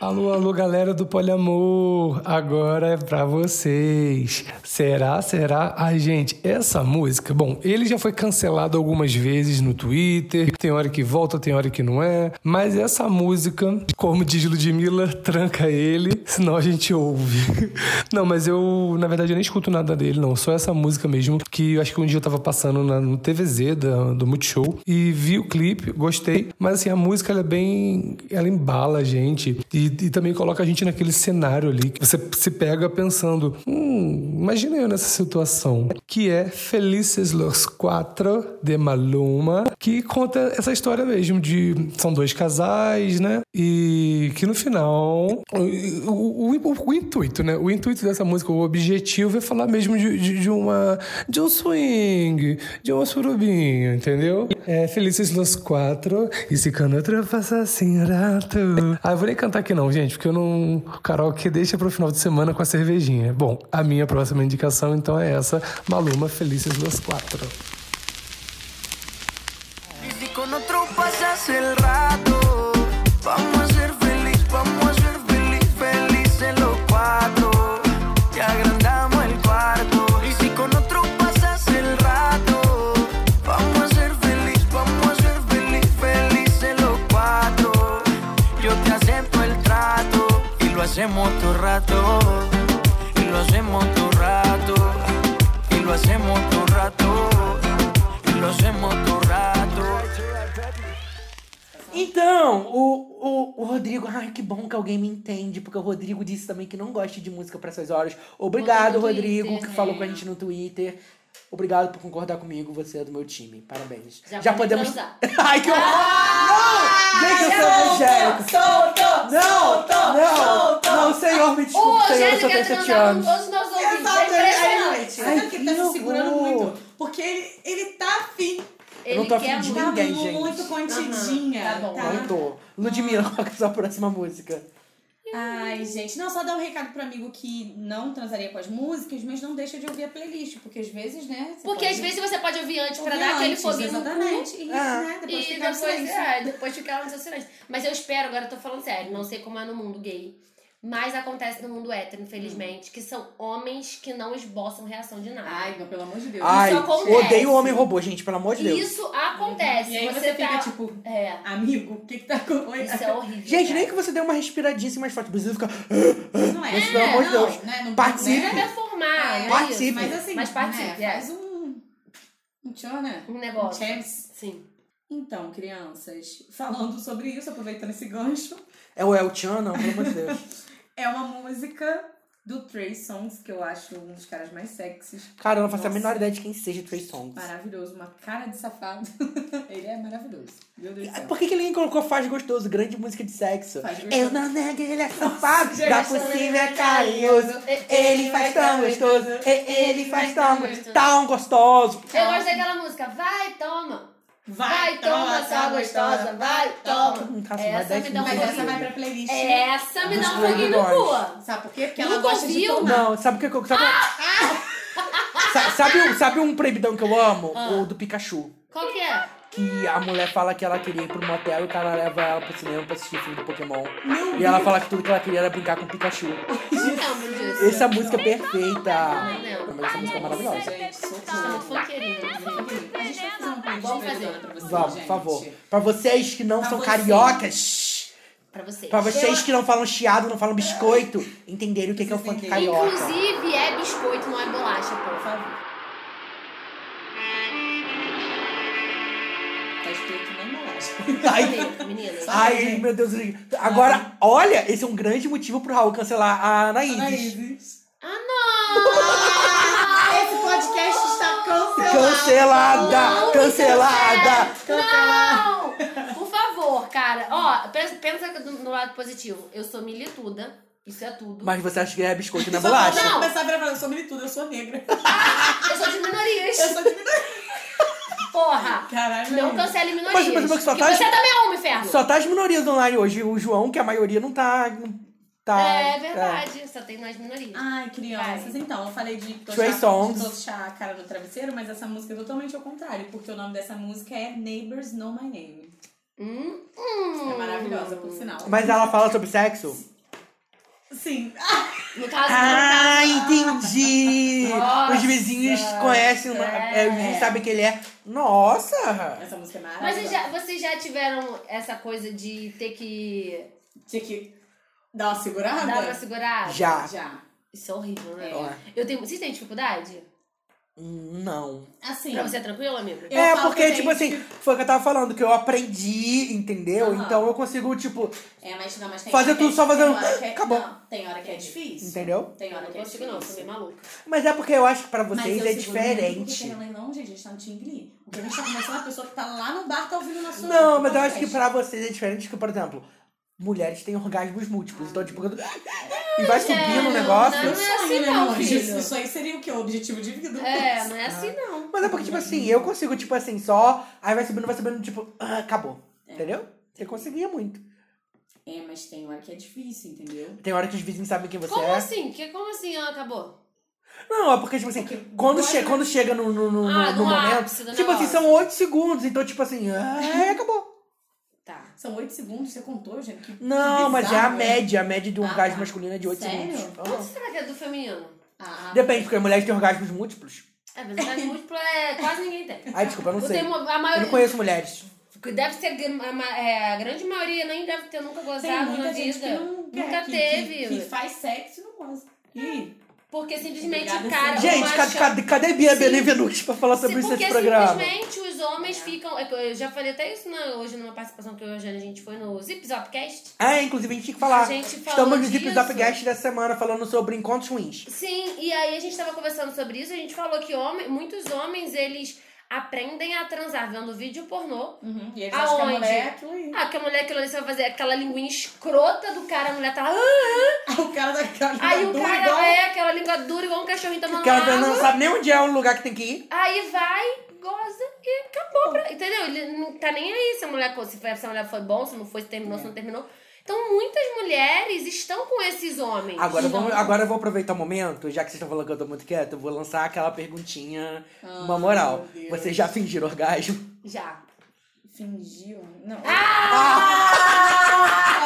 Speaker 5: Alô, alô, galera do Poliamor! Agora é pra vocês. Será, será? Ai, gente, essa música, bom, ele já foi cancelado algumas vezes no Twitter. Tem hora que volta, tem hora que não é. Mas essa música, como diz Ludmilla, tranca ele, senão a gente ouve. [LAUGHS] Não, mas eu, na verdade, eu nem escuto nada dele, não. Só essa música mesmo, que eu acho que um dia eu tava passando na- no TVZ da- do Multishow e vi o clipe, gostei. Mas, assim, a música, ela é bem... Ela embala a gente e, e também coloca a gente naquele cenário ali que você se pega pensando, hum, imagina eu nessa situação, que é Felices los Quatro de Maluma, que conta essa história mesmo de são dois casais, né? E que no final Então, o, o- o- o intuito, né? O intuito dessa música, o objetivo é falar mesmo de, de- de uma de um swing, de uma surubinha, entendeu? É Felices los Quatro e se quando outra passa assim, rato. Ah, eu vou nem cantar aqui não, gente, porque eu não. Carol, que deixa pro final de semana com a cervejinha. Bom, a minha próxima indicação então é essa: Maluma Felices los Quatro.
Speaker 7: Y si con otro pasas el rato, vamos a ser feliz, vamos a ser feliz, felices los cuatro. Te agrandamos el cuarto. Y si con otro pasas el rato, vamos a ser feliz, vamos a ser feliz, felices los cuatro. Yo te acepto el trato y lo hacemos todo rato. Y lo hacemos todo rato. Y lo hacemos todo rato. Y lo hacemos todo rato.
Speaker 1: Então, o, o, o Rodrigo, ai, que bom que alguém me entende, porque o Rodrigo disse também que não gosta de música pra essas horas. Obrigado,
Speaker 2: Mandou no
Speaker 1: Rodrigo,
Speaker 2: Twitter,
Speaker 1: que falou
Speaker 2: né?
Speaker 1: com a gente no Twitter. Obrigado por concordar comigo, você é do meu time. Parabéns.
Speaker 2: Já pode
Speaker 1: podemos.
Speaker 2: transar.
Speaker 1: [LAUGHS]
Speaker 2: Ah!
Speaker 1: ai, que horror! não! Gente, eu sou evangélico!
Speaker 3: Solto!
Speaker 1: Não! Não! Não, senhor, me
Speaker 2: Ô,
Speaker 1: desculpe, senhor, eu sou
Speaker 2: Angélica
Speaker 1: 37
Speaker 2: tá transar com
Speaker 1: anos.
Speaker 2: todos os nossos ouvintes. É
Speaker 3: Exato, ele, ele,
Speaker 2: impressionante.
Speaker 3: você
Speaker 1: Ai,
Speaker 3: sabe que ele tá
Speaker 1: que
Speaker 3: se segurando
Speaker 1: horror.
Speaker 3: muito. Porque ele, ele tá afim.
Speaker 1: Eu
Speaker 2: Ele
Speaker 1: não tô
Speaker 2: quer
Speaker 1: afim de
Speaker 2: muito.
Speaker 3: Tá
Speaker 1: Ninguém,
Speaker 3: muito
Speaker 1: gente.
Speaker 3: contidinha.
Speaker 2: Aham, tá bom.
Speaker 1: Não tô. Ludmilla, [LAUGHS] qual que é a sua próxima música?
Speaker 3: Ai, gente, não, só dar um recado pro amigo que não transaria com as músicas, mas não deixa de ouvir a playlist, porque às vezes, né? você
Speaker 2: Porque
Speaker 3: pode
Speaker 2: às vezes você pode ouvir antes pra
Speaker 3: ouvir
Speaker 2: dar aquele
Speaker 3: antes,
Speaker 2: foguinho no cu.
Speaker 3: Exatamente. Isso,
Speaker 1: Ah.
Speaker 3: né? Depois
Speaker 2: e
Speaker 3: ficar no
Speaker 2: depois,
Speaker 3: silêncio.
Speaker 2: é, depois ficar no seu silêncio. Mas eu espero, agora eu tô falando sério, não sei como é no é mundo gay. mais acontece no mundo hétero, infelizmente, que são homens que não esboçam reação de nada.
Speaker 3: Ai, não, pelo amor de Deus.
Speaker 1: Ai,
Speaker 2: acontece.
Speaker 1: odeio homem robô, gente, pelo amor de Deus.
Speaker 2: Isso acontece.
Speaker 3: E aí você,
Speaker 2: tá...
Speaker 3: fica tipo,
Speaker 2: É,
Speaker 3: amigo, o que que tá acontecendo?
Speaker 2: isso é horrível.
Speaker 1: Gente,
Speaker 2: cara.
Speaker 1: nem que você dê uma respiradinha assim mais forte, precisa ficar.
Speaker 3: Não é,
Speaker 1: Mas, pelo amor de
Speaker 3: não,
Speaker 1: Deus,
Speaker 3: né, não-
Speaker 1: participe.
Speaker 2: É
Speaker 3: né?
Speaker 1: Ah,
Speaker 2: performar,
Speaker 3: É,
Speaker 2: é
Speaker 1: participe.
Speaker 2: isso.
Speaker 3: Mas assim,
Speaker 2: Mas participe,
Speaker 3: né,
Speaker 2: é.
Speaker 3: faz um. Um tchau, né?
Speaker 2: Um
Speaker 3: Um
Speaker 2: negócio.
Speaker 3: chance.
Speaker 2: Sim.
Speaker 3: Então, crianças, falando sobre isso, aproveitando esse gancho,
Speaker 1: É o El Chan, não, pelo amor de Deus.
Speaker 3: é uma música do Trey Songs, que eu acho um dos caras mais sexys.
Speaker 1: Cara, eu não faço a
Speaker 3: Nossa.
Speaker 1: menor ideia de quem seja Trey Songs.
Speaker 3: Maravilhoso, uma cara de safado. [LAUGHS] ele é maravilhoso. Meu Deus do céu.
Speaker 1: É, Por que, que ele nem colocou Faz Gostoso, grande música de sexo?
Speaker 3: Faz gostoso.
Speaker 1: eu não nego, ele é safado,
Speaker 3: já
Speaker 1: dá
Speaker 3: gostou,
Speaker 1: por cima
Speaker 2: né?
Speaker 1: é carinhoso. Ele faz tão
Speaker 2: tá
Speaker 1: gostoso, e- ele faz tão, tão gostoso.
Speaker 2: Eu gosto daquela música, vai, toma. Vai, toma, sua gostosa, vai,
Speaker 1: Eu
Speaker 2: toma.
Speaker 1: não faço
Speaker 2: Essa
Speaker 1: mais ideia
Speaker 2: me
Speaker 1: de
Speaker 2: dá um
Speaker 1: música.
Speaker 3: Mas essa vai pra playlist.
Speaker 2: Essa me dá um
Speaker 1: Dos
Speaker 2: foguinho no
Speaker 1: Playboys.
Speaker 2: cu.
Speaker 3: Sabe por quê? Porque ela
Speaker 2: Nunca
Speaker 3: gosta de
Speaker 2: ouviu?
Speaker 3: tomar.
Speaker 1: Não, sabe o que que eu. Sabe, Sa- sabe, um, sabe um proibidão que eu amo?
Speaker 2: Ah.
Speaker 1: O do Pikachu.
Speaker 2: Qual que é?
Speaker 1: Que a mulher fala que ela queria ir pro motel e o cara leva ela pro cinema pra assistir filme do Pokémon.
Speaker 3: Meu
Speaker 1: E ela fala que tudo que ela queria era brincar com o Pikachu.
Speaker 2: Não lembro disso.
Speaker 1: Essa música é perfeita.
Speaker 2: Não.
Speaker 1: Mas essa música é maravilhosa.
Speaker 3: Gente,
Speaker 2: Não,
Speaker 3: socorro.
Speaker 2: é funkeiro.
Speaker 3: A gente vai fazer uma playlist
Speaker 2: Vamos
Speaker 3: melhor
Speaker 2: fazer.
Speaker 3: pra vocês,
Speaker 1: Vamos, por
Speaker 3: gente.
Speaker 1: favor. Pra vocês que não
Speaker 3: Pra
Speaker 1: são
Speaker 3: vocês.
Speaker 1: cariocas,
Speaker 2: Pra vocês.
Speaker 1: pra vocês que não falam chiado, não falam biscoito, entenderem o que, que é o funk
Speaker 3: Entenderam.
Speaker 1: carioca.
Speaker 2: Inclusive, é biscoito, não é bolacha,
Speaker 3: Por
Speaker 2: pô.
Speaker 3: favor. Tá escrito na embalagem.
Speaker 1: [LAUGHS] Ai, Ah,
Speaker 2: Meninas.
Speaker 1: ai, meu Deus. Agora, olha, esse é um grande motivo pro Raul cancelar a Anaídes.
Speaker 3: Anaíses.
Speaker 2: Ah,
Speaker 3: Ah, esse podcast está cancelado.
Speaker 1: Cancelada! Cancelada!
Speaker 2: É. Não! Por favor, cara. Ó, pensa, pensa no, no lado positivo. Eu sou milituda. Isso é tudo.
Speaker 1: Mas você acha que é biscoito na
Speaker 3: Só falta
Speaker 1: bolacha?
Speaker 2: Não.
Speaker 3: começar a gravar, eu sou milituda, eu sou negra. [LAUGHS]
Speaker 2: Eu sou de minorias.
Speaker 3: Eu sou de minoria.
Speaker 2: Porra.
Speaker 3: Caralho.
Speaker 2: Não
Speaker 3: Anaíses.
Speaker 2: cancele minorias.
Speaker 1: Mas- mas- mas só
Speaker 2: Que
Speaker 1: tá-
Speaker 2: você também é um inferno.
Speaker 1: Só tá as minorias online hoje. O João, que a maioria não tá. não tá Ah.
Speaker 2: É verdade. Só tem nós minorias.
Speaker 3: Ai, crianças, então, eu falei de
Speaker 1: Trey
Speaker 3: tochar,
Speaker 1: Songz.
Speaker 3: de tochar a cara do travesseiro, mas essa música é totalmente ao contrário, porque o nome dessa música é Neighbors Know My Name.
Speaker 2: Hum,
Speaker 3: É maravilhosa, por sinal.
Speaker 1: é. Mas ela fala sobre sexo?
Speaker 3: Sim.
Speaker 2: no caso, tá.
Speaker 1: Ah, entendi!
Speaker 2: Nossa.
Speaker 1: Os vizinhos conhecem, uma, é, os vizinhos sabem que ele é. Nossa!
Speaker 3: Essa música é
Speaker 1: Ah.
Speaker 2: Mas vocês
Speaker 3: maravilhosa.
Speaker 2: já, vocês já tiveram essa coisa de ter que
Speaker 3: Tinha que dar uma segurada?
Speaker 2: dar pra segurar?
Speaker 1: Ah, Já.
Speaker 3: Já.
Speaker 2: Isso é horrível, né?
Speaker 1: Ó,
Speaker 2: Eu tenho, vocês têm dificuldade?
Speaker 1: Não.
Speaker 3: Assim.
Speaker 2: Pra você é tranquilo, amigo?
Speaker 3: Eu
Speaker 1: é,
Speaker 3: falo
Speaker 1: porque,
Speaker 3: também
Speaker 1: tipo assim, foi o que eu tava falando, que eu aprendi, entendeu?
Speaker 3: Aham.
Speaker 1: Então eu consigo, tipo,
Speaker 3: É, mas não, mas tem
Speaker 1: Fazer
Speaker 3: hora que
Speaker 1: tudo só
Speaker 3: é- tem
Speaker 1: fazendo-
Speaker 3: hora que é-
Speaker 1: Acabou.
Speaker 3: não, tem hora que é difícil.
Speaker 1: entendeu?
Speaker 3: Tem
Speaker 2: Eu
Speaker 3: hora
Speaker 2: não
Speaker 3: que é
Speaker 2: consigo, não,
Speaker 3: difícil.
Speaker 2: sou meio maluca.
Speaker 1: Mas é porque eu acho que pra
Speaker 3: Mas
Speaker 1: vocês
Speaker 3: eu
Speaker 1: é
Speaker 3: seguro muito, Porque
Speaker 1: diferente.
Speaker 3: pela não, gente, a gente tá no Tingli. O que a gente tá começando, a pessoa que tá lá no bar tá ouvindo o nosso
Speaker 1: Não, mas eu acho que
Speaker 3: podcast.
Speaker 1: pra vocês é diferente que, por exemplo, mulheres têm orgasmos múltiplos. Então, tipo, quando- e vai
Speaker 3: É,
Speaker 1: subindo o
Speaker 2: não,
Speaker 1: um negócio.
Speaker 2: não é assim,
Speaker 3: né,
Speaker 2: não,
Speaker 3: amor?
Speaker 2: filho.
Speaker 3: Isso, isso aí seria o quê? O objetivo de vida?
Speaker 2: É, não é assim não.
Speaker 1: Mas é porque, tipo assim, eu consigo, tipo assim, só. Aí vai subindo, vai subindo, tipo, ah, acabou. Entendeu? Eu conseguia muito.
Speaker 3: É, mas tem hora que é difícil, entendeu?
Speaker 1: Tem hora que os vizinhos sabem quem você
Speaker 2: Como
Speaker 1: é.
Speaker 2: assim? Que, como assim ela acabou?
Speaker 1: Não, é porque, tipo assim, quando, che quando chega no, no, no,
Speaker 2: Ah,
Speaker 1: no
Speaker 2: no
Speaker 1: momento.
Speaker 2: ápice do
Speaker 1: Tipo assim,
Speaker 2: negócio.
Speaker 1: são 8 segundos, então, tipo assim, ah, acabou.
Speaker 2: Tá.
Speaker 3: São oito segundos, você contou, gente? Que- que
Speaker 1: Não, mas é a
Speaker 3: bizarro, né?
Speaker 1: média. A média de um
Speaker 3: Ah,
Speaker 1: orgasmo
Speaker 3: tá.
Speaker 1: masculino é de 8
Speaker 3: Sério?
Speaker 1: segundos.
Speaker 2: Quanto
Speaker 1: Ah.
Speaker 2: será que é do feminino?
Speaker 3: Ah,
Speaker 1: Depende, porque mulheres têm orgasmos múltiplos.
Speaker 2: É, mas a múltipla é quase ninguém tem.
Speaker 1: Ai, desculpa, eu não
Speaker 2: Eu
Speaker 1: sei.
Speaker 2: tenho uma- a
Speaker 1: Eu não
Speaker 2: maioria.
Speaker 1: conheço mulheres.
Speaker 2: Deve ser gr- a, ma- é, a grande maioria nem deve ter nunca
Speaker 3: tem
Speaker 2: gozado na
Speaker 3: muita gente que
Speaker 2: vida.
Speaker 3: não quer,
Speaker 2: Nunca
Speaker 3: que- que-
Speaker 2: teve.
Speaker 3: Que, faz sexo e não gosta. E aí?
Speaker 2: Porque simplesmente
Speaker 3: Obrigada,
Speaker 2: o cara.
Speaker 3: Eu
Speaker 1: Gente,
Speaker 2: o
Speaker 1: cadê,
Speaker 2: macho-
Speaker 1: cadê, cadê Bia
Speaker 2: Sim.
Speaker 1: Benevenuti pra falar sobre
Speaker 2: Sim,
Speaker 1: isso
Speaker 2: porque
Speaker 1: nesse
Speaker 3: é
Speaker 1: programa?
Speaker 2: simplesmente os homens ficam. eu- Eu já falei até isso na- hoje numa participação que eu e a Jane, a gente foi no Zip Zopcast.
Speaker 1: Ah, inclusive a gente tinha que falar.
Speaker 2: A gente falou
Speaker 1: Estamos no Zip
Speaker 2: disso.
Speaker 1: Zapcast dessa semana falando sobre encontros ruins.
Speaker 2: Sim, e aí a gente tava conversando sobre isso, a gente falou que homem, muitos homens, eles aprendem a transar vendo vídeo pornô.
Speaker 3: Uhum. E eles
Speaker 2: Aonde?
Speaker 3: acham que a mulher é aquilo aí.
Speaker 2: Ah, que a mulher aquilo ali você vai fazer aquela linguinha escrota do cara, a mulher tá. "Ah, ah".
Speaker 3: [LAUGHS] o cara da cara
Speaker 2: aí o
Speaker 3: dura
Speaker 2: cara
Speaker 3: igual-
Speaker 2: é aquela língua dura igual um cachorrinho tomando
Speaker 1: Porque ela
Speaker 2: água.
Speaker 1: não sabe nem onde é o lugar que tem que ir.
Speaker 2: Aí vai, goza e acabou. pra- entendeu? Ele não tá nem aí se a mulher, co- se foi- se a mulher foi bom, se não foi, se terminou, se não terminou. Então muitas mulheres estão com esses homens.
Speaker 1: Agora,
Speaker 3: Então.
Speaker 1: vamos, agora eu vou aproveitar o momento, já que vocês estão falando que eu tô muito quieta, eu vou lançar aquela perguntinha, uma moral.
Speaker 3: Ah, meu Deus.
Speaker 1: Vocês já fingiram orgasmo? [LAUGHS]
Speaker 2: Já.
Speaker 3: né? Ah! Fingiu? Não.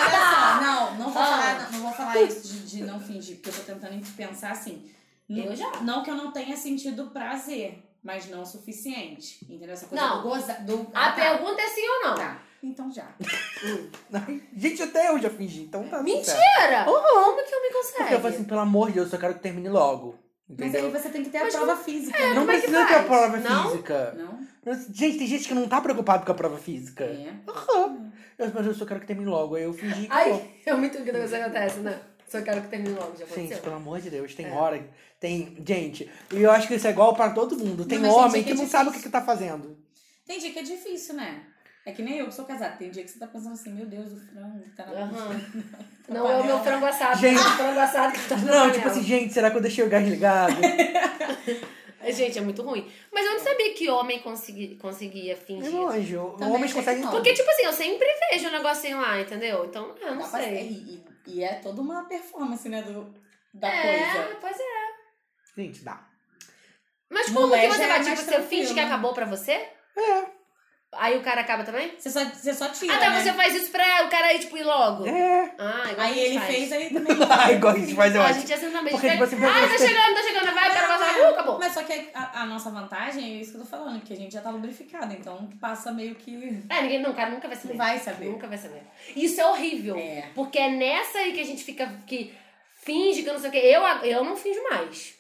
Speaker 3: Olha só, não, não vou
Speaker 2: Ah!
Speaker 3: Ah. falar, não, não vou falar falar isso de, de não fingir, porque eu tô tentando pensar assim.
Speaker 2: Eu
Speaker 3: não-
Speaker 2: já.
Speaker 3: Não que eu não tenha sentido prazer, mas não o suficiente. Entendeu? Essa coisa
Speaker 2: Não.
Speaker 3: do gozar. Do...
Speaker 2: A
Speaker 3: Ah, tá.
Speaker 2: pergunta é sim ou não.
Speaker 3: Tá, então já.
Speaker 1: Gente, até eu já fingi, então tá
Speaker 2: Mentira!
Speaker 1: certo.
Speaker 2: Como que eu me
Speaker 1: Porque eu
Speaker 2: consegue?
Speaker 1: falei assim, pelo amor de Deus, eu quero que termine logo.
Speaker 3: Mas aí
Speaker 1: Entendeu?
Speaker 3: você tem que ter a
Speaker 2: Mas
Speaker 3: prova física. né?
Speaker 1: não
Speaker 2: como é que
Speaker 1: precisa ter a
Speaker 2: faz?
Speaker 1: prova
Speaker 2: Não?
Speaker 1: física.
Speaker 3: Não?
Speaker 1: Mas, Gente, tem gente que não tá preocupada com a prova física.
Speaker 3: É.
Speaker 1: Aham. Eu, mas eu só quero que termine logo. Aí eu fingi que.
Speaker 2: Ai, [LAUGHS] é muito lindo que isso acontece, né? Só quero que termine logo, já
Speaker 1: Gente,
Speaker 2: aconteceu.
Speaker 1: pelo amor de Deus, tem hora. Tem. Gente, e eu acho que isso é igual pra todo mundo. Tem
Speaker 3: mas tem
Speaker 1: homem
Speaker 3: gente
Speaker 1: que
Speaker 3: que é
Speaker 1: não sabe o que, que
Speaker 3: difícil.
Speaker 1: tá fazendo.
Speaker 3: Tem dia que é difícil, né? É que nem eu que sou casada. Tem dia que você tá pensando assim, meu Deus, o frango tá na
Speaker 2: Aham. [LAUGHS] Não é o meu
Speaker 3: panela.
Speaker 2: frango assado,
Speaker 1: Gente.
Speaker 2: é o frango assado que tá na
Speaker 1: Não, tipo
Speaker 2: panela.
Speaker 1: assim, gente, será que eu deixei o gás ligado?
Speaker 2: Gente, é muito ruim. Mas eu não sabia que homem consegui- conseguia fingir.
Speaker 1: Meu anjo,
Speaker 3: Também
Speaker 1: homens
Speaker 3: achei
Speaker 1: conseguem
Speaker 3: que não.
Speaker 1: tudo.
Speaker 2: Porque, tipo assim, eu sempre vejo um negocinho lá, entendeu? Então, eu não
Speaker 3: Dá pra-
Speaker 2: sei.
Speaker 3: E, e- e é toda uma performance, né? Do, da
Speaker 2: É,
Speaker 3: coisa.
Speaker 2: pois é.
Speaker 1: Gente, dá.
Speaker 2: Mas como
Speaker 3: Mulher
Speaker 2: que você
Speaker 3: já é
Speaker 2: vai? Tipo,
Speaker 3: mais
Speaker 2: você
Speaker 3: tranquilo,
Speaker 2: finge que
Speaker 3: né?
Speaker 2: acabou pra você? É. Aí o cara acaba também?
Speaker 3: Você só, você só tira.
Speaker 2: Ah, tá,
Speaker 3: né?
Speaker 2: você faz isso pra o cara ir, tipo, ir logo.
Speaker 1: É.
Speaker 2: Ah, igual a
Speaker 3: Aí
Speaker 2: gente
Speaker 3: ele
Speaker 2: faz. [LAUGHS]
Speaker 3: fez, aí também.
Speaker 1: Ai, igual a gente faz,
Speaker 3: é
Speaker 1: eu
Speaker 2: Ah, a
Speaker 1: acho.
Speaker 2: gente ia sentar na mesa.
Speaker 1: Porque, tipo assim,
Speaker 2: ah, tá
Speaker 1: você-
Speaker 2: chegando, tá chegando. Vai, o cara vai falar, uh, acabou.
Speaker 3: Mas só que a, a nossa vantagem é isso que eu tô falando, que a gente já tá lubrificada, então passa meio que.
Speaker 2: É, ninguém, não, o cara nunca vai saber.
Speaker 3: Não vai saber.
Speaker 2: Nunca vai saber. Isso é horrível.
Speaker 3: É.
Speaker 2: Porque é nessa aí que a gente fica, que finge que eu não sei o quê. Eu, eu não finjo mais.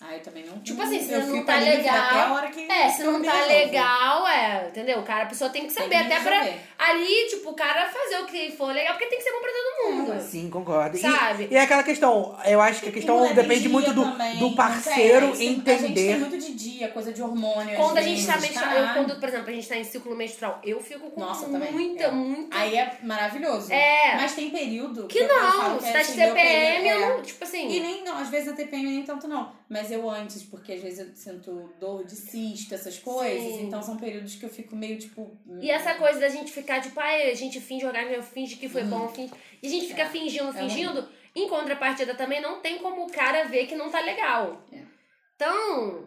Speaker 3: Ah, eu também não.
Speaker 2: Tipo assim, se
Speaker 3: eu
Speaker 2: não
Speaker 3: fico
Speaker 2: tá
Speaker 3: ali
Speaker 2: legal-
Speaker 3: Até a hora que
Speaker 2: É, se
Speaker 3: eu
Speaker 2: não
Speaker 3: me
Speaker 2: tá
Speaker 3: resolvo.
Speaker 2: legal, é, entendeu? O cara, a pessoa tem que
Speaker 3: Tem
Speaker 2: saber.
Speaker 3: que
Speaker 2: até pra,
Speaker 3: resolver.
Speaker 2: ali, tipo, o cara fazer o que for legal, porque tem que ser bom pra
Speaker 3: É,
Speaker 2: todo mundo.
Speaker 1: Sim, concordo. E-
Speaker 2: Sabe?
Speaker 1: E, é aquela questão, eu acho que a questão
Speaker 2: é
Speaker 3: Mulher tem
Speaker 1: depende
Speaker 3: é dia
Speaker 1: muito do,
Speaker 3: também,
Speaker 1: do
Speaker 3: não
Speaker 1: parceiro
Speaker 3: tem, isso- A gente tem um
Speaker 1: entender.
Speaker 3: muito de dia, coisa de hormônio.
Speaker 2: Quando a
Speaker 3: às
Speaker 2: gente
Speaker 3: vezes,
Speaker 2: tá menstrual, eu,
Speaker 3: caralho.
Speaker 2: quando, por exemplo, a gente tá em ciclo menstrual, eu fico com
Speaker 3: Nossa, eu também,
Speaker 2: muita,
Speaker 3: é.
Speaker 2: muita.
Speaker 3: Aí é maravilhoso.
Speaker 2: É.
Speaker 3: Mas tem período.
Speaker 2: que
Speaker 3: eu- eu
Speaker 2: não,
Speaker 3: falo que
Speaker 2: se tá de
Speaker 3: assim, meu
Speaker 2: TPM, eu
Speaker 3: período- é.
Speaker 2: não. Tipo assim.
Speaker 3: E nem, não, às vezes na TPM nem tanto não. Mas eu antes, porque às vezes eu sinto dor de cisto, essas coisas.
Speaker 2: Sim.
Speaker 3: Então são períodos que eu fico meio tipo.
Speaker 2: E essa coisa da gente ficar, tipo, ai, a gente finge orgasmo, eu finge que foi bom, finge... E a gente fica
Speaker 3: Uhum. É.
Speaker 2: fingindo,
Speaker 3: É
Speaker 2: fingindo. Em contrapartida também não tem como o cara ver que não tá legal.
Speaker 3: É.
Speaker 2: Então,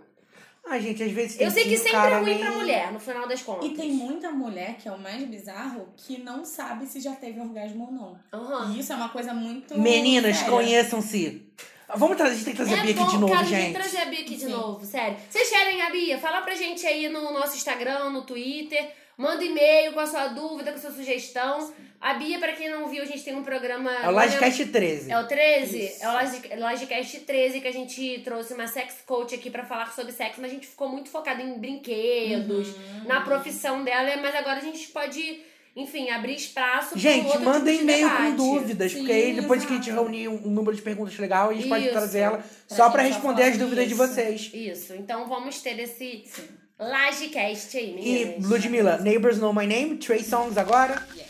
Speaker 1: Ah, gente, às vezes tem
Speaker 2: eu sei que
Speaker 1: o
Speaker 2: sempre
Speaker 1: cara
Speaker 2: é ruim
Speaker 1: nem-
Speaker 2: pra mulher, no final das contas.
Speaker 3: E tem muita mulher, que é o mais bizarro, que não sabe se já teve orgasmo ou não.
Speaker 2: Aham.
Speaker 3: E isso é uma coisa muito.
Speaker 1: Meninas,
Speaker 3: séria.
Speaker 1: conheçam-se. Vamos trazer, a gente tem que trazer a Bia aqui de novo,
Speaker 2: É cara, tem que
Speaker 1: gente.
Speaker 2: trazer a Bia aqui de
Speaker 3: Sim.
Speaker 2: novo, sério. Vocês querem a Bia? Fala pra gente aí no nosso Instagram, no Twitter. Manda e-mail com a sua dúvida, com a sua sugestão. A Bia, pra quem não viu, a gente tem um programa...
Speaker 1: É o Livecast 13.
Speaker 2: É o 13?
Speaker 3: Isso.
Speaker 2: É o Logi- Logicast 13 que a gente trouxe uma sex coach aqui pra falar sobre sexo, mas a gente ficou muito focado em brinquedos,
Speaker 1: Uhum.
Speaker 2: na profissão dela, mas agora a gente pode, enfim, abrir espaço pra um
Speaker 1: Gente,
Speaker 2: outro
Speaker 1: manda
Speaker 2: tipo de
Speaker 1: e-mail
Speaker 2: debate.
Speaker 1: com dúvidas, porque
Speaker 3: Sim,
Speaker 1: aí depois que a gente
Speaker 3: exato.
Speaker 1: reunir um, um número de perguntas legal, a gente pode
Speaker 2: Isso.
Speaker 1: trazer ela
Speaker 3: Pra
Speaker 1: só
Speaker 3: gente
Speaker 1: pra
Speaker 3: só
Speaker 1: responder
Speaker 3: falar
Speaker 1: as dúvidas de
Speaker 3: isso.
Speaker 1: vocês.
Speaker 2: Isso, então vamos ter esse
Speaker 3: Sim.
Speaker 2: Lagecast aí,
Speaker 1: E,
Speaker 2: meninas.
Speaker 1: Ludmilla, Neighbors Know My Name, Trey Songs agora.
Speaker 3: Yes.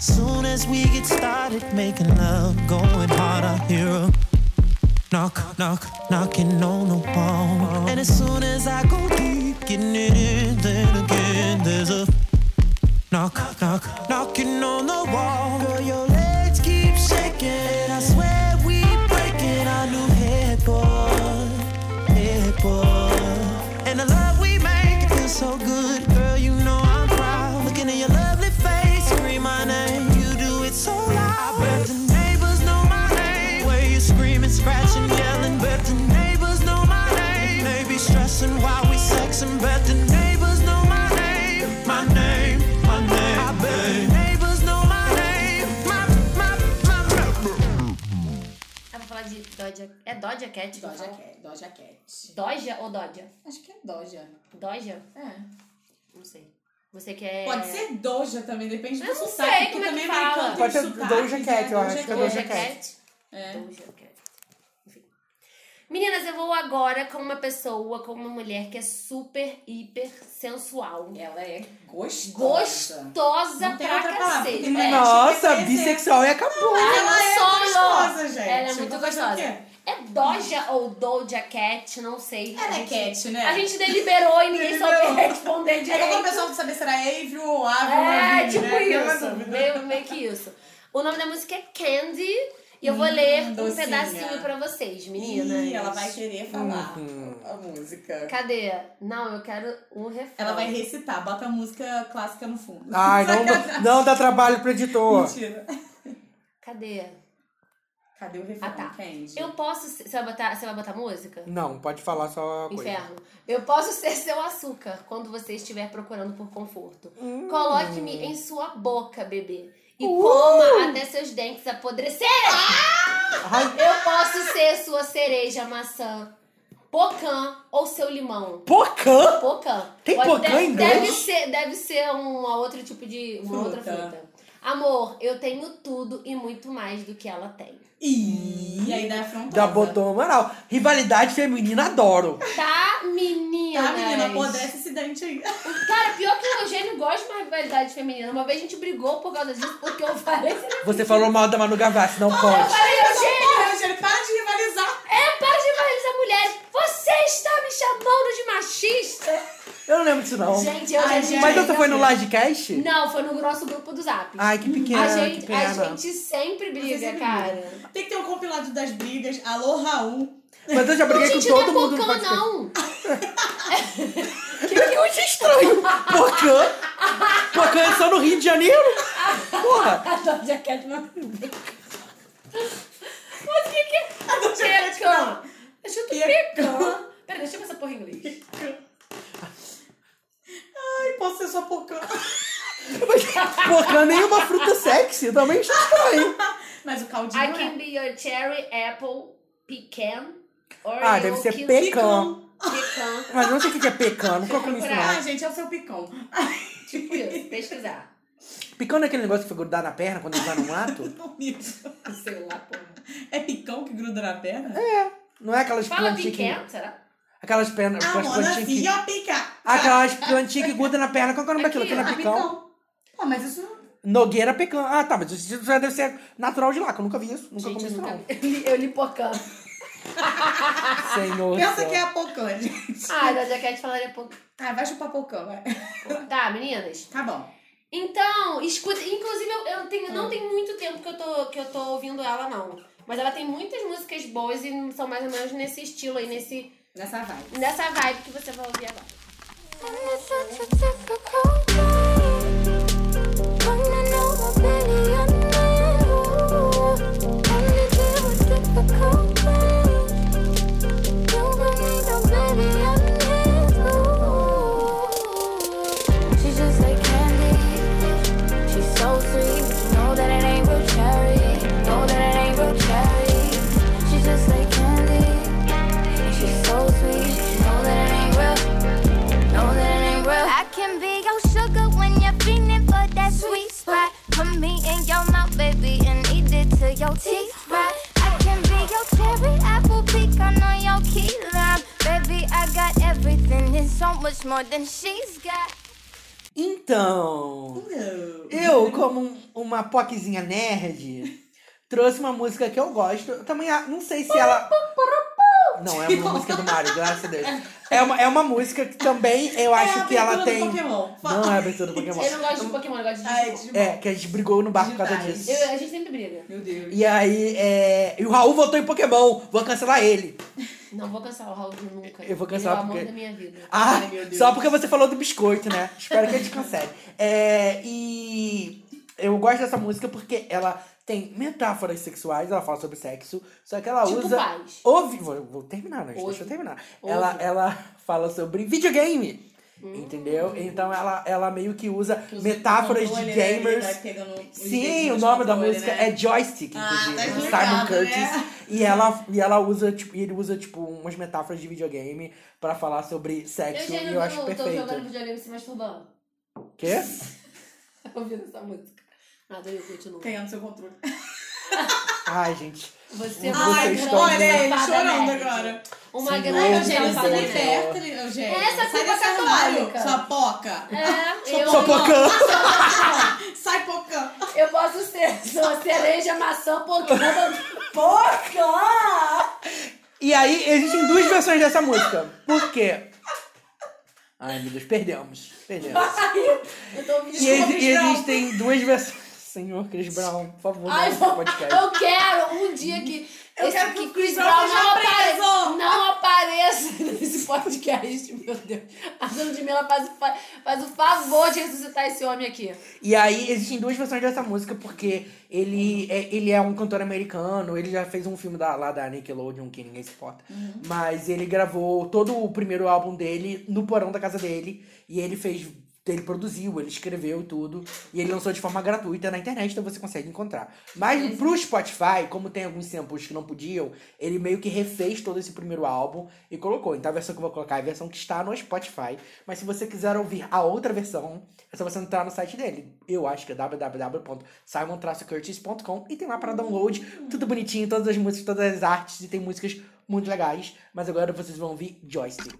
Speaker 7: Soon as we get started making love, going hard, I hear a knock, knock, knocking on the wall. And as soon as I go deep, getting it in, then again there's a knock, knock, knocking on the wall. Girl, your legs keep shaking. I swear we breaking our new head boy, head boy. And the love we make it feels so good, girl. You know I'm proud. Looking at your lovely face, scream my name. You do it so loud. I bet the neighbors know my name. Where you screaming, scratching, yelling. Bet the neighbors know my name. They be stressing while we sexing. Bet the neighbors know my name. My name, my name. I bet the neighbors know my name. My, my, my, my.
Speaker 2: Ah, vou falar de Doja. É Doja Cat? que
Speaker 3: Doja
Speaker 2: fala?
Speaker 3: Cat. Doja Cat.
Speaker 2: Doja ou Doja?
Speaker 3: Acho que é Doja.
Speaker 2: Doja?
Speaker 3: É.
Speaker 2: Não sei. Você é quer.
Speaker 3: Pode ser Doja também, depende do
Speaker 2: Eu não
Speaker 3: sotaque.
Speaker 2: sei
Speaker 3: porque
Speaker 2: como é que
Speaker 3: também é
Speaker 2: fala.
Speaker 3: americano tem
Speaker 1: Pode ser
Speaker 3: sotaque,
Speaker 1: Doja
Speaker 3: né?
Speaker 1: Cat, eu acho que é
Speaker 2: Doja
Speaker 1: Doja
Speaker 2: Cat?
Speaker 3: É.
Speaker 2: Doja Cat. Enfim. Meninas, eu vou agora com uma pessoa, com uma mulher que é super, hiper sensual.
Speaker 3: Ela é gostosa.
Speaker 2: Gostosa
Speaker 3: Não tem
Speaker 2: pra
Speaker 3: outra palavra,
Speaker 2: cacete.
Speaker 3: porque não é
Speaker 2: É.
Speaker 3: nada.
Speaker 1: Nossa,
Speaker 3: que tem
Speaker 1: bissexual e acabou.
Speaker 2: Ai,
Speaker 3: Ela é
Speaker 2: solo.
Speaker 3: gostosa, gente.
Speaker 2: Ela é muito
Speaker 3: Vou fazer o
Speaker 2: gostosa.
Speaker 3: quê?
Speaker 2: É Doja ou Doja Cat, não sei. A
Speaker 3: Ela é
Speaker 2: gente-
Speaker 3: cat, né?
Speaker 2: A gente deliberou e ninguém soube
Speaker 3: Deliberou. [LAUGHS]
Speaker 2: responder direito.
Speaker 3: É que o pessoal quer saber se era Avril ou Avril.
Speaker 2: É,
Speaker 3: Lavigne,
Speaker 2: tipo
Speaker 3: né? Aquela
Speaker 2: isso.
Speaker 3: dúvida.
Speaker 2: Meio, meio que isso. O nome da música é Candy. E eu
Speaker 3: Hum,
Speaker 2: vou ler um
Speaker 3: docinha.
Speaker 2: pedacinho pra vocês, meninas.
Speaker 3: é. Ih, ela vai querer falar a música.
Speaker 2: Cadê? Não, eu quero um refrão.
Speaker 3: Ela vai recitar, bota a música clássica no fundo. é
Speaker 1: Ai, não, não dá trabalho pro editor.
Speaker 3: Mentira.
Speaker 2: Cadê?
Speaker 3: Cadê o refrão,
Speaker 2: Ah, tá.
Speaker 3: Candy?
Speaker 2: Eu posso ser. Você vai botar, você vai botar música?
Speaker 1: Não, pode falar só a coisa.
Speaker 2: Inferno. Eu posso ser [LAUGHS] seu açúcar quando você estiver procurando por conforto. Coloque-me em sua boca, bebê. E coma até seus dentes apodrecerem.
Speaker 1: Ai,
Speaker 2: Eu posso ser sua cereja, maçã, pocã ou seu limão.
Speaker 1: Pocã?
Speaker 2: Pocã.
Speaker 1: Tem
Speaker 2: Pode-
Speaker 1: pocã
Speaker 2: deve,
Speaker 1: em
Speaker 2: deve
Speaker 1: inglês?
Speaker 2: ser, deve ser uma outra tipo de. Uma outra
Speaker 3: Fruta.
Speaker 2: fruta. Amor, eu tenho tudo e muito mais do que ela tem.
Speaker 3: E
Speaker 1: Ih,
Speaker 3: aí dá afrontosa.
Speaker 1: da botou moral. Rivalidade feminina, adoro.
Speaker 2: Tá, menina?
Speaker 3: Tá, menina, apodrece esse
Speaker 2: [LAUGHS]
Speaker 3: dente aí.
Speaker 2: Cara, pior que o Eugênio gosta de uma rivalidade feminina. Uma vez a gente brigou por causa disso, porque eu falei.
Speaker 1: Você falou mal da Manu Gavassi, não pode.
Speaker 2: Falei, Eugênio,
Speaker 3: Porra, Eugênio, para de rivalizar.
Speaker 2: para de rivalizar mulheres. Você está me chamando de machista?
Speaker 1: Eu não lembro disso, não.
Speaker 2: Gente, eu
Speaker 3: Ai,
Speaker 2: já
Speaker 3: gente.
Speaker 1: Mas você
Speaker 2: eu
Speaker 1: foi no Livecast?
Speaker 2: Não, foi no nosso grupo do Zap.
Speaker 1: Ai, que pequena,
Speaker 2: a, gente,
Speaker 1: que pena.
Speaker 2: a gente sempre briga,
Speaker 3: Você sempre
Speaker 2: cara.
Speaker 3: Tem que ter um compilado das brigas. Alô, Raul.
Speaker 1: Mas eu já briguei com
Speaker 2: gente, não é
Speaker 1: todo mundo. no
Speaker 2: pocã,
Speaker 1: podcast.
Speaker 2: não.
Speaker 1: Que que eu achei estranho. Pocã? Pocã é só no Rio de Janeiro? Porra.
Speaker 2: A Doja Cat não. Mas o que [LAUGHS] que é? A
Speaker 3: Doja Cat não.
Speaker 2: Deixa eu
Speaker 3: Pecã.
Speaker 2: pecã. Pera, deixa eu ver essa porra em inglês.
Speaker 3: Ai, posso ser sua pocã.
Speaker 1: Mas pocã nem uma é fruta sexy. Também achei estranho.
Speaker 3: Mas o caldinho
Speaker 2: I
Speaker 3: é.
Speaker 2: can be your cherry, apple, pecan, or
Speaker 1: Ah,
Speaker 2: you
Speaker 1: deve ser
Speaker 2: can-
Speaker 1: pecã.
Speaker 2: Pecan.
Speaker 1: Mas eu não sei o que que é pecã. Nunca comi isso,
Speaker 2: procurar.
Speaker 1: não.
Speaker 3: Ah, gente, é o seu picão.
Speaker 2: Tipo isso,
Speaker 1: [LAUGHS]
Speaker 2: pesquisar.
Speaker 1: Picão não é aquele negócio que foi grudar na perna quando tá no mato?
Speaker 3: Não isso.
Speaker 2: Sei lá, porra.
Speaker 3: É picão que gruda na perna?
Speaker 1: Não é aquelas
Speaker 2: Fala
Speaker 1: plantinhas que...
Speaker 2: pecan, será?
Speaker 1: Aquelas pernas...
Speaker 3: Ah,
Speaker 1: aquelas
Speaker 3: mano,
Speaker 1: plantinhas
Speaker 3: assim,
Speaker 1: que...
Speaker 3: ó, pica.
Speaker 1: Aquelas plantinhas que grudam na perna. Qual que é o nome daquilo?
Speaker 2: Aqui,
Speaker 1: Aquilo é
Speaker 2: ó,
Speaker 1: picão?
Speaker 3: Ah, mas isso...
Speaker 1: Nogueira pecã. Ah, tá. Mas isso já deve ser natural de lá, que eu nunca vi isso. Nunca
Speaker 2: Gente,
Speaker 1: comi
Speaker 2: eu
Speaker 1: isso,
Speaker 2: nunca
Speaker 1: não.
Speaker 2: vi. [LAUGHS] Eu li- Eu li pocan.
Speaker 1: Senhor do
Speaker 3: Pensa
Speaker 1: céu.
Speaker 3: que é a pocã, gente. [LAUGHS]
Speaker 2: Ah, a Doja Cat falaria pocan.
Speaker 3: Ah, vai chupar pocã, vai. [LAUGHS]
Speaker 2: Tá, meninas?
Speaker 3: Tá bom.
Speaker 2: Então, escuta. Inclusive, eu, eu tenho, não tem muito tempo que eu, tô, que eu tô ouvindo ela, não. Mas ela tem muitas músicas boas e são mais ou menos nesse estilo aí, nesse,
Speaker 3: Nessa vai.
Speaker 2: nessa vibe que você vai ouvir agora.
Speaker 6: She's just like candy. She's so sweet, but you know that it ain't real cherry. Know that it ain't real cherry. She's just like candy. She's so sweet, but you know that it ain't real. Know that it ain't real. I can be your sugar when you're feeling for that sweet spot. Put me in your mouth, baby, and eat it till your teeth rot. I can be your cherry apple pecan on your key lime. Baby, I got everything and so much more than she's got.
Speaker 1: Então... Eu, como um- uma poquezinha nerd, trouxe uma música que eu gosto. Eu também a- não sei se ela. Não, é uma música do Mario, graças a Deus. É uma, é uma música que também eu acho
Speaker 3: é a
Speaker 1: que ela
Speaker 3: abertura
Speaker 1: tem.
Speaker 3: do Pokémon. Fala.
Speaker 1: Não é a abertura do Pokémon.
Speaker 2: Eu não gosto de Pokémon, eu gosto de
Speaker 3: Ai,
Speaker 2: Digimon.
Speaker 3: de-
Speaker 1: É, que a gente brigou no barco por causa
Speaker 3: Digitais.
Speaker 1: disso.
Speaker 2: Eu- A gente sempre briga.
Speaker 3: Meu Deus.
Speaker 1: E aí, é... e o Raul votou em Pokémon, vou cancelar ele.
Speaker 2: Não vou cancelar o Raul nunca.
Speaker 1: Eu vou cancelar
Speaker 2: Ele é o amor
Speaker 1: porque-
Speaker 2: da minha vida.
Speaker 1: Ah,
Speaker 3: Ai, meu Deus.
Speaker 1: só porque você falou do biscoito, né? Espero que a gente cancele. É, e eu gosto dessa música porque ela tem metáforas sexuais, ela fala sobre sexo, só que ela
Speaker 2: Tipo
Speaker 1: usa.
Speaker 2: paz.
Speaker 1: Ouve, vou, vou terminar, né?
Speaker 2: Ouve.
Speaker 1: Deixa eu terminar.
Speaker 2: Ouve.
Speaker 1: Ela, ela fala sobre videogame. Entendeu? Então ela, ela meio que usa metáforas de
Speaker 3: né?
Speaker 1: gamers.
Speaker 2: Um
Speaker 1: Sim, o nome da música
Speaker 2: né?
Speaker 1: é Joystick,
Speaker 3: Ah,
Speaker 1: inclusive,
Speaker 3: tá
Speaker 1: do Simon
Speaker 3: explicado,
Speaker 1: Curtis.
Speaker 3: né?
Speaker 1: E ela, e ela usa, tipo, e ele usa, tipo, umas metáforas de videogame pra falar sobre sexo.
Speaker 2: Eugênio,
Speaker 1: e eu acho
Speaker 2: tô jogando
Speaker 1: perfeito.
Speaker 2: videogame se masturbando.
Speaker 1: Quê?
Speaker 2: Ouvindo essa música. Nada, Ah, eu continuo.
Speaker 3: Tá Ganhando seu controle.
Speaker 1: Ai, gente.
Speaker 2: Você é uma
Speaker 1: Ai,
Speaker 2: grande
Speaker 1: olha
Speaker 3: ele
Speaker 2: safada
Speaker 3: né? chorando
Speaker 2: nerd.
Speaker 3: agora.
Speaker 2: Uma
Speaker 1: Senhor
Speaker 2: grande
Speaker 3: Ai,
Speaker 1: Ai,
Speaker 3: Eugênio,
Speaker 1: Deus
Speaker 3: se
Speaker 2: safada
Speaker 1: do
Speaker 2: nerd.
Speaker 1: céu.
Speaker 3: liberta, Eugênio.
Speaker 2: Essa é
Speaker 3: Sai
Speaker 2: culpa
Speaker 3: desse armário,
Speaker 2: católica.
Speaker 3: sua poca.
Speaker 2: É,
Speaker 1: Só
Speaker 2: eu,
Speaker 1: pocã!
Speaker 3: Sai, pocã.
Speaker 2: eu posso ser sua cereja, maçã, pocã. Pocã!
Speaker 1: E aí, existem duas versões dessa música. Por quê? Ai, meu Deus, perdemos. Perdemos.
Speaker 2: Eu tô ouvindo
Speaker 1: E, exi- e existem duas versões. Senhor Chris Brown, por favor,
Speaker 2: Ai,
Speaker 1: não,
Speaker 2: vou-
Speaker 1: podcast.
Speaker 2: eu quero um dia que
Speaker 3: Eu
Speaker 2: Esse
Speaker 3: quero que
Speaker 2: aqui,
Speaker 3: o Chris Brown seja
Speaker 2: apare-
Speaker 3: preso!
Speaker 2: Não apareça [LAUGHS] nesse podcast, meu Deus. A Ludmilla faz, o fa- faz o favor de ressuscitar esse homem aqui.
Speaker 1: E aí existem duas versões dessa música, porque ele é, ele é um cantor americano, ele já fez um filme da, lá da Nickelodeon, que ninguém se importa. Mas ele gravou todo o primeiro álbum dele no porão da casa dele, e ele fez. Ele produziu, ele escreveu e tudo. E ele lançou de forma gratuita na internet, então você consegue encontrar. Mas pro Spotify, como tem alguns samples que não podiam, ele meio que refez todo esse primeiro álbum e colocou. Então a versão que eu vou colocar é a versão que está no Spotify. Mas se você quiser ouvir a outra versão, é só você entrar no site dele. Eu acho que é www.simon-curtis.com e tem lá para download, tudo bonitinho, todas as músicas, todas as artes e tem músicas muito legais. Mas agora vocês vão ouvir Joystick.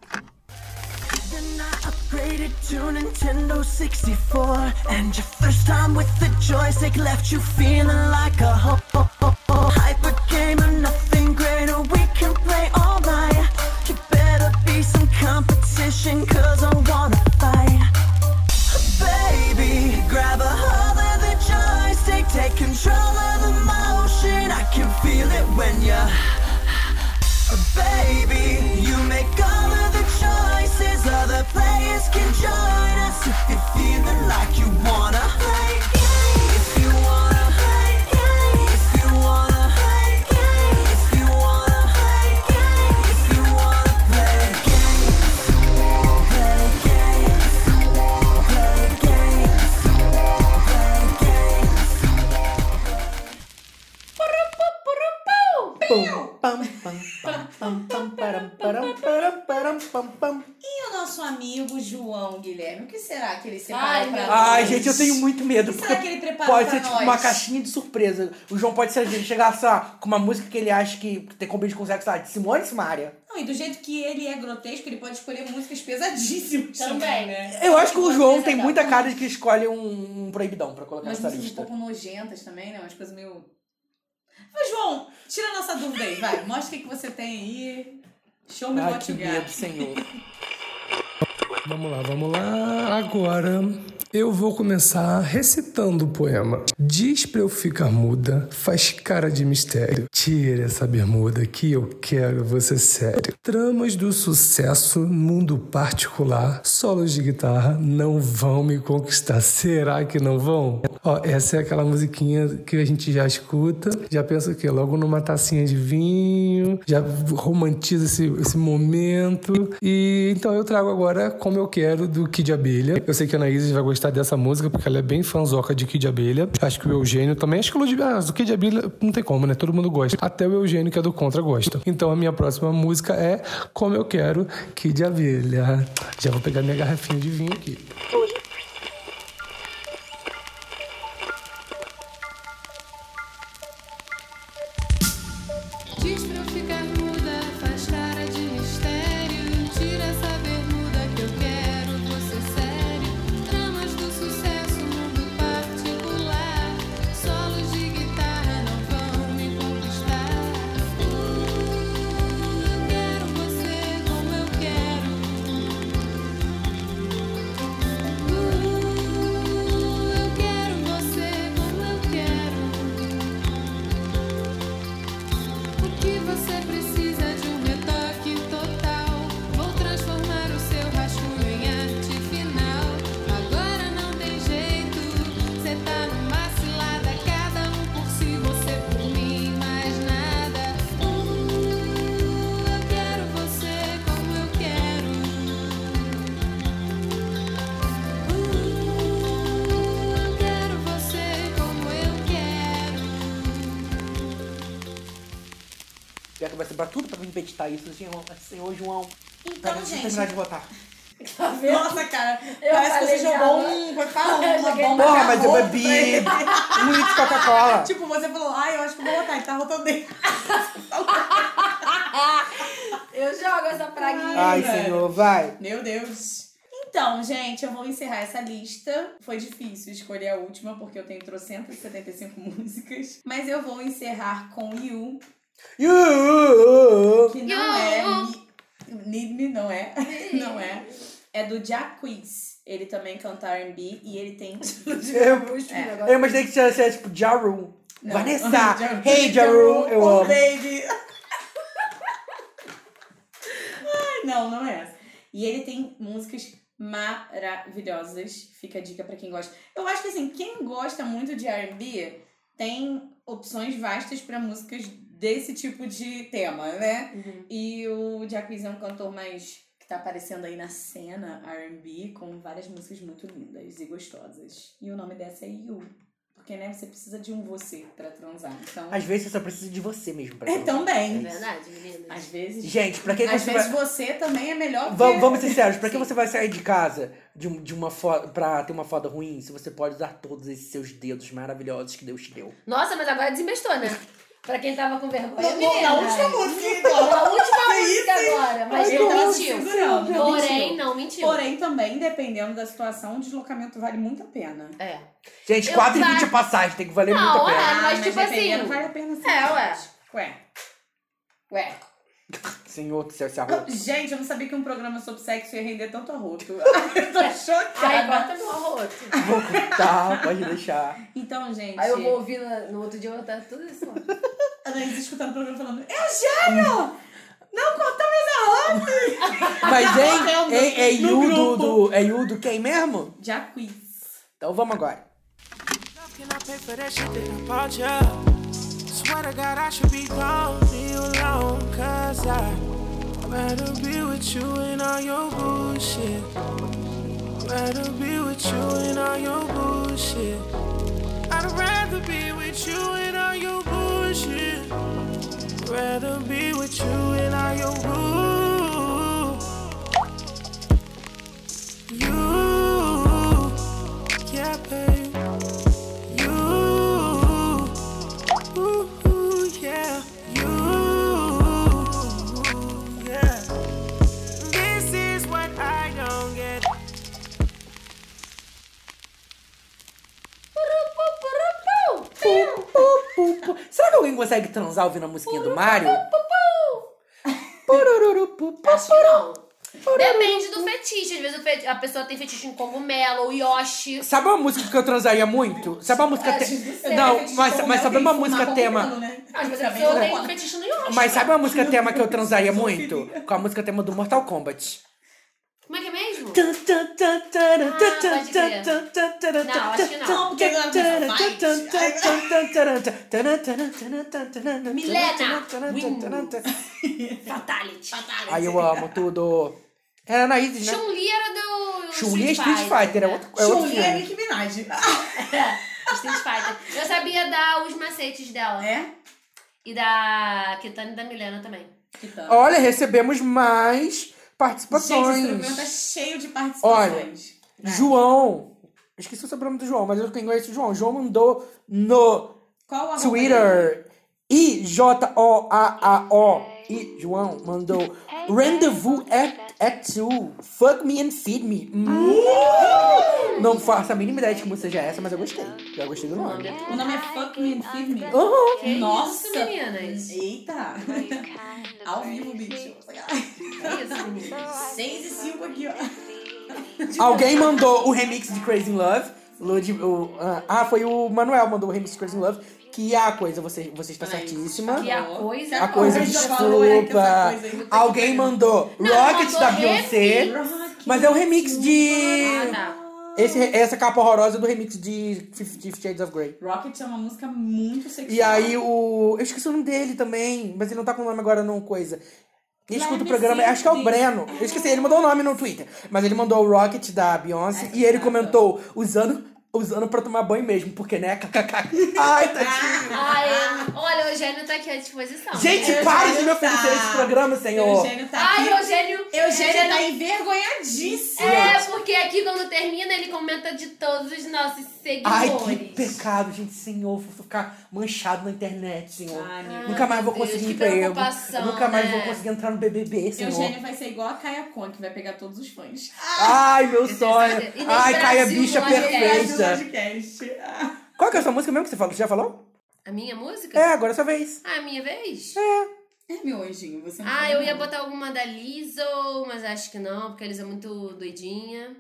Speaker 7: Then I upgraded to Nintendo 64. And your first time with the joystick left you feeling like a ho ho ho ho. Hyper game or nothing greater. We can play all night. You better be some competition, cause I wanna fight. Baby, grab a hold of the joystick, take control of the motion. I can feel it when you're. Baby, you make all of the choices. Other players can join us if you're feeling like you wanna play. If you wanna play, if you wanna play, if you wanna play, if you wanna play games, play games, play games, play games.
Speaker 1: Pum, pam, pam, pam, pam, pam, param, param, param, param, pam, pam.
Speaker 3: E o nosso amigo João Guilherme? O que será que ele separou
Speaker 2: Ai,
Speaker 3: pra
Speaker 2: meu
Speaker 3: nós?
Speaker 1: Ai, gente, eu tenho muito medo.
Speaker 3: O que
Speaker 1: porque
Speaker 3: será que ele preparou
Speaker 1: Pode ser
Speaker 3: pra
Speaker 1: tipo
Speaker 3: nós?
Speaker 1: uma caixinha de surpresa. O João pode ser ele chegar só com uma música que ele acha que tem combina com o sexo, sei lá, de Simone e Simaria.
Speaker 3: Não, e do jeito que ele é grotesco, ele pode escolher músicas pesadíssimas
Speaker 2: Também.
Speaker 3: também, né?
Speaker 1: Eu acho que o João
Speaker 2: Mas
Speaker 1: tem
Speaker 2: é
Speaker 1: muita cara de que escolhe um, um proibidão pra colocar
Speaker 3: Umas
Speaker 1: nessa
Speaker 3: músicas um
Speaker 1: lista.
Speaker 3: pouco nojentas também, né? Umas coisas meio... Mas, João, tira a nossa dúvida aí, vai. Mostra o que você tem aí. Show me
Speaker 1: Ai,
Speaker 3: what
Speaker 1: que
Speaker 3: you
Speaker 1: medo,
Speaker 3: got.
Speaker 1: senhor.
Speaker 5: Vamos lá, vamos lá. Agora eu vou começar recitando o poema. Diz pra eu ficar muda, faz cara de mistério. Tira essa bermuda que eu quero você sério. Tramas do sucesso, mundo particular, solos de guitarra não vão me conquistar. Será que não vão? Ó, essa é aquela musiquinha que a gente já escuta, já pensa o quê? Logo numa tacinha de vinho, já romantiza esse, esse momento. E então eu trago agora Como Eu Quero, do Kid Abelha. Eu sei que a Anaísa vai gostar dessa música, porque ela é bem fanzoca de Kid Abelha. Acho que o Eugênio também. Acho que o Ludmilla- ah, do Kid Abelha não tem como, né? Todo mundo gosta. Até o Eugênio, que é do Contra, gosta. Então a minha próxima música é Como Eu Quero, Kid Abelha. Já vou pegar minha garrafinha de vinho aqui.
Speaker 6: Diz pra eu ficar muda, faz cara de mistério. Tira essa bermuda que eu quero você sério. Tramas do sucesso, mundo particular. Solos de guitarra não vão me conquistar. Eu quero você como eu quero. Eu quero você como eu quero. O que você precisa de um retoque total? Vou transformar o seu rascunho em arte final. Agora não tem jeito, cê tá numa cilada. Cada um por si, você por mim, mais nada. Uh, eu quero você como eu quero. Uh, eu quero você como eu quero.
Speaker 1: [LAUGHS] Já que vai ser pra tudo pra mim petitar isso, senhor, senhor João. Pra
Speaker 3: Então,
Speaker 1: gente
Speaker 3: gente...
Speaker 1: terminar de votar.
Speaker 2: Tá vendo?
Speaker 3: Nossa, cara,
Speaker 2: Eu
Speaker 3: parece que
Speaker 2: falei
Speaker 3: você jogou
Speaker 2: já.
Speaker 3: um,
Speaker 2: [LAUGHS]
Speaker 3: foi falar uma
Speaker 2: Joguei
Speaker 3: bomba.
Speaker 1: Porra,
Speaker 3: na
Speaker 1: mas eu
Speaker 3: roupa.
Speaker 1: bebi [LAUGHS] um litro de Coca-Cola.
Speaker 3: Tipo, você falou, ai, eu acho que eu vou botar, ele tá rotando
Speaker 2: Eu jogo essa praguinha.
Speaker 1: Ai,
Speaker 3: velho.
Speaker 1: senhor, vai.
Speaker 3: Meu Deus. Então, gente, eu vou encerrar essa lista. Foi difícil escolher a última, porque eu tenho 375 [LAUGHS] músicas. Mas eu vou encerrar com You,
Speaker 1: Uh, Iu! uh,
Speaker 3: que não é. Mi- Need Me, não é. [LAUGHS] Não é. É do Jack Quiz. Ele [LAUGHS] também canta RB e ele
Speaker 1: É.
Speaker 3: tem.
Speaker 1: Eu, eu imaginei que tinha sido tipo Jaru.
Speaker 3: Não. [LAUGHS]
Speaker 1: Vanessa!
Speaker 3: Ja-
Speaker 1: hey,
Speaker 3: Ja
Speaker 1: Jaru!
Speaker 3: Rule,
Speaker 1: Eu
Speaker 3: oh,
Speaker 1: amo.
Speaker 3: baby! [LAUGHS] Ai, não, não é essa. E ele tem músicas maravilhosas. Fica a dica pra quem gosta. Eu acho que assim, quem gosta muito de R&B tem opções vastas pra músicas desse tipo de tema, né? E o Jacques é um cantor mais que tá aparecendo aí na cena R&B com várias músicas muito lindas e gostosas. E o nome dessa é You. Porque, né, você precisa de um você pra transar. Então,
Speaker 1: Às vezes você só precisa de você mesmo pra
Speaker 3: é
Speaker 1: transar.
Speaker 2: É
Speaker 3: também.
Speaker 2: verdade, menina.
Speaker 3: Às vezes,
Speaker 1: Gente, pra quem
Speaker 3: às
Speaker 1: você
Speaker 3: vezes
Speaker 1: vai-
Speaker 3: você também é melhor que...
Speaker 1: Vamos, vamos ser sérios, pra que você vai sair de casa de, um- de uma fo... pra ter uma foda ruim se você pode usar todos esses seus dedos maravilhosos que Deus te deu?
Speaker 2: Nossa, mas agora desembestou, né? Pra quem tava com vergonha.
Speaker 8: Não, não, na última
Speaker 3: música,
Speaker 8: A última música agora, mas
Speaker 2: Ai,
Speaker 8: ele
Speaker 2: não,
Speaker 8: mentiu.
Speaker 2: não,
Speaker 3: Segurando, não
Speaker 2: Porém,
Speaker 3: mentiu.
Speaker 2: não mentiu.
Speaker 3: Porém, também, dependendo da situação, o deslocamento vale muito a pena.
Speaker 2: É.
Speaker 1: Gente,
Speaker 2: Eu
Speaker 1: 4 e
Speaker 2: vai-
Speaker 1: 20 a passagem, tem que valer
Speaker 2: Não,
Speaker 1: muito a
Speaker 2: é.
Speaker 1: pena.
Speaker 2: mas tipo
Speaker 3: Ah, dependendo,
Speaker 2: assim-
Speaker 3: vale a pena sim.
Speaker 2: É, ué.
Speaker 3: gente. Ué. Ué.
Speaker 1: Senhor do céu, se arroba.
Speaker 3: Gente, eu não sabia que um programa sobre sexo ia render tanto arroto. eu [LAUGHS] tô
Speaker 2: Ai,
Speaker 3: chocada.
Speaker 2: bota no arroto.
Speaker 1: Vou cortar, tá, pode
Speaker 3: [LAUGHS]
Speaker 1: deixar.
Speaker 3: Então, gente...
Speaker 8: Aí eu vou ouvir na- no outro dia, eu vou estar
Speaker 1: [LAUGHS]
Speaker 8: tudo isso.
Speaker 3: Anaís escutando o programa falando, Eugênio! Não cortou meus arrotos!
Speaker 1: [LAUGHS] Mas, hein?
Speaker 3: correndo
Speaker 1: hein, É
Speaker 3: no
Speaker 1: Yu do,
Speaker 3: grupo.
Speaker 1: do. É Yu do quem mesmo?
Speaker 3: Já quiz.
Speaker 1: Então vamos agora.
Speaker 7: Can I pay for that shit that I bought ya? Swear to God, I should be gone, leave you alone, cause I rather be with you and all your bullshit. Rather be with you and all your bullshit. I'd rather be with you and all your bullshit. Rather be with you and all your bull. You, yeah, babe. You, ooh, yeah. You, yeah. This is what I don't get.
Speaker 1: Pu, pu, pu, pu. Será que alguém consegue transar ouvindo a musiquinha do Mario? Pururu, pu, pu.
Speaker 2: Acho que não. Depende do fetiche. Às vezes o fe- a pessoa tem fetiche em cogumelo, ou Yoshi.
Speaker 1: Sabe uma música que eu transaria muito? Sabe uma música. te- Não, mas, mas sabe uma
Speaker 3: um
Speaker 1: música
Speaker 3: né?
Speaker 1: tema.
Speaker 2: Às vezes a
Speaker 3: Também
Speaker 2: pessoa
Speaker 3: não
Speaker 8: né?
Speaker 2: tem
Speaker 3: pode.
Speaker 2: fetiche no Yoshi.
Speaker 1: Mas sabe uma música tema que eu transaria muito? Com a música tema do Mortal Kombat.
Speaker 2: Como é que é mesmo?
Speaker 1: Não,
Speaker 2: Não, acho que não.
Speaker 3: Porque agora
Speaker 2: Milena Fatality.
Speaker 1: Ai, Ah, eu amo tudo. Era Anaís, né?
Speaker 2: Chun-Li era do né?
Speaker 1: Chun-Li é Street Fighter, é outro, é outro
Speaker 3: Chuli é
Speaker 1: filme.
Speaker 3: Nicki Minaj. [LAUGHS]
Speaker 2: É, [LAUGHS] Street Fighter. Eu sabia dar os macetes dela.
Speaker 3: É?
Speaker 2: E da Kitana e da Milena também.
Speaker 3: Que tanto.
Speaker 1: Olha, recebemos mais
Speaker 3: Gente, esse programa tá
Speaker 1: participações.
Speaker 3: cheio de participações.
Speaker 1: João, esqueci o sobrenome do João, mas eu conheço o João. João mandou no
Speaker 3: Qual a
Speaker 1: Twitter. I-J-O-A-A-O. E João mandou Rendezvous at, at two. Fuck me and feed me. Hum. Não faço a mínima ideia de que música seja essa, mas eu gostei. Já gostei do nome.
Speaker 3: O nome é Fuck Me and Feed Me.
Speaker 1: Uhum.
Speaker 2: Que
Speaker 3: Nossa!
Speaker 2: isso, meninas?
Speaker 3: Eita! Ao vivo, bicho.
Speaker 1: É
Speaker 2: Que isso, meninas?
Speaker 3: 6 e 5 aqui, ó.
Speaker 1: Alguém mandou o remix de Crazy in Love. Lud, o- ah, ah, foi o Manuel mandou o remix de Crazy in Love. Que é a coisa, você, você está certíssima.
Speaker 2: Que a coisa-
Speaker 1: A coisa
Speaker 3: Ai, já falou, é que essa
Speaker 1: desculpa.
Speaker 3: coisa aí não tem
Speaker 1: Alguém
Speaker 3: que-
Speaker 1: mandou Rocket
Speaker 2: mandou
Speaker 1: da Beyoncé.
Speaker 3: Rock
Speaker 1: Mas é um remix
Speaker 2: Ah,
Speaker 1: de.
Speaker 2: tá.
Speaker 1: Esse, essa é capa horrorosa do remix de Fifty Shades of Grey.
Speaker 3: Rocket é uma música muito sexual.
Speaker 1: E aí o. Eu esqueci o nome dele também, mas ele não tá com o nome agora, não, coisa. Ele escuta o
Speaker 3: Lime
Speaker 1: programa, acho que é o
Speaker 3: City.
Speaker 1: Breno. Eu esqueci, ele mandou o nome no Twitter. Mas ele mandou o Rocket da Beyoncé
Speaker 3: Ai,
Speaker 1: e ele
Speaker 3: que
Speaker 1: comentou usando, usando pra tomar banho mesmo, porque né? KKK. Ai, tá tadinho.
Speaker 2: Ai, olha, o Eugênio tá aqui à disposição. É.
Speaker 1: Gente,
Speaker 3: Eugênio
Speaker 1: para de me
Speaker 3: tá.
Speaker 1: oferecer esse programa, senhor.
Speaker 3: Eugênio tá aqui.
Speaker 2: Ai, Eugênio.
Speaker 3: Eugênio tá envergonhadíssimo.
Speaker 2: É, porque aqui quando termina, ele comenta de todos os nossos
Speaker 1: Ai,
Speaker 2: seguidores.
Speaker 1: que pecado, gente, senhor. Vou ficar manchado na internet, senhor.
Speaker 3: Ai, meu
Speaker 2: Ah,
Speaker 1: Nunca mais vou
Speaker 2: meu Deus,
Speaker 1: conseguir
Speaker 2: que
Speaker 1: emprego.
Speaker 2: preocupação,
Speaker 1: Nunca mais
Speaker 2: né?
Speaker 1: vou conseguir entrar no BBB, senhor.
Speaker 3: Eugênio vai ser igual a Kaya Kwan, que vai pegar todos os fãs.
Speaker 1: Ai, meu sonho.
Speaker 2: E nesse
Speaker 1: Ai, Caia
Speaker 2: Brasil,
Speaker 1: Bicha
Speaker 3: é,
Speaker 2: uma
Speaker 3: Aliás,
Speaker 1: perfeita.
Speaker 3: do podcast. Ah.
Speaker 1: Qual que é a sua música mesmo que você falou? Você já falou?
Speaker 2: A minha música?
Speaker 1: É, agora é sua vez.
Speaker 2: Ah, a minha vez?
Speaker 3: É, meu anjinho, você não tá
Speaker 2: Ah,
Speaker 3: sabe
Speaker 2: eu ia
Speaker 3: não.
Speaker 2: botar alguma da Lizzo, mas acho que não, porque a Lizzo é muito doidinha.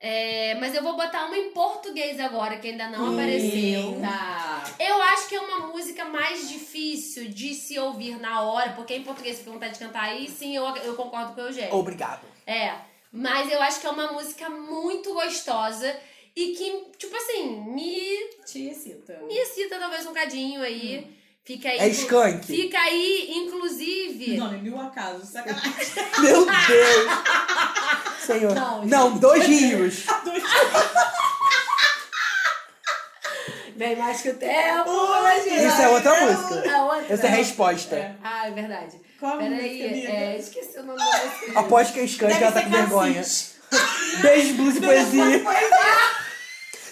Speaker 2: É, mas eu vou botar uma em português agora, que ainda não
Speaker 1: Hum.
Speaker 2: apareceu. tá?
Speaker 8: Eita.
Speaker 2: Eu acho que é uma música mais difícil de se ouvir na hora, porque em português fica vontade de cantar aí, sim, eu, eu concordo com o Eugênio.
Speaker 1: Obrigado.
Speaker 2: É, mas eu acho que é uma música muito gostosa e que, tipo assim, me,
Speaker 3: Te excita.
Speaker 2: me excita talvez um bocadinho aí. Fica aí.
Speaker 1: É skunk.
Speaker 2: Fica aí, inclusive.
Speaker 3: Não, é mil acasos, sacanagem.
Speaker 1: Meu Deus. Senhor.
Speaker 8: Não,
Speaker 1: Não, dois rios.
Speaker 8: Vem mais que o tempo. gente.
Speaker 1: Isso é outra música.
Speaker 8: É outra.
Speaker 1: Essa é a resposta.
Speaker 3: É.
Speaker 2: Ah, é verdade.
Speaker 3: Qual
Speaker 2: Peraí,
Speaker 3: música, amiga?
Speaker 2: é, esqueci o nome da
Speaker 1: Ah,
Speaker 2: música.
Speaker 1: Após que a Skunk ela tá com vergonha. Beijo, blues e poesia.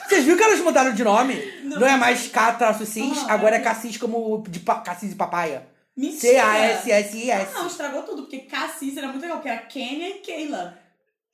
Speaker 1: Vocês viram que elas mudaram de nome? Não, é mais K-Cis,
Speaker 3: Ah,
Speaker 1: agora é Cassis como de pa Cassis e papaya.
Speaker 3: Mentira.
Speaker 1: C-A-S-S-I-S.
Speaker 3: Não, estragou tudo, porque Cassis era muito legal, porque era Kenya e Keila.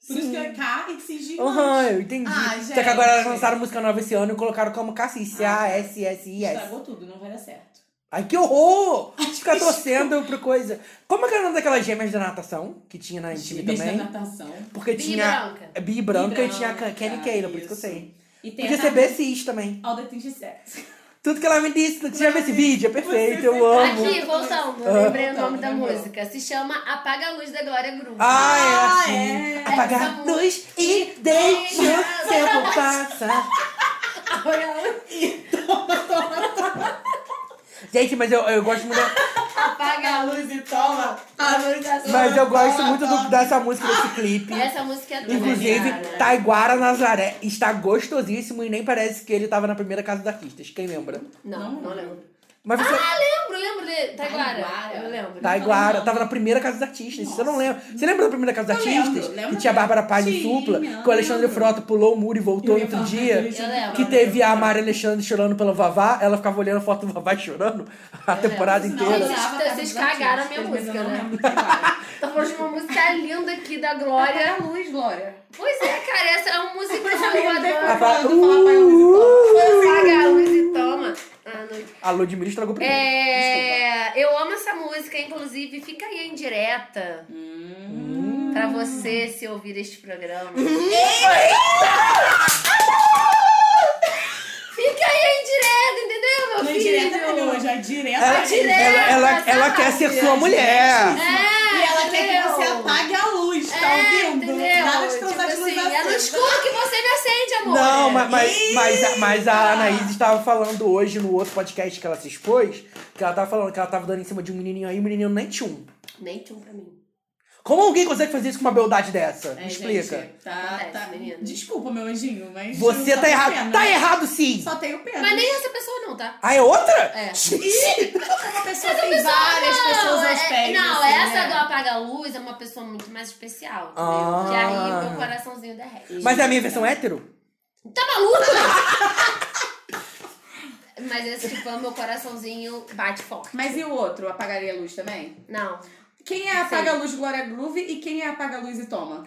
Speaker 3: Por isso que era K e Cis gigante.
Speaker 1: Aham, eu entendi.
Speaker 3: Ah,
Speaker 1: Só que agora elas
Speaker 3: gente.
Speaker 1: lançaram música nova esse ano e colocaram como Cassis, C-A-S-S-I-S.
Speaker 3: Estragou tudo, não vai dar certo.
Speaker 1: Ai, que horror! Ficar torcendo pro coisa. Como é que era o nome daquelas gêmeas da natação? Que tinha na MTV Tá
Speaker 3: Times da
Speaker 1: também?
Speaker 3: natação.
Speaker 1: Porque
Speaker 2: Bi
Speaker 1: tinha
Speaker 2: Branca.
Speaker 1: Bi Branca e tinha
Speaker 3: Branca,
Speaker 1: Kelly Keila, por isso que eu sei.
Speaker 3: E tem
Speaker 1: Podia
Speaker 3: a
Speaker 1: ser B-Cis também.
Speaker 3: All the Things She Says.
Speaker 1: Tudo que ela me disse, tu já viu esse vídeo? É perfeito, eu amo. Ah, tá,
Speaker 2: Aqui, voltando, eu lembrei o nome
Speaker 3: Voltando,
Speaker 2: da
Speaker 3: lembrou.
Speaker 2: música. Se chama Apaga a Luz da Glória Groove.
Speaker 1: Ah, é assim.
Speaker 3: é.
Speaker 1: Apagar a luz e deixa o tempo passar. [LAUGHS] Gente, mas eu, eu gosto muito. da-
Speaker 2: Apaga a luz.
Speaker 3: e toma.
Speaker 8: A luz da sua-
Speaker 1: Mas eu gosto muito do- dessa música, desse clipe.
Speaker 2: Essa música é doida,
Speaker 1: Inclusive, tá-
Speaker 2: cara.
Speaker 1: Taiguara Nazaré está gostosíssimo e nem parece que ele tava na primeira casa dos artistas. Quem lembra?
Speaker 2: Não, não lembro. Ah,
Speaker 1: Mas você. Tá
Speaker 2: Lembro, lembro de Taiguara.
Speaker 3: Taiguara.
Speaker 2: Eu lembro.
Speaker 1: Taiguara, tava na primeira Casa dos Artistas. Você não lembra? Você lembra da primeira Casa dos
Speaker 3: Eu
Speaker 1: Artistas?
Speaker 3: lembro, lembro
Speaker 1: que tinha a Bárbara Palha
Speaker 3: Sim,
Speaker 1: em supla,
Speaker 3: eu
Speaker 1: que o Alexandre
Speaker 3: lembro.
Speaker 1: Frota pulou o muro e voltou outro
Speaker 3: Então, Eu ia falar
Speaker 1: dia.
Speaker 3: disso,
Speaker 2: Eu lembro.
Speaker 1: Que teve a Mari Alexandre chorando pelo Vavá, ela ficava olhando a foto do Vavá e chorando [LAUGHS] a temporada
Speaker 3: É. Não,
Speaker 1: inteira.
Speaker 3: eu amava
Speaker 2: Vocês
Speaker 3: Cassis
Speaker 2: cagaram a minha
Speaker 3: Artistas, mas eu
Speaker 2: música,
Speaker 3: não é
Speaker 2: né?
Speaker 3: lembro de Taiguara.
Speaker 2: Tô falando de uma música linda aqui da Glória.
Speaker 8: luz, Glória.
Speaker 2: Pois é, cara, essa é uma música que eu
Speaker 1: Ela
Speaker 2: adoro.
Speaker 1: fala, "Uh,
Speaker 3: assim.
Speaker 2: Apaga a luz e toma. Ah, não
Speaker 1: A Ludmilla estragou primeiro.
Speaker 2: É, eu amo essa música, inclusive fica aí em direta
Speaker 3: Hum.
Speaker 2: pra você se ouvir este programa. fica aí em direta, entendeu, meu
Speaker 3: Não é
Speaker 2: filho?
Speaker 3: direta, não, já é direta.
Speaker 1: Ela,
Speaker 2: direta,
Speaker 1: ela, ela,
Speaker 3: é
Speaker 2: sabe?
Speaker 1: ela quer ser sua mulher.
Speaker 2: É,
Speaker 3: E ela quer que
Speaker 2: entendeu?
Speaker 3: você apague a luz, tá
Speaker 2: É,
Speaker 3: ouvindo?
Speaker 2: entendeu?
Speaker 3: Nada de transar
Speaker 2: tipo
Speaker 3: de luz
Speaker 2: assim, é no
Speaker 3: acesa.
Speaker 2: escuro que você me acende, amor. É.
Speaker 1: Não, mas, mas, mas, a- mas a Anaís estava falando hoje no outro podcast que ela se expôs, que ela tava falando que ela tava dando em cima de um menininho aí, um menininho nem tinha um.
Speaker 2: Nem tchum pra mim.
Speaker 1: Como alguém consegue fazer isso com uma beldade dessa?
Speaker 3: É,
Speaker 1: Me explica.
Speaker 3: gente, tá,
Speaker 2: Acontece,
Speaker 3: tá.
Speaker 2: menino.
Speaker 3: Desculpa, meu anjinho, mas.
Speaker 1: Você
Speaker 3: só
Speaker 1: tá
Speaker 3: tenho
Speaker 1: errado.
Speaker 3: pena.
Speaker 1: Tá errado sim.
Speaker 3: né? Só tenho pena.
Speaker 2: Mas nem essa pessoa não, tá?
Speaker 1: Ah, é outra?
Speaker 2: É.
Speaker 1: Gente,
Speaker 3: uma pessoa tem várias
Speaker 2: Não,
Speaker 3: pessoas aos
Speaker 2: é-
Speaker 3: pés.
Speaker 2: Não,
Speaker 3: assim,
Speaker 2: essa
Speaker 3: né?
Speaker 2: do Apaga a Luz é uma pessoa muito mais especial. Entendeu?
Speaker 1: Ah.
Speaker 2: Que aí o meu coraçãozinho derrete.
Speaker 1: Mas é a minha versão hétero?
Speaker 2: Tá maluco? Mas esse tipo, meu coraçãozinho bate forte.
Speaker 3: Mas e o outro? Apagaria a luz também?
Speaker 2: Não.
Speaker 3: Quem é apaga a luz Glória Groove e quem é apaga a luz e toma?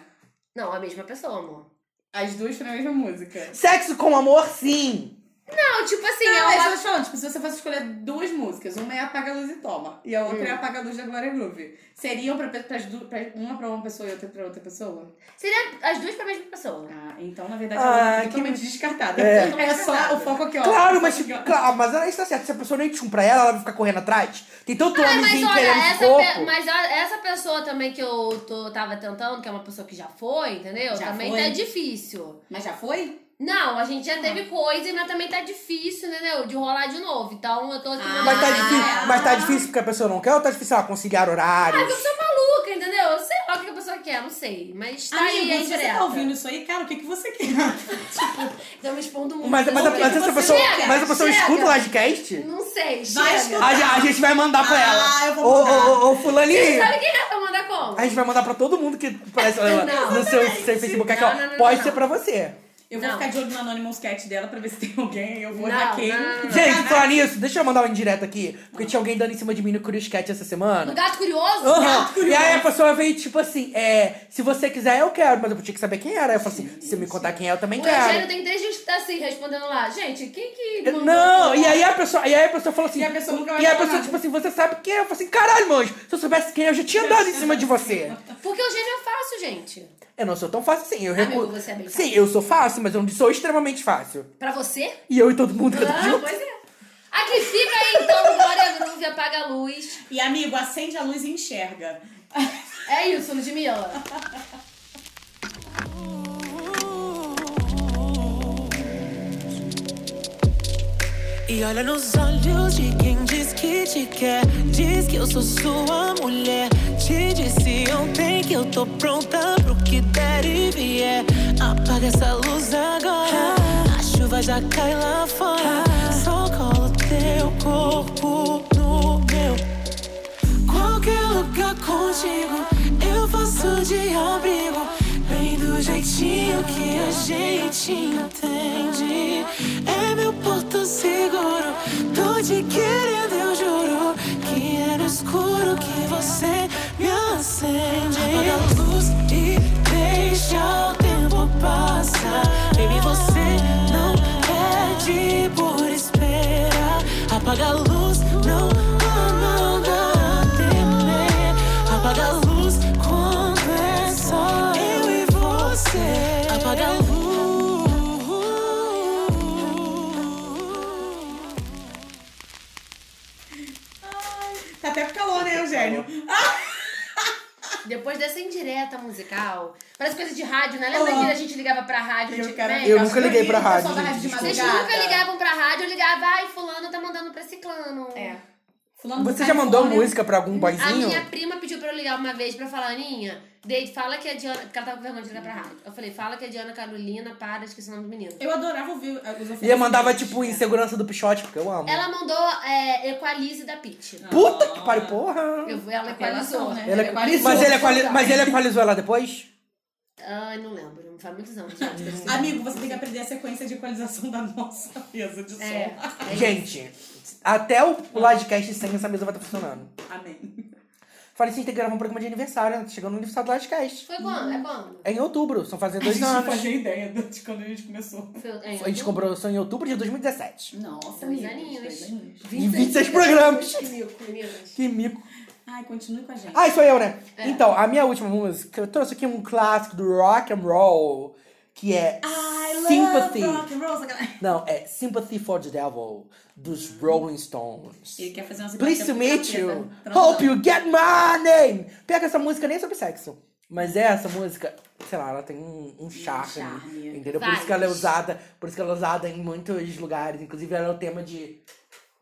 Speaker 2: Não, a mesma pessoa, amor.
Speaker 3: As duas foram a mesma música.
Speaker 1: Sexo com amor, sim.
Speaker 2: Não, tipo assim,
Speaker 3: Não, mas
Speaker 2: é
Speaker 3: eu
Speaker 2: uma...
Speaker 3: tô te falando, tipo, se você fosse escolher duas músicas, uma é Apaga a Luz e Toma, e a outra
Speaker 2: Hum.
Speaker 3: é Apaga a Luz da Glória Groove, seriam pra, pras du- pra- uma pra uma pessoa e outra pra outra pessoa?
Speaker 2: Seria as duas pra mesma pessoa.
Speaker 3: Ah, então na verdade
Speaker 1: Ah,
Speaker 3: ela é
Speaker 1: que-
Speaker 3: totalmente descartada.
Speaker 1: É.
Speaker 3: É, só o foco aqui, ó.
Speaker 1: Claro,
Speaker 3: O
Speaker 1: mas
Speaker 3: foco
Speaker 1: tipo,
Speaker 3: aqui, ó.
Speaker 1: claro, mas ela está certa. Se a pessoa nem tchum pra ela, ela vai ficar correndo atrás. Tem tanto
Speaker 2: Mas
Speaker 1: homenzinho
Speaker 2: olha,
Speaker 1: querendo
Speaker 2: essa, pe-
Speaker 1: corpo.
Speaker 2: mas olha, essa pessoa também que eu tô, tava tentando, que é uma pessoa que já foi, entendeu?
Speaker 3: Já
Speaker 2: também
Speaker 3: foi.
Speaker 2: tá difícil.
Speaker 3: Mas já foi?
Speaker 2: Não, a gente já teve coisa, mas também tá difícil, entendeu? De rolar de novo. Então eu tô aqui
Speaker 3: Ah,
Speaker 1: Mas tá,
Speaker 2: Ah,
Speaker 1: difícil, mas tá difícil porque a pessoa não quer ou tá difícil ela conciliar horários?
Speaker 2: Ah, Eu sou maluca, entendeu? Eu sei lá o que a pessoa quer, não sei. Mas tá aí, é
Speaker 3: Amigo, se você
Speaker 2: indireta.
Speaker 3: tá ouvindo isso aí, cara, o que, que você quer?
Speaker 2: Então eu me expondo muito.
Speaker 1: Mas, mas, mas,
Speaker 2: Não sei.
Speaker 1: essa
Speaker 3: você
Speaker 1: pessoa,
Speaker 2: quer?
Speaker 1: mas a pessoa
Speaker 2: Chega.
Speaker 1: escuta o livecast?
Speaker 2: Não sei,
Speaker 3: Vai
Speaker 2: chega.
Speaker 3: escutar.
Speaker 1: A, a gente vai mandar pra
Speaker 3: Ah,
Speaker 1: ela.
Speaker 3: eu vou
Speaker 1: ô,
Speaker 3: mandar.
Speaker 1: ô, ô, ô, fulaninho.
Speaker 2: Sabe quem é pra mandar como?
Speaker 1: A gente vai mandar pra todo mundo que parece olha lá,
Speaker 2: Não,
Speaker 1: no seu, seu Facebook aqui, ó.
Speaker 2: Não, não, não,
Speaker 1: Pode
Speaker 2: não.
Speaker 1: ser pra você.
Speaker 3: Eu vou
Speaker 2: Não.
Speaker 3: ficar de olho no Anonymous Cat dela pra ver se tem alguém, eu vou
Speaker 2: Não,
Speaker 3: hackeio.
Speaker 2: não, não,
Speaker 1: Gente, falar nisso, deixa eu mandar uma indireta aqui. Porque tinha alguém dando em cima de mim no Curious Cat essa
Speaker 2: Do
Speaker 1: semana.
Speaker 2: gato curioso?
Speaker 1: Aham. E aí a pessoa veio tipo assim: é, se você quiser, eu quero, mas eu tinha que saber quem era. Aí eu falei assim: se você me contar quem é, eu também
Speaker 2: O Eugênio
Speaker 1: quero.
Speaker 2: tem três dias que tá assim, respondendo lá. Gente, quem que
Speaker 1: Eu-
Speaker 2: mandou?
Speaker 1: Não, e aí a pessoa, e aí a pessoa falou assim.
Speaker 3: E a pessoa nunca vai
Speaker 1: e a
Speaker 3: falar
Speaker 1: pessoa,
Speaker 3: nada.
Speaker 1: tipo assim, você sabe quem é? Eu falei assim, caralho, manjo, se eu soubesse quem é, eu já tinha dado em cima de você.
Speaker 2: Porque o Eugênio é fácil, gente.
Speaker 1: Eu não sou tão fácil assim. Eu recu...
Speaker 2: Amigo, você é bem
Speaker 1: Sim, eu sou fácil, mas eu não sou extremamente fácil.
Speaker 2: Pra você?
Speaker 1: E eu e todo mundo que eu tô
Speaker 2: Ah,
Speaker 1: junto.
Speaker 2: pois é. Aqui fica aí, então, Glória Groove, apaga a luz.
Speaker 3: E amigo, acende a luz e enxerga. [LAUGHS]
Speaker 2: É isso, Ludmilla.
Speaker 7: E olha nos olhos de quem diz que te quer. Diz que eu sou sua mulher. Te disse ontem que eu tô pronta pro que der e vier. Apaga essa luz agora. A chuva já cai lá fora. Só colo teu corpo no meu. Qualquer lugar contigo, eu faço de abrigo. Bem do jeitinho que a gente entende. É meu porto seguro. Tô te querendo, eu juro. Que é no escuro que você me acende. Apaga a luz e deixa o tempo passar. Baby, você não pede por esperar. Apaga a luz, não há nada a temer. Apaga a luz quando é só eu e você. Apaga a luz.
Speaker 3: Tá até com calor, né, Eugênio?
Speaker 1: Tá
Speaker 2: Depois dessa indireta musical, parece coisa de rádio, né? Lembra
Speaker 3: Olá.
Speaker 2: que a gente ligava pra rádio
Speaker 3: Eu quero-
Speaker 2: antigamente?
Speaker 1: Eu nunca liguei pra
Speaker 3: Eu sou da
Speaker 1: rádio.
Speaker 3: rádio de
Speaker 1: gente,
Speaker 2: Vocês
Speaker 1: desculpa.
Speaker 2: nunca ligavam pra rádio, eu ligava, ai, fulano tá mandando pra ciclano.
Speaker 3: É. Fulano
Speaker 1: Você
Speaker 3: do
Speaker 1: já mandou
Speaker 3: Califórnia.
Speaker 1: música pra algum
Speaker 2: A
Speaker 1: boyzinho?
Speaker 2: minha prima pediu pra eu ligar uma vez pra falar, Aninha, Deide, fala que a Diana. Porque ela tava com vergonha de ligar pra rádio. Eu falei, fala que a Diana Carolina, para, esqueci o nome do menino.
Speaker 3: Eu adorava ouvir eh, os
Speaker 1: E eu mandava,
Speaker 3: oferecimentos.
Speaker 1: tipo, Insegurança do Pichote, porque eu amo.
Speaker 2: Ela mandou é, Equalize da Pitty.
Speaker 1: Puta que pariu, porra!
Speaker 2: Eu, ela
Speaker 3: Apelação,
Speaker 2: equalizou.
Speaker 3: né?
Speaker 1: Ele-
Speaker 3: Ele equalizou.
Speaker 1: Mas, ele equali... Mas ele equalizou ela depois?
Speaker 2: Ai, não lembro, faz muitos anos. já, tipo assim.
Speaker 3: Amigo, você tem que aprender a sequência de equalização da nossa mesa de som.
Speaker 2: É. É
Speaker 1: Gente, até o livecast sem essa mesa vai estar funcionando.
Speaker 3: Amém.
Speaker 1: Falei assim, tem que gravar um programa de aniversário, né? Tá Chegando no aniversário do livecast.
Speaker 2: Foi quando? É quando?
Speaker 1: É em outubro, estão fazendo
Speaker 3: [LAUGHS]
Speaker 1: dois
Speaker 3: a gente não
Speaker 1: anos.
Speaker 3: fazia ideia de quando a gente começou.
Speaker 2: Foi, é,
Speaker 1: A gente comprou isso em outubro de 2017.
Speaker 3: Nossa,
Speaker 2: Dois
Speaker 3: amigos,
Speaker 2: aninhos.
Speaker 3: dois aninhos.
Speaker 1: Em 26 programas.
Speaker 2: Mil, meninas.
Speaker 1: Que mico.
Speaker 3: Ai, continue com a gente.
Speaker 1: Ah, sou eu, né?
Speaker 3: É.
Speaker 1: Então, a minha última música, eu trouxe aqui um clássico do rock and roll, que é Sympathy.
Speaker 3: Love rock and roll, essa galera.
Speaker 1: Não, é Sympathy for the Devil, dos Rolling Stones.
Speaker 3: Ele quer fazer uma
Speaker 1: Please to
Speaker 3: simpatia
Speaker 1: meet
Speaker 3: pra
Speaker 1: you.
Speaker 3: capeta. Pronto.
Speaker 1: Hope you get my name. Pior que essa música nem é sobre sexo. Mas é essa música, sei lá, ela tem um, um charme.
Speaker 3: charme.
Speaker 1: Entendeu? Por
Speaker 2: Vibes.
Speaker 1: isso que ela é usada. Por isso que ela é usada em muitos lugares. Inclusive, ela é o tema de.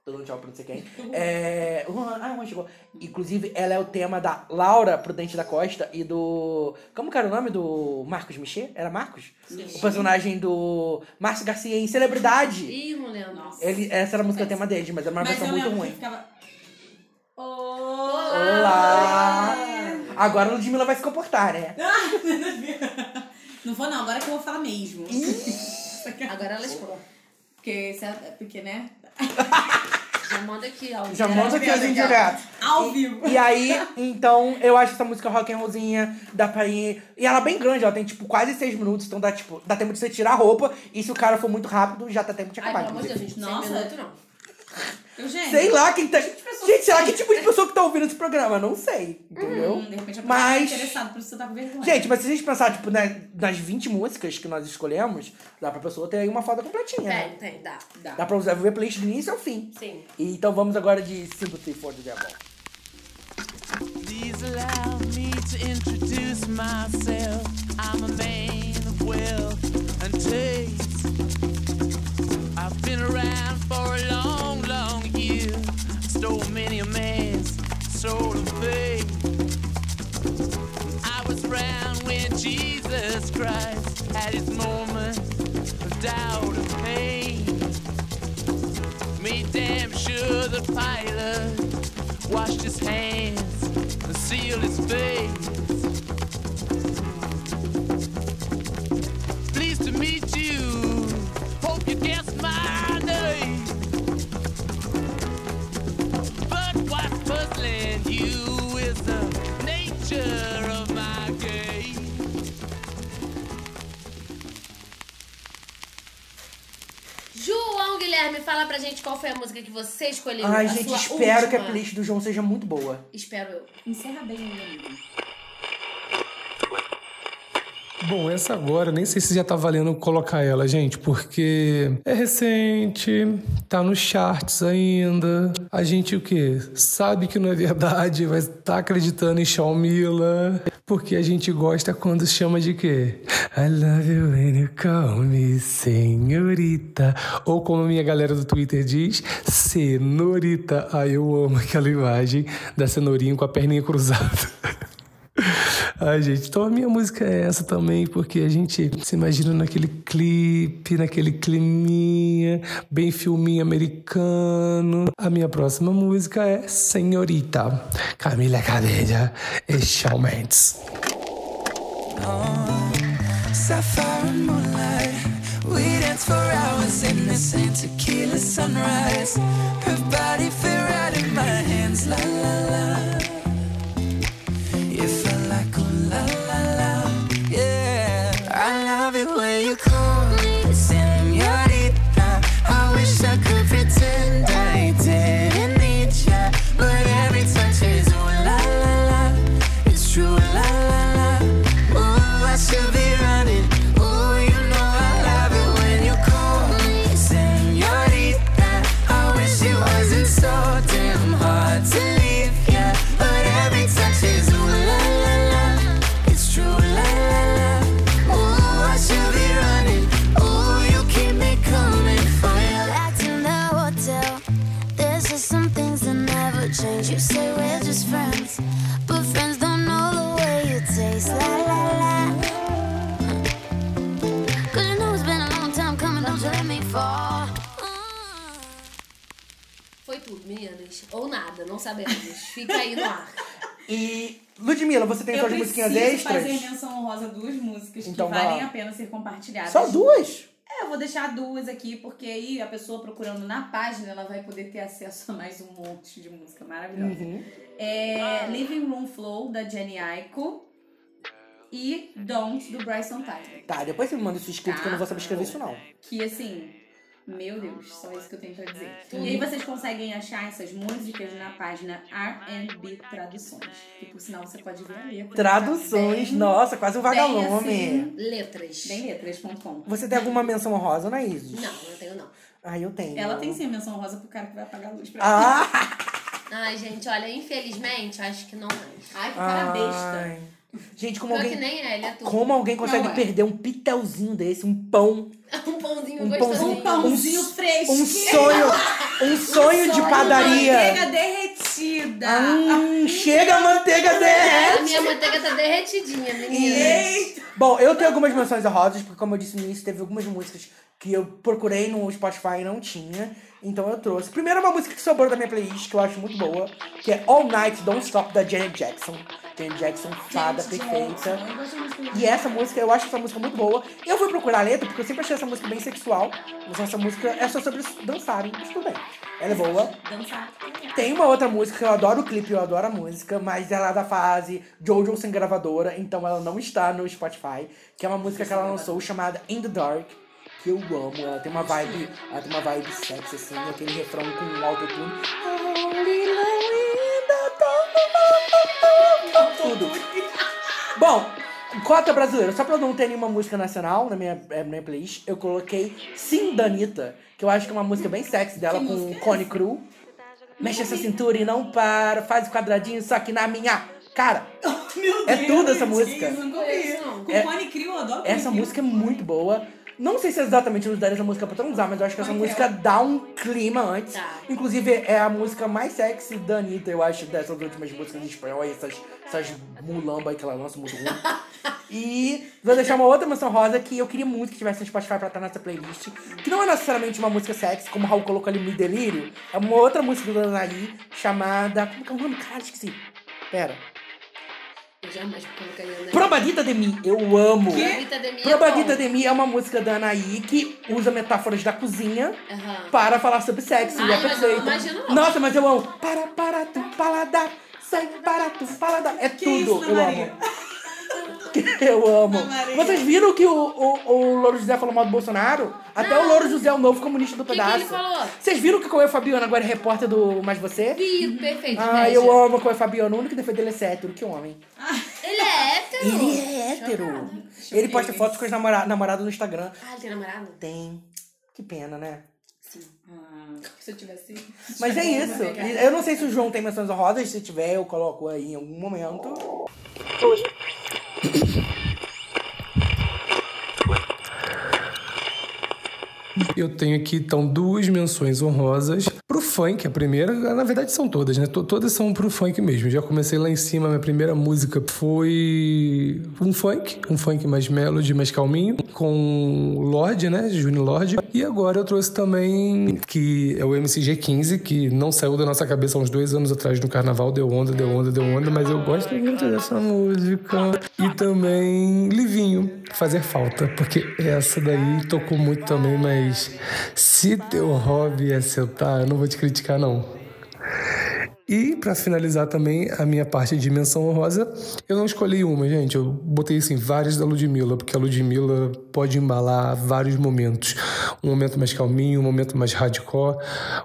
Speaker 1: Tô dando tchau pra não sei [LAUGHS] quem. É. Juan, ah, Juan chegou. Inclusive, ela é o tema da Laura Prudente da Costa e do. Como que era o nome do Marcos Michê? Era Marcos? O personagem do Márcio Garcia em Celebridade.
Speaker 2: Ih, não lembro.
Speaker 3: Nossa.
Speaker 1: Ele, essa era a música tema dele, mas era uma
Speaker 3: Mas
Speaker 1: versão
Speaker 3: eu
Speaker 1: muito
Speaker 3: lembro que
Speaker 1: ruim.
Speaker 3: ficava...
Speaker 1: Olá!
Speaker 3: Ah.
Speaker 1: Agora a Ludmilla vai se comportar, né?
Speaker 3: [LAUGHS] Não vou não, agora que eu vou falar mesmo. é-
Speaker 2: Agora ela expôs.
Speaker 3: Porque, se ela- porque, né?
Speaker 2: Já manda aqui, ó.
Speaker 3: é,
Speaker 1: Já manda aqui as
Speaker 3: Legal.
Speaker 1: indiretas.
Speaker 3: Ao vivo.
Speaker 1: E aí, então, eu acho essa música rock and rollzinha, dá pra ir... E ela é bem grande, ela tem, tipo, quase seis minutos, então dá, tipo, dá tempo de você tirar a roupa, e se o cara for muito rápido, já tá tempo de
Speaker 2: Ai,
Speaker 1: acabar.
Speaker 2: pelo amor de Deus,
Speaker 1: inclusive.
Speaker 2: gente, não
Speaker 3: Nossa.
Speaker 2: tem minuto, não.
Speaker 3: Eugênio.
Speaker 1: Sei lá quem tá...
Speaker 3: pessoas-
Speaker 1: Gente, sei lá que tipo de pessoa que tá ouvindo esse programa, não sei, entendeu?
Speaker 3: Hum, de repente a pessoa tá
Speaker 1: Mas...
Speaker 3: interessada, por isso você tá com vergonha.
Speaker 1: Gente, mas se a gente pensar, tipo, né, nas 20 músicas que nós escolhemos, dá pra pessoa ter aí uma foto completinha, né?
Speaker 8: É.
Speaker 2: Tem, tem, dá.
Speaker 3: Dá.
Speaker 1: Dá pra usar ver a playlist do início ao fim.
Speaker 2: Sim.
Speaker 1: E Então vamos agora de Sympathy for the Devil.
Speaker 7: Please allow me to introduce myself. I'm a man of wealth and taste. I've been around for a long, long year. Stole many a man's soul of faith. I was around when Jesus Christ had his moment of doubt and pain. Made damn sure the pilot washed his hands and sealed his face. Pleased to meet you. Hope you guessed my name. But what's puzzling you is the nature of my game.
Speaker 2: João Guilherme, fala pra gente qual foi a música que você escolheu.
Speaker 1: Ai,
Speaker 2: a
Speaker 1: gente,
Speaker 2: sua
Speaker 1: espero que a
Speaker 2: última.
Speaker 1: playlist do João seja muito boa.
Speaker 2: Espero eu.
Speaker 3: Encerra bem, meu amigo.
Speaker 5: Bom, essa agora, nem sei se já tá valendo colocar ela, gente, porque é recente, tá nos charts ainda. A gente o quê? Sabe que não é verdade, mas tá acreditando em Shawn Miller. Porque a gente gosta quando chama de quê? I love you when you call me senhorita. Ou como a minha galera do Twitter diz, cenorita. Ai, eu amo aquela imagem da cenourinha com a perninha cruzada. [LAUGHS] Ai, gente, então a minha música é essa também, porque a gente se imagina naquele clipe, naquele climinha, bem filminho americano. A minha próxima música é Senhorita, Camila Cabelha e Shawn Mendes.
Speaker 7: Sapphire and moonlight. We dance for hours in the sand, tequila sunrise. Her body fit right in my hands, la la la. You felt like oh la la la, yeah. I love it when you call me señorita. I wish I could pretend I didn't need ya, but every touch is ooh la la la. It's true la la la. Ooh, I should be running. Ooh, you know I love it when you call me señorita. I wish it wasn't so damn hard to leave ya, but every touch is ooh la la la. It's true la la la. Ooh, I should be running. Ooh, you keep me coming for ya.
Speaker 6: Back to the hotel. There's just some things that never change. You say we're just friends, but friends don't know the way you taste. La la la. Cause you know it's been a long time coming, don't you let me fall.
Speaker 8: Foi tudo, meninas. Ou nada, não sabemos. Fica aí no ar.
Speaker 1: E, Ludmilla, você tem
Speaker 3: Eu
Speaker 1: suas
Speaker 3: preciso
Speaker 1: musiquinhas extras?
Speaker 3: fazer menção honrosa a duas músicas
Speaker 1: Então
Speaker 3: que
Speaker 1: vai
Speaker 3: valem
Speaker 1: lá.
Speaker 3: a pena ser compartilhadas.
Speaker 1: Só duas?
Speaker 3: É, eu vou deixar duas aqui, porque aí a pessoa procurando na página, ela vai poder ter acesso a mais um monte de música maravilhosa.
Speaker 1: Uhum.
Speaker 3: É Living Room Flow, da Jenny Aiko. E Don't, do Bryson Tyler.
Speaker 1: Tá, depois você me manda isso escrito que eu não vou saber escrever isso, não.
Speaker 3: Que assim, meu Deus, só isso que eu tenho pra dizer. E aí vocês conseguem achar essas músicas na página R&B Traduções. Que por sinal você pode ver a letra. né?
Speaker 1: Traduções,
Speaker 3: tá, Bem-
Speaker 1: nossa, quase um vagalume.
Speaker 3: assim,
Speaker 8: Letras.
Speaker 3: Bemletras.com.
Speaker 1: Você tem alguma menção honrosa, não é isso?
Speaker 8: Não, não tenho não.
Speaker 1: Ah, eu tenho.
Speaker 3: Ela tem sim a menção rosa pro cara que vai apagar a luz pra mim.
Speaker 1: Ah!
Speaker 8: Ai, gente, olha, infelizmente, acho que não mais.
Speaker 3: Ai, que cara besta.
Speaker 1: Ai. Gente, como
Speaker 8: Pior que
Speaker 1: alguém,
Speaker 8: nem é, ele é tudo.
Speaker 1: como alguém consegue
Speaker 3: Não é.
Speaker 1: perder um pitelzinho desse, um pão,
Speaker 8: [LAUGHS] Um pãozinho
Speaker 1: Um
Speaker 8: gostosinho.
Speaker 3: Um pãozinho fresco.
Speaker 1: um
Speaker 3: [LAUGHS]
Speaker 1: sonho, um sonho de padaria.
Speaker 3: Manteiga então, derretida.
Speaker 1: Hum, chega a manteiga derrete.
Speaker 8: A minha manteiga tá derretidinha, menina.
Speaker 1: Isso. Bom, eu tenho algumas menções honrosas, porque como eu disse no início, teve algumas músicas que eu procurei no Spotify e não tinha. Então eu trouxe. Primeiro uma música que sobrou da minha playlist, que eu acho muito boa, que é All Night Don't Stop, da Janet Jackson. Janet Jackson,
Speaker 3: Ah,
Speaker 1: fada perfeita. E essa música, eu acho essa música muito boa. Eu fui procurar a letra, porque eu sempre achei essa música bem sexual. Mas essa música é só sobre dançarem, mas tudo bem. Ela é boa.
Speaker 3: Dançar.
Speaker 1: Tem uma outra música que eu adoro o clipe, eu adoro a música, mas ela é da fase Jojo sem gravadora, então ela não está no Spotify, que é uma música que ela lançou chamada In the Dark, que eu amo. Ela tem uma vibe, ela tem uma vibe sexy assim, aquele refrão com um autotune. Only love in the dark. Tudo. Bom, cota brasileira. Só pra eu não ter nenhuma música nacional na minha, eh, minha playlist, eu coloquei Sim Danita, que eu acho que é uma música bem sexy dela com Cone Crew. Mexe essa cintura e não para, faz o quadradinho, só que na minha cara.
Speaker 3: Meu Deus.
Speaker 1: É tudo essa música.
Speaker 3: Não conheço, não. Com
Speaker 1: É-
Speaker 3: Cone Crew, eu adoro
Speaker 1: Essa
Speaker 3: Cone Crew.
Speaker 1: música é muito boa. Não sei se é exatamente eles daria essa música pra transar, mas eu acho que essa
Speaker 3: Ai,
Speaker 1: música dá um clima antes.
Speaker 8: Tá.
Speaker 1: Inclusive, é a música mais sexy da Anitta, eu acho, dessas últimas músicas em espanhol, essas, essas mulambas que ela lança muito ruim. E vou deixar uma outra menção rosa que eu queria muito que tivesse no Spotify pra estar nessa playlist. Que não é necessariamente uma música sexy, como o Raul colocou ali, Me Delírio. É uma outra música do Danaí, chamada... Como que é o nome? Caralho, esqueci. Pera.
Speaker 8: Eu jamais colocaria né?
Speaker 1: Probadita de mim. Eu amo.
Speaker 8: Probadita de mim é
Speaker 1: Probadita
Speaker 8: bom.
Speaker 1: de mim é uma música da Anaí que usa metáforas da cozinha
Speaker 8: Aham.
Speaker 1: para falar sobre sexo.
Speaker 8: Ai,
Speaker 1: e é
Speaker 8: mas eu
Speaker 1: perfeito.
Speaker 8: não imagino, não.
Speaker 1: Nossa, mas eu amo. Para, para, tu, paladar. Sai, para, tu, paladar. É
Speaker 3: Que
Speaker 1: tudo.
Speaker 3: isso,
Speaker 1: eu
Speaker 3: Ana Maria?
Speaker 1: amo. [LAUGHS] Eu amo.
Speaker 3: Ana Maria.
Speaker 1: Vocês viram que o, o, o Louro José falou mal do Bolsonaro? Até o Louro José, o novo comunista do
Speaker 8: que
Speaker 1: pedaço.
Speaker 8: ele falou?
Speaker 1: Vocês viram que o Cauê Fabiano agora é repórter do Mais Você?
Speaker 8: Vido, perfeito.
Speaker 1: Ah,
Speaker 8: inveja.
Speaker 1: é eu amo o Cauê Fabiano. O único defeito dele é hétero. Que homem.
Speaker 8: Ele é hétero.
Speaker 1: Ele é hétero. Ele posta fotos com as namora- namoradas no Instagram.
Speaker 2: Ah, ele tem namorado?
Speaker 1: Tem. Que pena, né?
Speaker 3: Ah,
Speaker 2: Se eu tivesse.
Speaker 1: Mas é isso. Eu não sei se o João tem menções honrosas. Se tiver, eu coloco aí em algum momento.
Speaker 5: Eu tenho aqui, então, duas menções honrosas. Pro funk, a primeira, ah, na verdade são todas, né? To- Todas são pro funk mesmo. Já comecei lá em cima, minha primeira música foi um funk, um funk mais melody, mais calminho, com Lorde, né? Juni Lorde. E agora eu trouxe também, que é o MCG15, que não saiu da nossa cabeça há uns dois anos atrás no carnaval, deu onda, deu onda, deu onda, mas eu gosto muito dessa música. E também Livinho, fazer falta, porque essa daí tocou muito também, mas se teu hobby é sentar, eu não vou te criticar não. E pra finalizar também a minha parte de menção honrosa, eu não escolhi uma, gente. Eu botei assim várias da Ludmilla, porque a Ludmilla pode embalar vários momentos. Um momento mais calminho, um momento mais hardcore,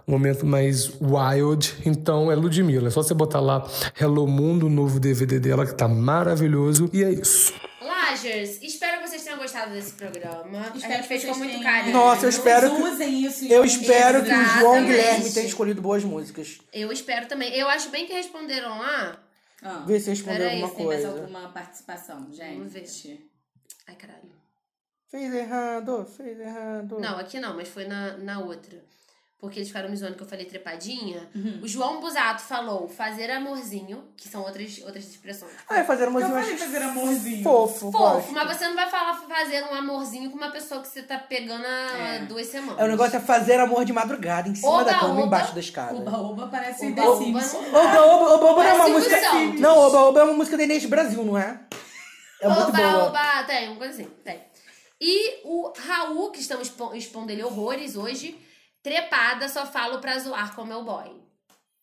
Speaker 5: um momento mais wild. Então é Ludmilla. É só você botar lá Hello Mundo, o novo DVD dela que tá maravilhoso e é isso.
Speaker 2: Lagers, espero que vocês tenham gostado desse programa.
Speaker 3: Espero
Speaker 2: a gente
Speaker 3: que
Speaker 2: fez com
Speaker 3: vocês
Speaker 2: muito
Speaker 3: tenham.
Speaker 2: carinho.
Speaker 1: Nossa, eu espero que-
Speaker 3: usem isso. em
Speaker 1: Eu
Speaker 3: algum
Speaker 1: espero que o João
Speaker 2: Exatamente.
Speaker 1: Guilherme tenha escolhido boas músicas.
Speaker 2: Eu espero também. Eu acho bem que responderam lá.
Speaker 3: Ah,
Speaker 1: Vê se respondeu
Speaker 2: Peraí,
Speaker 1: alguma
Speaker 3: tem mais
Speaker 1: coisa.
Speaker 3: alguma participação, gente?
Speaker 2: Vamos ver. Ai, caralho.
Speaker 1: Fez errado, fez errado.
Speaker 2: Não, aqui não, mas foi na, na outra. Porque eles ficaram me zoando que eu falei trepadinha.
Speaker 3: Uhum.
Speaker 2: O João Busato falou fazer amorzinho, que são outras, outras expressões.
Speaker 1: Ah, é fazer
Speaker 3: Eu
Speaker 1: amorzinho.
Speaker 3: falei
Speaker 1: acho
Speaker 3: fazer amorzinho.
Speaker 1: Fofo,
Speaker 2: Fofo,
Speaker 1: gosto.
Speaker 2: mas você não vai falar fazer um amorzinho com uma pessoa que você tá pegando há
Speaker 3: É.
Speaker 2: duas semanas.
Speaker 1: É, o negócio é fazer amor de madrugada, em cima
Speaker 2: Oba,
Speaker 1: da cama,
Speaker 2: oba.
Speaker 1: embaixo da escada.
Speaker 3: Oba, oba, parece o
Speaker 2: Oba,
Speaker 3: The
Speaker 2: oba,
Speaker 3: Sims.
Speaker 2: não-
Speaker 1: Oba, oba, oba, oba não é uma
Speaker 2: Parece
Speaker 1: música.
Speaker 2: ilusão.
Speaker 1: Não, oba, oba é uma música da Inês Brasil, não é? É muito
Speaker 2: oba,
Speaker 1: boa.
Speaker 2: oba, tem, uma coisa assim, tem. E o Raul, que estamos expo- expondo ele horrores hoje, trepada, só falo pra zoar com meu boy.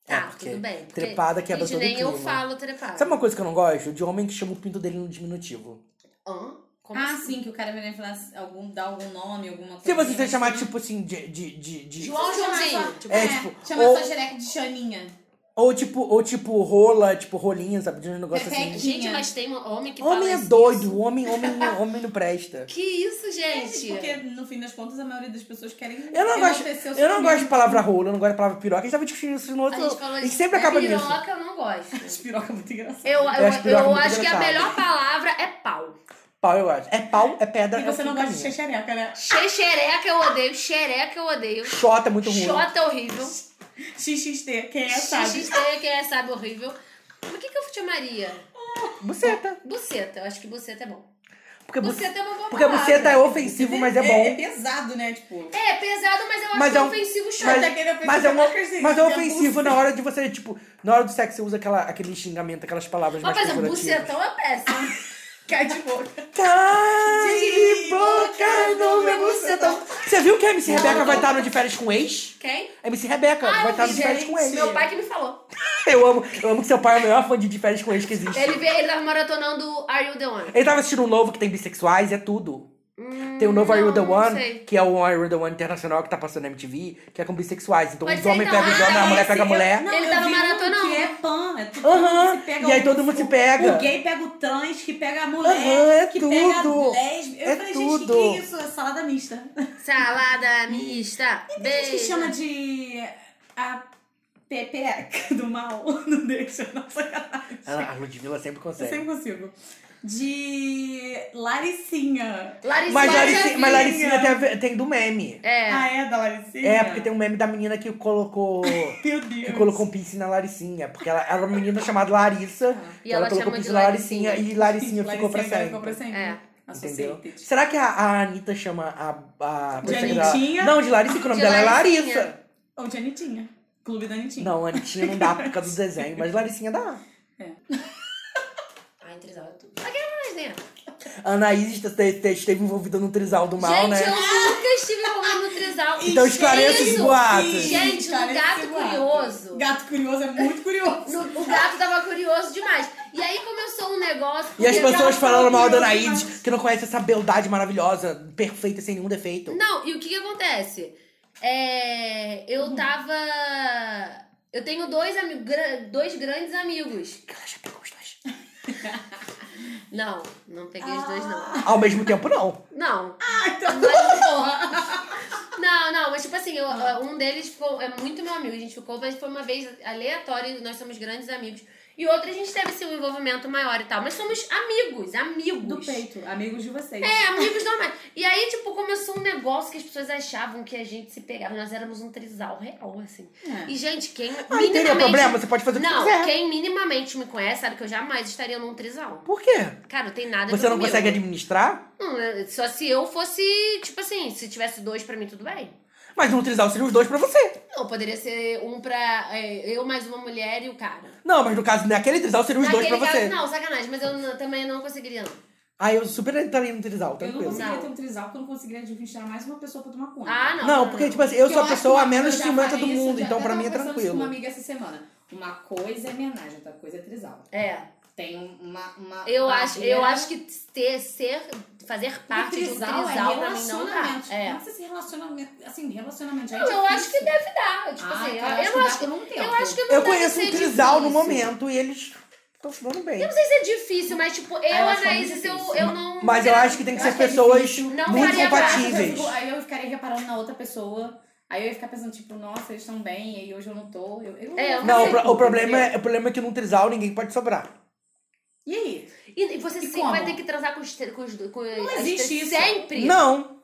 Speaker 1: É,
Speaker 2: Tá,
Speaker 1: porque
Speaker 2: tudo bem. porque,
Speaker 1: trepada quebra
Speaker 2: gente,
Speaker 1: todo o
Speaker 2: nem eu
Speaker 1: clima.
Speaker 2: falo trepada.
Speaker 1: Sabe uma coisa que eu não gosto? De homem que chama o pinto dele no diminutivo.
Speaker 2: Hã? Como
Speaker 3: Ah,
Speaker 2: assim?
Speaker 3: sim, que o cara vai falar algum, dar algum nome, alguma coisa.
Speaker 1: Se você se chamar, tipo assim, de. de, de, de-
Speaker 2: João Joãozinho.
Speaker 3: Tipo,
Speaker 1: É,
Speaker 3: é,
Speaker 1: tipo,
Speaker 3: chama
Speaker 1: ou-
Speaker 3: sua xereca de Xaninha.
Speaker 1: Ou tipo, ou tipo, rola, tipo, rolinha, sabe? De um negócio
Speaker 3: Pepeque.
Speaker 1: assim.
Speaker 2: Gente, mas tem um homem É, que
Speaker 1: Homem
Speaker 2: fala
Speaker 1: é
Speaker 2: isso.
Speaker 1: doido, homem, homem, não- homem não presta.
Speaker 2: Que isso, gente?
Speaker 3: É, Porque no fim das contas a maioria das pessoas querem.
Speaker 1: É, Eu não gosto.
Speaker 3: enaltecer o
Speaker 1: Eu não
Speaker 3: seu
Speaker 1: gosto de palavra rola, eu não gosto de palavra piroca. A gente tava discutindo isso no
Speaker 2: a
Speaker 1: outro.
Speaker 2: gente falou de
Speaker 1: sempre acaba nisso.
Speaker 2: piroca, eu não
Speaker 1: [LAUGHS]
Speaker 2: gosto.
Speaker 3: amigo. Piroca é muito engraçado.
Speaker 2: Eu, eu,
Speaker 1: Eu acho
Speaker 2: eu,
Speaker 1: piroca é muito
Speaker 2: acho que a
Speaker 1: engraçada.
Speaker 2: melhor palavra é pau.
Speaker 1: Pau, eu acho. É pau, é pedra.
Speaker 3: E
Speaker 1: é o
Speaker 3: você não
Speaker 1: fim do
Speaker 3: gosta de ser
Speaker 1: caminho.
Speaker 3: xereca, né?
Speaker 2: Che- Xereca eu odeio, xereca eu odeio.
Speaker 1: Xota é muito ruim.
Speaker 2: Xota é horrível.
Speaker 3: XXT, quem é
Speaker 2: [LAUGHS]
Speaker 3: sabe?
Speaker 2: XXT, quem é sabe, horrível. Mas o que, que eu chamaria?
Speaker 1: Buceta.
Speaker 2: Buceta. Eu acho que buceta é bom.
Speaker 1: Porque buceta,
Speaker 2: Buceta é uma boa
Speaker 1: porque
Speaker 2: palavra.
Speaker 1: buceta é ofensivo, mas é
Speaker 3: É,
Speaker 1: bom.
Speaker 3: pesado, né? Tipo.
Speaker 2: É pesado, mas eu acho
Speaker 1: Mas
Speaker 2: que é
Speaker 1: é um-
Speaker 2: ofensivo
Speaker 1: mas-
Speaker 2: xota.
Speaker 1: Mas é, um, mas é ofensivo na hora de você, tipo, na hora do sexo você usa aquela, aquele xingamento, aquelas palavras
Speaker 2: Mas,
Speaker 1: mais
Speaker 2: por exemplo,
Speaker 1: pejorativas.
Speaker 2: bucetão é péssimo.
Speaker 3: Cai de boca.
Speaker 1: Cai
Speaker 3: De
Speaker 1: de boca no meu bucetão. Você viu que a MC Rebeca vai estar no De Férias com Ex?
Speaker 2: Quem?
Speaker 1: A MC Rebeca
Speaker 2: Ah,
Speaker 1: vai estar no De Férias com Ex.
Speaker 2: Meu pai que me falou.
Speaker 1: Eu amo, eu amo que seu pai é o maior fã de De Férias com Ex que existe.
Speaker 2: Ele, veio, ele tava maratonando Are You The One.
Speaker 1: Ele tava assistindo um novo que tem bissexuais, é tudo. Tem o novo Are You The
Speaker 2: Hum, não, não
Speaker 1: One,
Speaker 2: sei.
Speaker 1: que é o Are You The One internacional que tá passando na MTV, que é com bissexuais. Então
Speaker 2: Pode
Speaker 1: os
Speaker 2: ser,
Speaker 1: homens
Speaker 2: então.
Speaker 1: pegam os
Speaker 2: Ah,
Speaker 1: homens, a mulher pega a mulher.
Speaker 2: Não, Ele eu tava vi um maratonando.
Speaker 3: Que
Speaker 2: que
Speaker 3: é
Speaker 2: é
Speaker 3: pan, é tudo.
Speaker 1: Aham, e aí todo mundo se pega.
Speaker 3: O gay pega o trans, que pega a mulher,
Speaker 1: Aham, é
Speaker 3: que pega a
Speaker 1: tudo.
Speaker 3: lésbica. Eu
Speaker 1: É
Speaker 3: falei, gente, que,
Speaker 1: tudo.
Speaker 3: que é isso? É salada mista.
Speaker 2: Salada mista.
Speaker 3: Tem gente que
Speaker 2: beijo.
Speaker 3: chama de eh, a pepeca [LAUGHS] do mal. Não deixa, não sacanagem.
Speaker 1: Ah, A Ludmilla sempre
Speaker 3: Eu
Speaker 1: consegue.
Speaker 3: sempre consigo. De Laricinha.
Speaker 2: Laricinha.
Speaker 1: Mas,
Speaker 2: já
Speaker 1: Larici-
Speaker 2: vi.
Speaker 1: mas Laricinha tem, a ver- tem do meme.
Speaker 2: É.
Speaker 3: Ah, é da Laricinha?
Speaker 1: É, porque tem um meme da menina que
Speaker 2: [LAUGHS]
Speaker 1: colocou.
Speaker 3: Meu Deus.
Speaker 1: Que colocou um piercing na Laricinha, porque ela era uma menina chamada Larissa,
Speaker 2: Ah, E
Speaker 1: e ela,
Speaker 2: ela
Speaker 1: colocou
Speaker 2: chama de
Speaker 1: piercing na Laricinha,
Speaker 2: Laricinha.
Speaker 1: e Laricinha, ficou pra
Speaker 3: Laricinha
Speaker 1: sempre.
Speaker 3: ficou pra sempre.
Speaker 2: É.
Speaker 1: Entendeu?
Speaker 3: Associated.
Speaker 1: Será que a, a Anitta chama a. a
Speaker 3: De
Speaker 1: parceira dela-
Speaker 3: Anitinha?
Speaker 1: Não, de Larissa, que o nome
Speaker 2: De
Speaker 1: dela é
Speaker 2: Laricinha.
Speaker 1: Larissa.
Speaker 3: Ou de Anitinha. Clube da Anitinha.
Speaker 1: Não, Anitinha não dá por causa do desenho, mas Laricinha dá.
Speaker 2: Ai, trisal é tudo. Aqui é mais dentro.
Speaker 1: Anaís este- este- esteve envolvida no trisal do mal,
Speaker 2: Gente,
Speaker 1: né?
Speaker 2: eu nunca estive rolando no trisal.
Speaker 1: Então esclareça
Speaker 2: Isso.
Speaker 1: esse boatos.
Speaker 2: Gente, o
Speaker 3: é Esclarece
Speaker 2: gato
Speaker 3: esse boato.
Speaker 2: curioso.
Speaker 3: Gato curioso é muito curioso.
Speaker 1: [LAUGHS]
Speaker 2: No- o gato tava curioso demais. E aí começou um negócio.
Speaker 1: E as
Speaker 2: porque-
Speaker 1: pessoas
Speaker 3: ela
Speaker 1: falando
Speaker 3: falou
Speaker 1: mal da
Speaker 3: que não
Speaker 1: Anaís, que não conhece essa beldade maravilhosa, perfeita, sem nenhum defeito.
Speaker 2: Não, e o que que acontece? É, eu tava. Eu tenho dois, ami... gra- dois grandes amigos.
Speaker 1: Ela já pegou os dois.
Speaker 2: Não, não peguei os dois, não.
Speaker 1: Ao mesmo tempo, não.
Speaker 2: Não.
Speaker 1: Ah, então
Speaker 3: Porra!
Speaker 2: Não, não, mas tipo assim, eu- um deles ficou, é muito meu amigo. A gente ficou, mas foi uma vez aleatória e nós somos grandes amigos. E outra, a gente teve assim, um envolvimento maior e tal. Mas somos amigos, amigos.
Speaker 3: Do peito, amigos de vocês.
Speaker 2: É, amigos normais. E aí, tipo, começou um negócio que as pessoas achavam que a gente se pegava. Nós éramos um trisal real, assim.
Speaker 3: É.
Speaker 2: E, gente, quem
Speaker 1: Aí Ah, teria problema, você pode fazer o que
Speaker 2: Não,
Speaker 1: quiser.
Speaker 2: quem minimamente me conhece sabe que eu jamais estaria num trisal.
Speaker 1: Por quê?
Speaker 2: Cara, não tem nada a ver
Speaker 1: Você não
Speaker 2: comigo.
Speaker 1: consegue administrar?
Speaker 2: Hum, é, Só se eu fosse, tipo assim, se tivesse dois pra mim, tudo bem.
Speaker 1: Mas não utilizar seria os dois pra você.
Speaker 2: Não, poderia ser um pra é, eu mais uma mulher e o cara.
Speaker 1: Não, mas no caso, naquele trisal seriam os dois pra
Speaker 2: Naquele
Speaker 1: você.
Speaker 2: caso, não, sacanagem, mas eu n- também não conseguiria, não.
Speaker 1: Ah, eu super entraria no trisal,
Speaker 3: Eu não
Speaker 1: tranquilo.
Speaker 3: conseguiria
Speaker 2: Não.
Speaker 3: ter um trisal porque eu não conseguiria administrar mais uma pessoa pra tomar conta.
Speaker 2: Ah, não.
Speaker 1: Não, porque, tipo assim, eu sou a
Speaker 3: acho
Speaker 1: pessoa
Speaker 3: que
Speaker 1: a
Speaker 3: uma-
Speaker 1: menos
Speaker 3: eu já
Speaker 1: ciumenta do
Speaker 3: falei isso,
Speaker 1: mundo,
Speaker 3: já-
Speaker 1: então
Speaker 3: eu
Speaker 1: pra
Speaker 3: tava
Speaker 1: mim é
Speaker 3: conversando isso com uma
Speaker 1: tranquilo.
Speaker 3: amiga essa semana. Uma coisa é homenagem, outra coisa é trisal.
Speaker 2: É.
Speaker 3: Tem um- uma. uma
Speaker 2: Eu acho, eu
Speaker 3: barreira.
Speaker 2: acho que ter, ser, fazer
Speaker 3: E
Speaker 2: parte de um
Speaker 3: trisal
Speaker 2: trisal
Speaker 3: é
Speaker 2: pra mim não
Speaker 3: relacionamento.
Speaker 2: dá. É.
Speaker 3: Como é que esse relacionamento. Assim, relacionamento já é
Speaker 2: Não, eu acho
Speaker 3: difícil.
Speaker 2: que deve dar. Tipo
Speaker 3: Ah,
Speaker 2: assim,
Speaker 3: cara,
Speaker 2: eu, eu não acho que.
Speaker 3: dá por um tempo.
Speaker 2: Eu acho que não
Speaker 1: Eu
Speaker 2: deve
Speaker 1: conheço
Speaker 2: ser
Speaker 1: um trisal no
Speaker 2: difícil.
Speaker 1: momento e eles estão se dando bem.
Speaker 2: Eu não sei se é difícil, mas tipo, eu,
Speaker 3: eu acho que é muito
Speaker 2: Anaíses, eu,
Speaker 3: difícil.
Speaker 2: eu não.
Speaker 1: Mas eu acho que tem que
Speaker 3: Eu
Speaker 1: ser
Speaker 3: acho que é
Speaker 1: pessoas
Speaker 3: difícil.
Speaker 2: Não
Speaker 1: muito
Speaker 2: faria graça,
Speaker 1: compatíveis.
Speaker 3: Eu fico- Aí eu ficaria reparando na outra pessoa. Aí eu ia ficar pensando, tipo, nossa, eles estão bem, e hoje eu não tô. Eu, eu
Speaker 2: É, eu não
Speaker 1: Não, o,
Speaker 2: sei
Speaker 1: pro- o problema é, o problema é que num trisal ninguém pode sobrar.
Speaker 3: E aí?
Speaker 2: E, e você
Speaker 3: E
Speaker 2: sempre
Speaker 3: como?
Speaker 2: vai ter que transar com os. tre- Com os do- com não
Speaker 3: existe isso.
Speaker 2: Sempre.
Speaker 1: Não.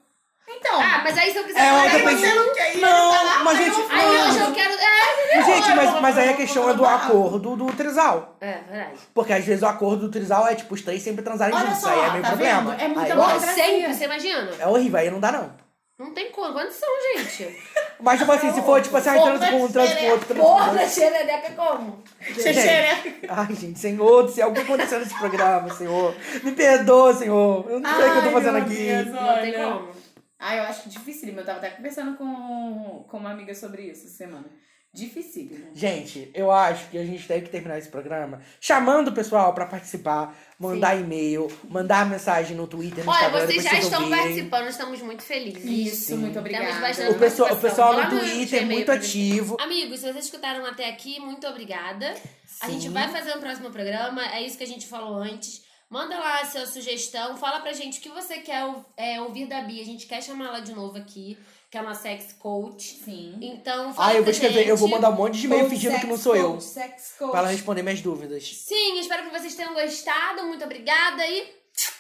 Speaker 3: Então.
Speaker 2: Ah, mas aí se eu quiser.
Speaker 1: É uma
Speaker 2: parar,
Speaker 1: outra
Speaker 2: eu-
Speaker 1: pessoa. Não, mas gente,
Speaker 2: Aí hoje eu
Speaker 1: não.
Speaker 2: quero. É,
Speaker 1: Gente, mas, mas aí a questão é do acordo do trisal.
Speaker 2: é verdade.
Speaker 1: Porque às vezes o acordo do trisal é tipo os três sempre transarem
Speaker 3: Olha
Speaker 1: juntos.
Speaker 3: só,
Speaker 1: aí é meio
Speaker 3: tá
Speaker 1: problema.
Speaker 3: vendo? É muita
Speaker 1: Aí eu
Speaker 3: boa
Speaker 1: acho.
Speaker 3: Gracinha.
Speaker 2: Sempre, você imagina?
Speaker 1: É horrível, aí não dá não.
Speaker 2: Não tem como. Quantos são, gente?
Speaker 1: Mas tipo assim, se for tipo assim, ai,
Speaker 3: é
Speaker 1: transa com um, transa com outro, transa com
Speaker 2: Porra,
Speaker 1: outro.
Speaker 2: xeredeca como?
Speaker 1: Gente, Ai, gente, senhor do céu, o que aconteceu nesse programa, senhor? Me perdoa, senhor. Eu não sei o que eu tô
Speaker 3: Ai,
Speaker 1: fazendo
Speaker 3: meu
Speaker 1: aqui.
Speaker 3: Deus,
Speaker 2: Não tem
Speaker 3: olha.
Speaker 2: como.
Speaker 3: Ah, eu acho dificílimo. Eu tava até conversando com, com uma amiga sobre isso essa semana. Dificílimo.
Speaker 1: Gente, eu acho que a gente tem que terminar esse programa chamando o pessoal pra participar, mandar e-mail, mandar mensagem no Twitter, no
Speaker 2: Olha,
Speaker 1: Instagram.
Speaker 2: vocês já
Speaker 1: depois
Speaker 2: estão
Speaker 1: ouvirem.
Speaker 2: participando, né, estamos muito felizes.
Speaker 3: Isso,
Speaker 1: Sim.
Speaker 3: muito obrigada.
Speaker 2: Temos bastante
Speaker 1: O pessoal, o pessoal no
Speaker 2: Lá tipo assim, no
Speaker 1: Twitter é
Speaker 2: Gmail
Speaker 1: muito
Speaker 2: pra gente.
Speaker 1: ativo.
Speaker 2: Amigos, se vocês escutaram até aqui, muito obrigada. A
Speaker 1: Sim.
Speaker 2: gente vai fazer um próximo programa, é isso que a gente falou antes. Manda lá a sua sugestão, fala pra gente o que você quer ou- é, ouvir da Bia. A gente quer chamar ela de novo aqui, que é uma sex coach.
Speaker 3: Sim.
Speaker 2: Então, fala
Speaker 1: Ah, eu
Speaker 2: pra
Speaker 1: vou escrever,
Speaker 2: gente.
Speaker 1: eu vou mandar um monte de e-mail
Speaker 3: Coach,
Speaker 1: fingindo que
Speaker 3: sex
Speaker 1: não sou eu.
Speaker 3: coach, Sex
Speaker 1: Pra ela
Speaker 3: coach.
Speaker 1: responder minhas dúvidas.
Speaker 2: Sim, espero que vocês tenham gostado. Muito obrigada e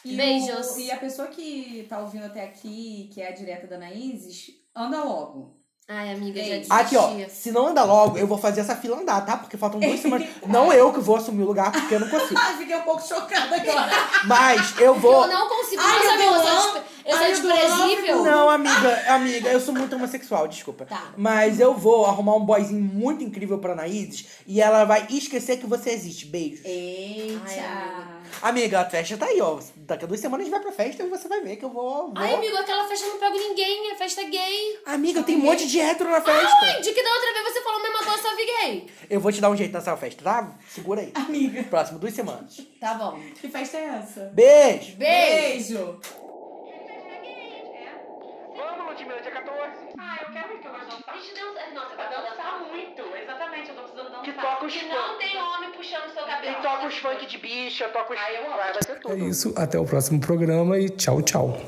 Speaker 3: E o-
Speaker 2: beijos.
Speaker 3: e a pessoa que tá ouvindo até aqui, que é a direta da Anaíses, anda logo.
Speaker 2: Ai, amiga, já
Speaker 3: Beijo.
Speaker 2: desisti.
Speaker 1: Aqui, ó, se não andar logo, eu vou fazer essa fila andar, tá? Porque faltam duas
Speaker 2: [LAUGHS]
Speaker 1: semanas. Não eu que vou assumir o lugar, porque eu não consigo.
Speaker 3: Ah, fiquei um pouco chocada agora.
Speaker 1: Mas eu vou.
Speaker 2: Eu não consigo,
Speaker 3: Ai,
Speaker 2: não
Speaker 3: eu
Speaker 2: sabe, eu
Speaker 3: dou
Speaker 2: sou, despe- eu sou
Speaker 3: Ai, eu dou
Speaker 2: desprezível.
Speaker 1: Não, amiga, amiga, eu sou muito homossexual, desculpa.
Speaker 2: Tá.
Speaker 1: Mas eu vou arrumar um boyzinho muito incrível pra Anaíses e ela vai esquecer que você existe. Beijo.
Speaker 3: Eita.
Speaker 2: Ai, amiga.
Speaker 1: Amiga, a festa tá aí, ó. Daqui a duas semanas a gente vai pra festa e você vai ver que eu vou. vou.
Speaker 2: Ai, amigo, aquela festa eu não pego ninguém, é festa gay.
Speaker 1: amiga, tem um monte de hétero na festa.
Speaker 2: Ai, de que da outra vez você falou a mesma coisa, só vi gay.
Speaker 1: Eu vou te dar um jeito nessa festa, tá? Segura aí.
Speaker 3: Amiga,
Speaker 1: Próximo duas semanas.
Speaker 2: Tá bom.
Speaker 3: que festa é essa?
Speaker 1: Beijo!
Speaker 2: Beijo.
Speaker 3: Beijo.
Speaker 6: Vamos, Ludmilla, dia 14. Ah, eu quero muito, eu gosto de dançar.
Speaker 2: Nossa,
Speaker 6: Pra dançar muito, exatamente, eu tô precisando dançar. Que toca os
Speaker 2: Que não
Speaker 6: funk.
Speaker 2: tem homem puxando seu
Speaker 6: E
Speaker 2: cabelo.
Speaker 6: toca os funk de bicha, toca os... Ah, eu amo. Vai, vai ser tudo.
Speaker 5: É isso, até o próximo programa e tchau, tchau.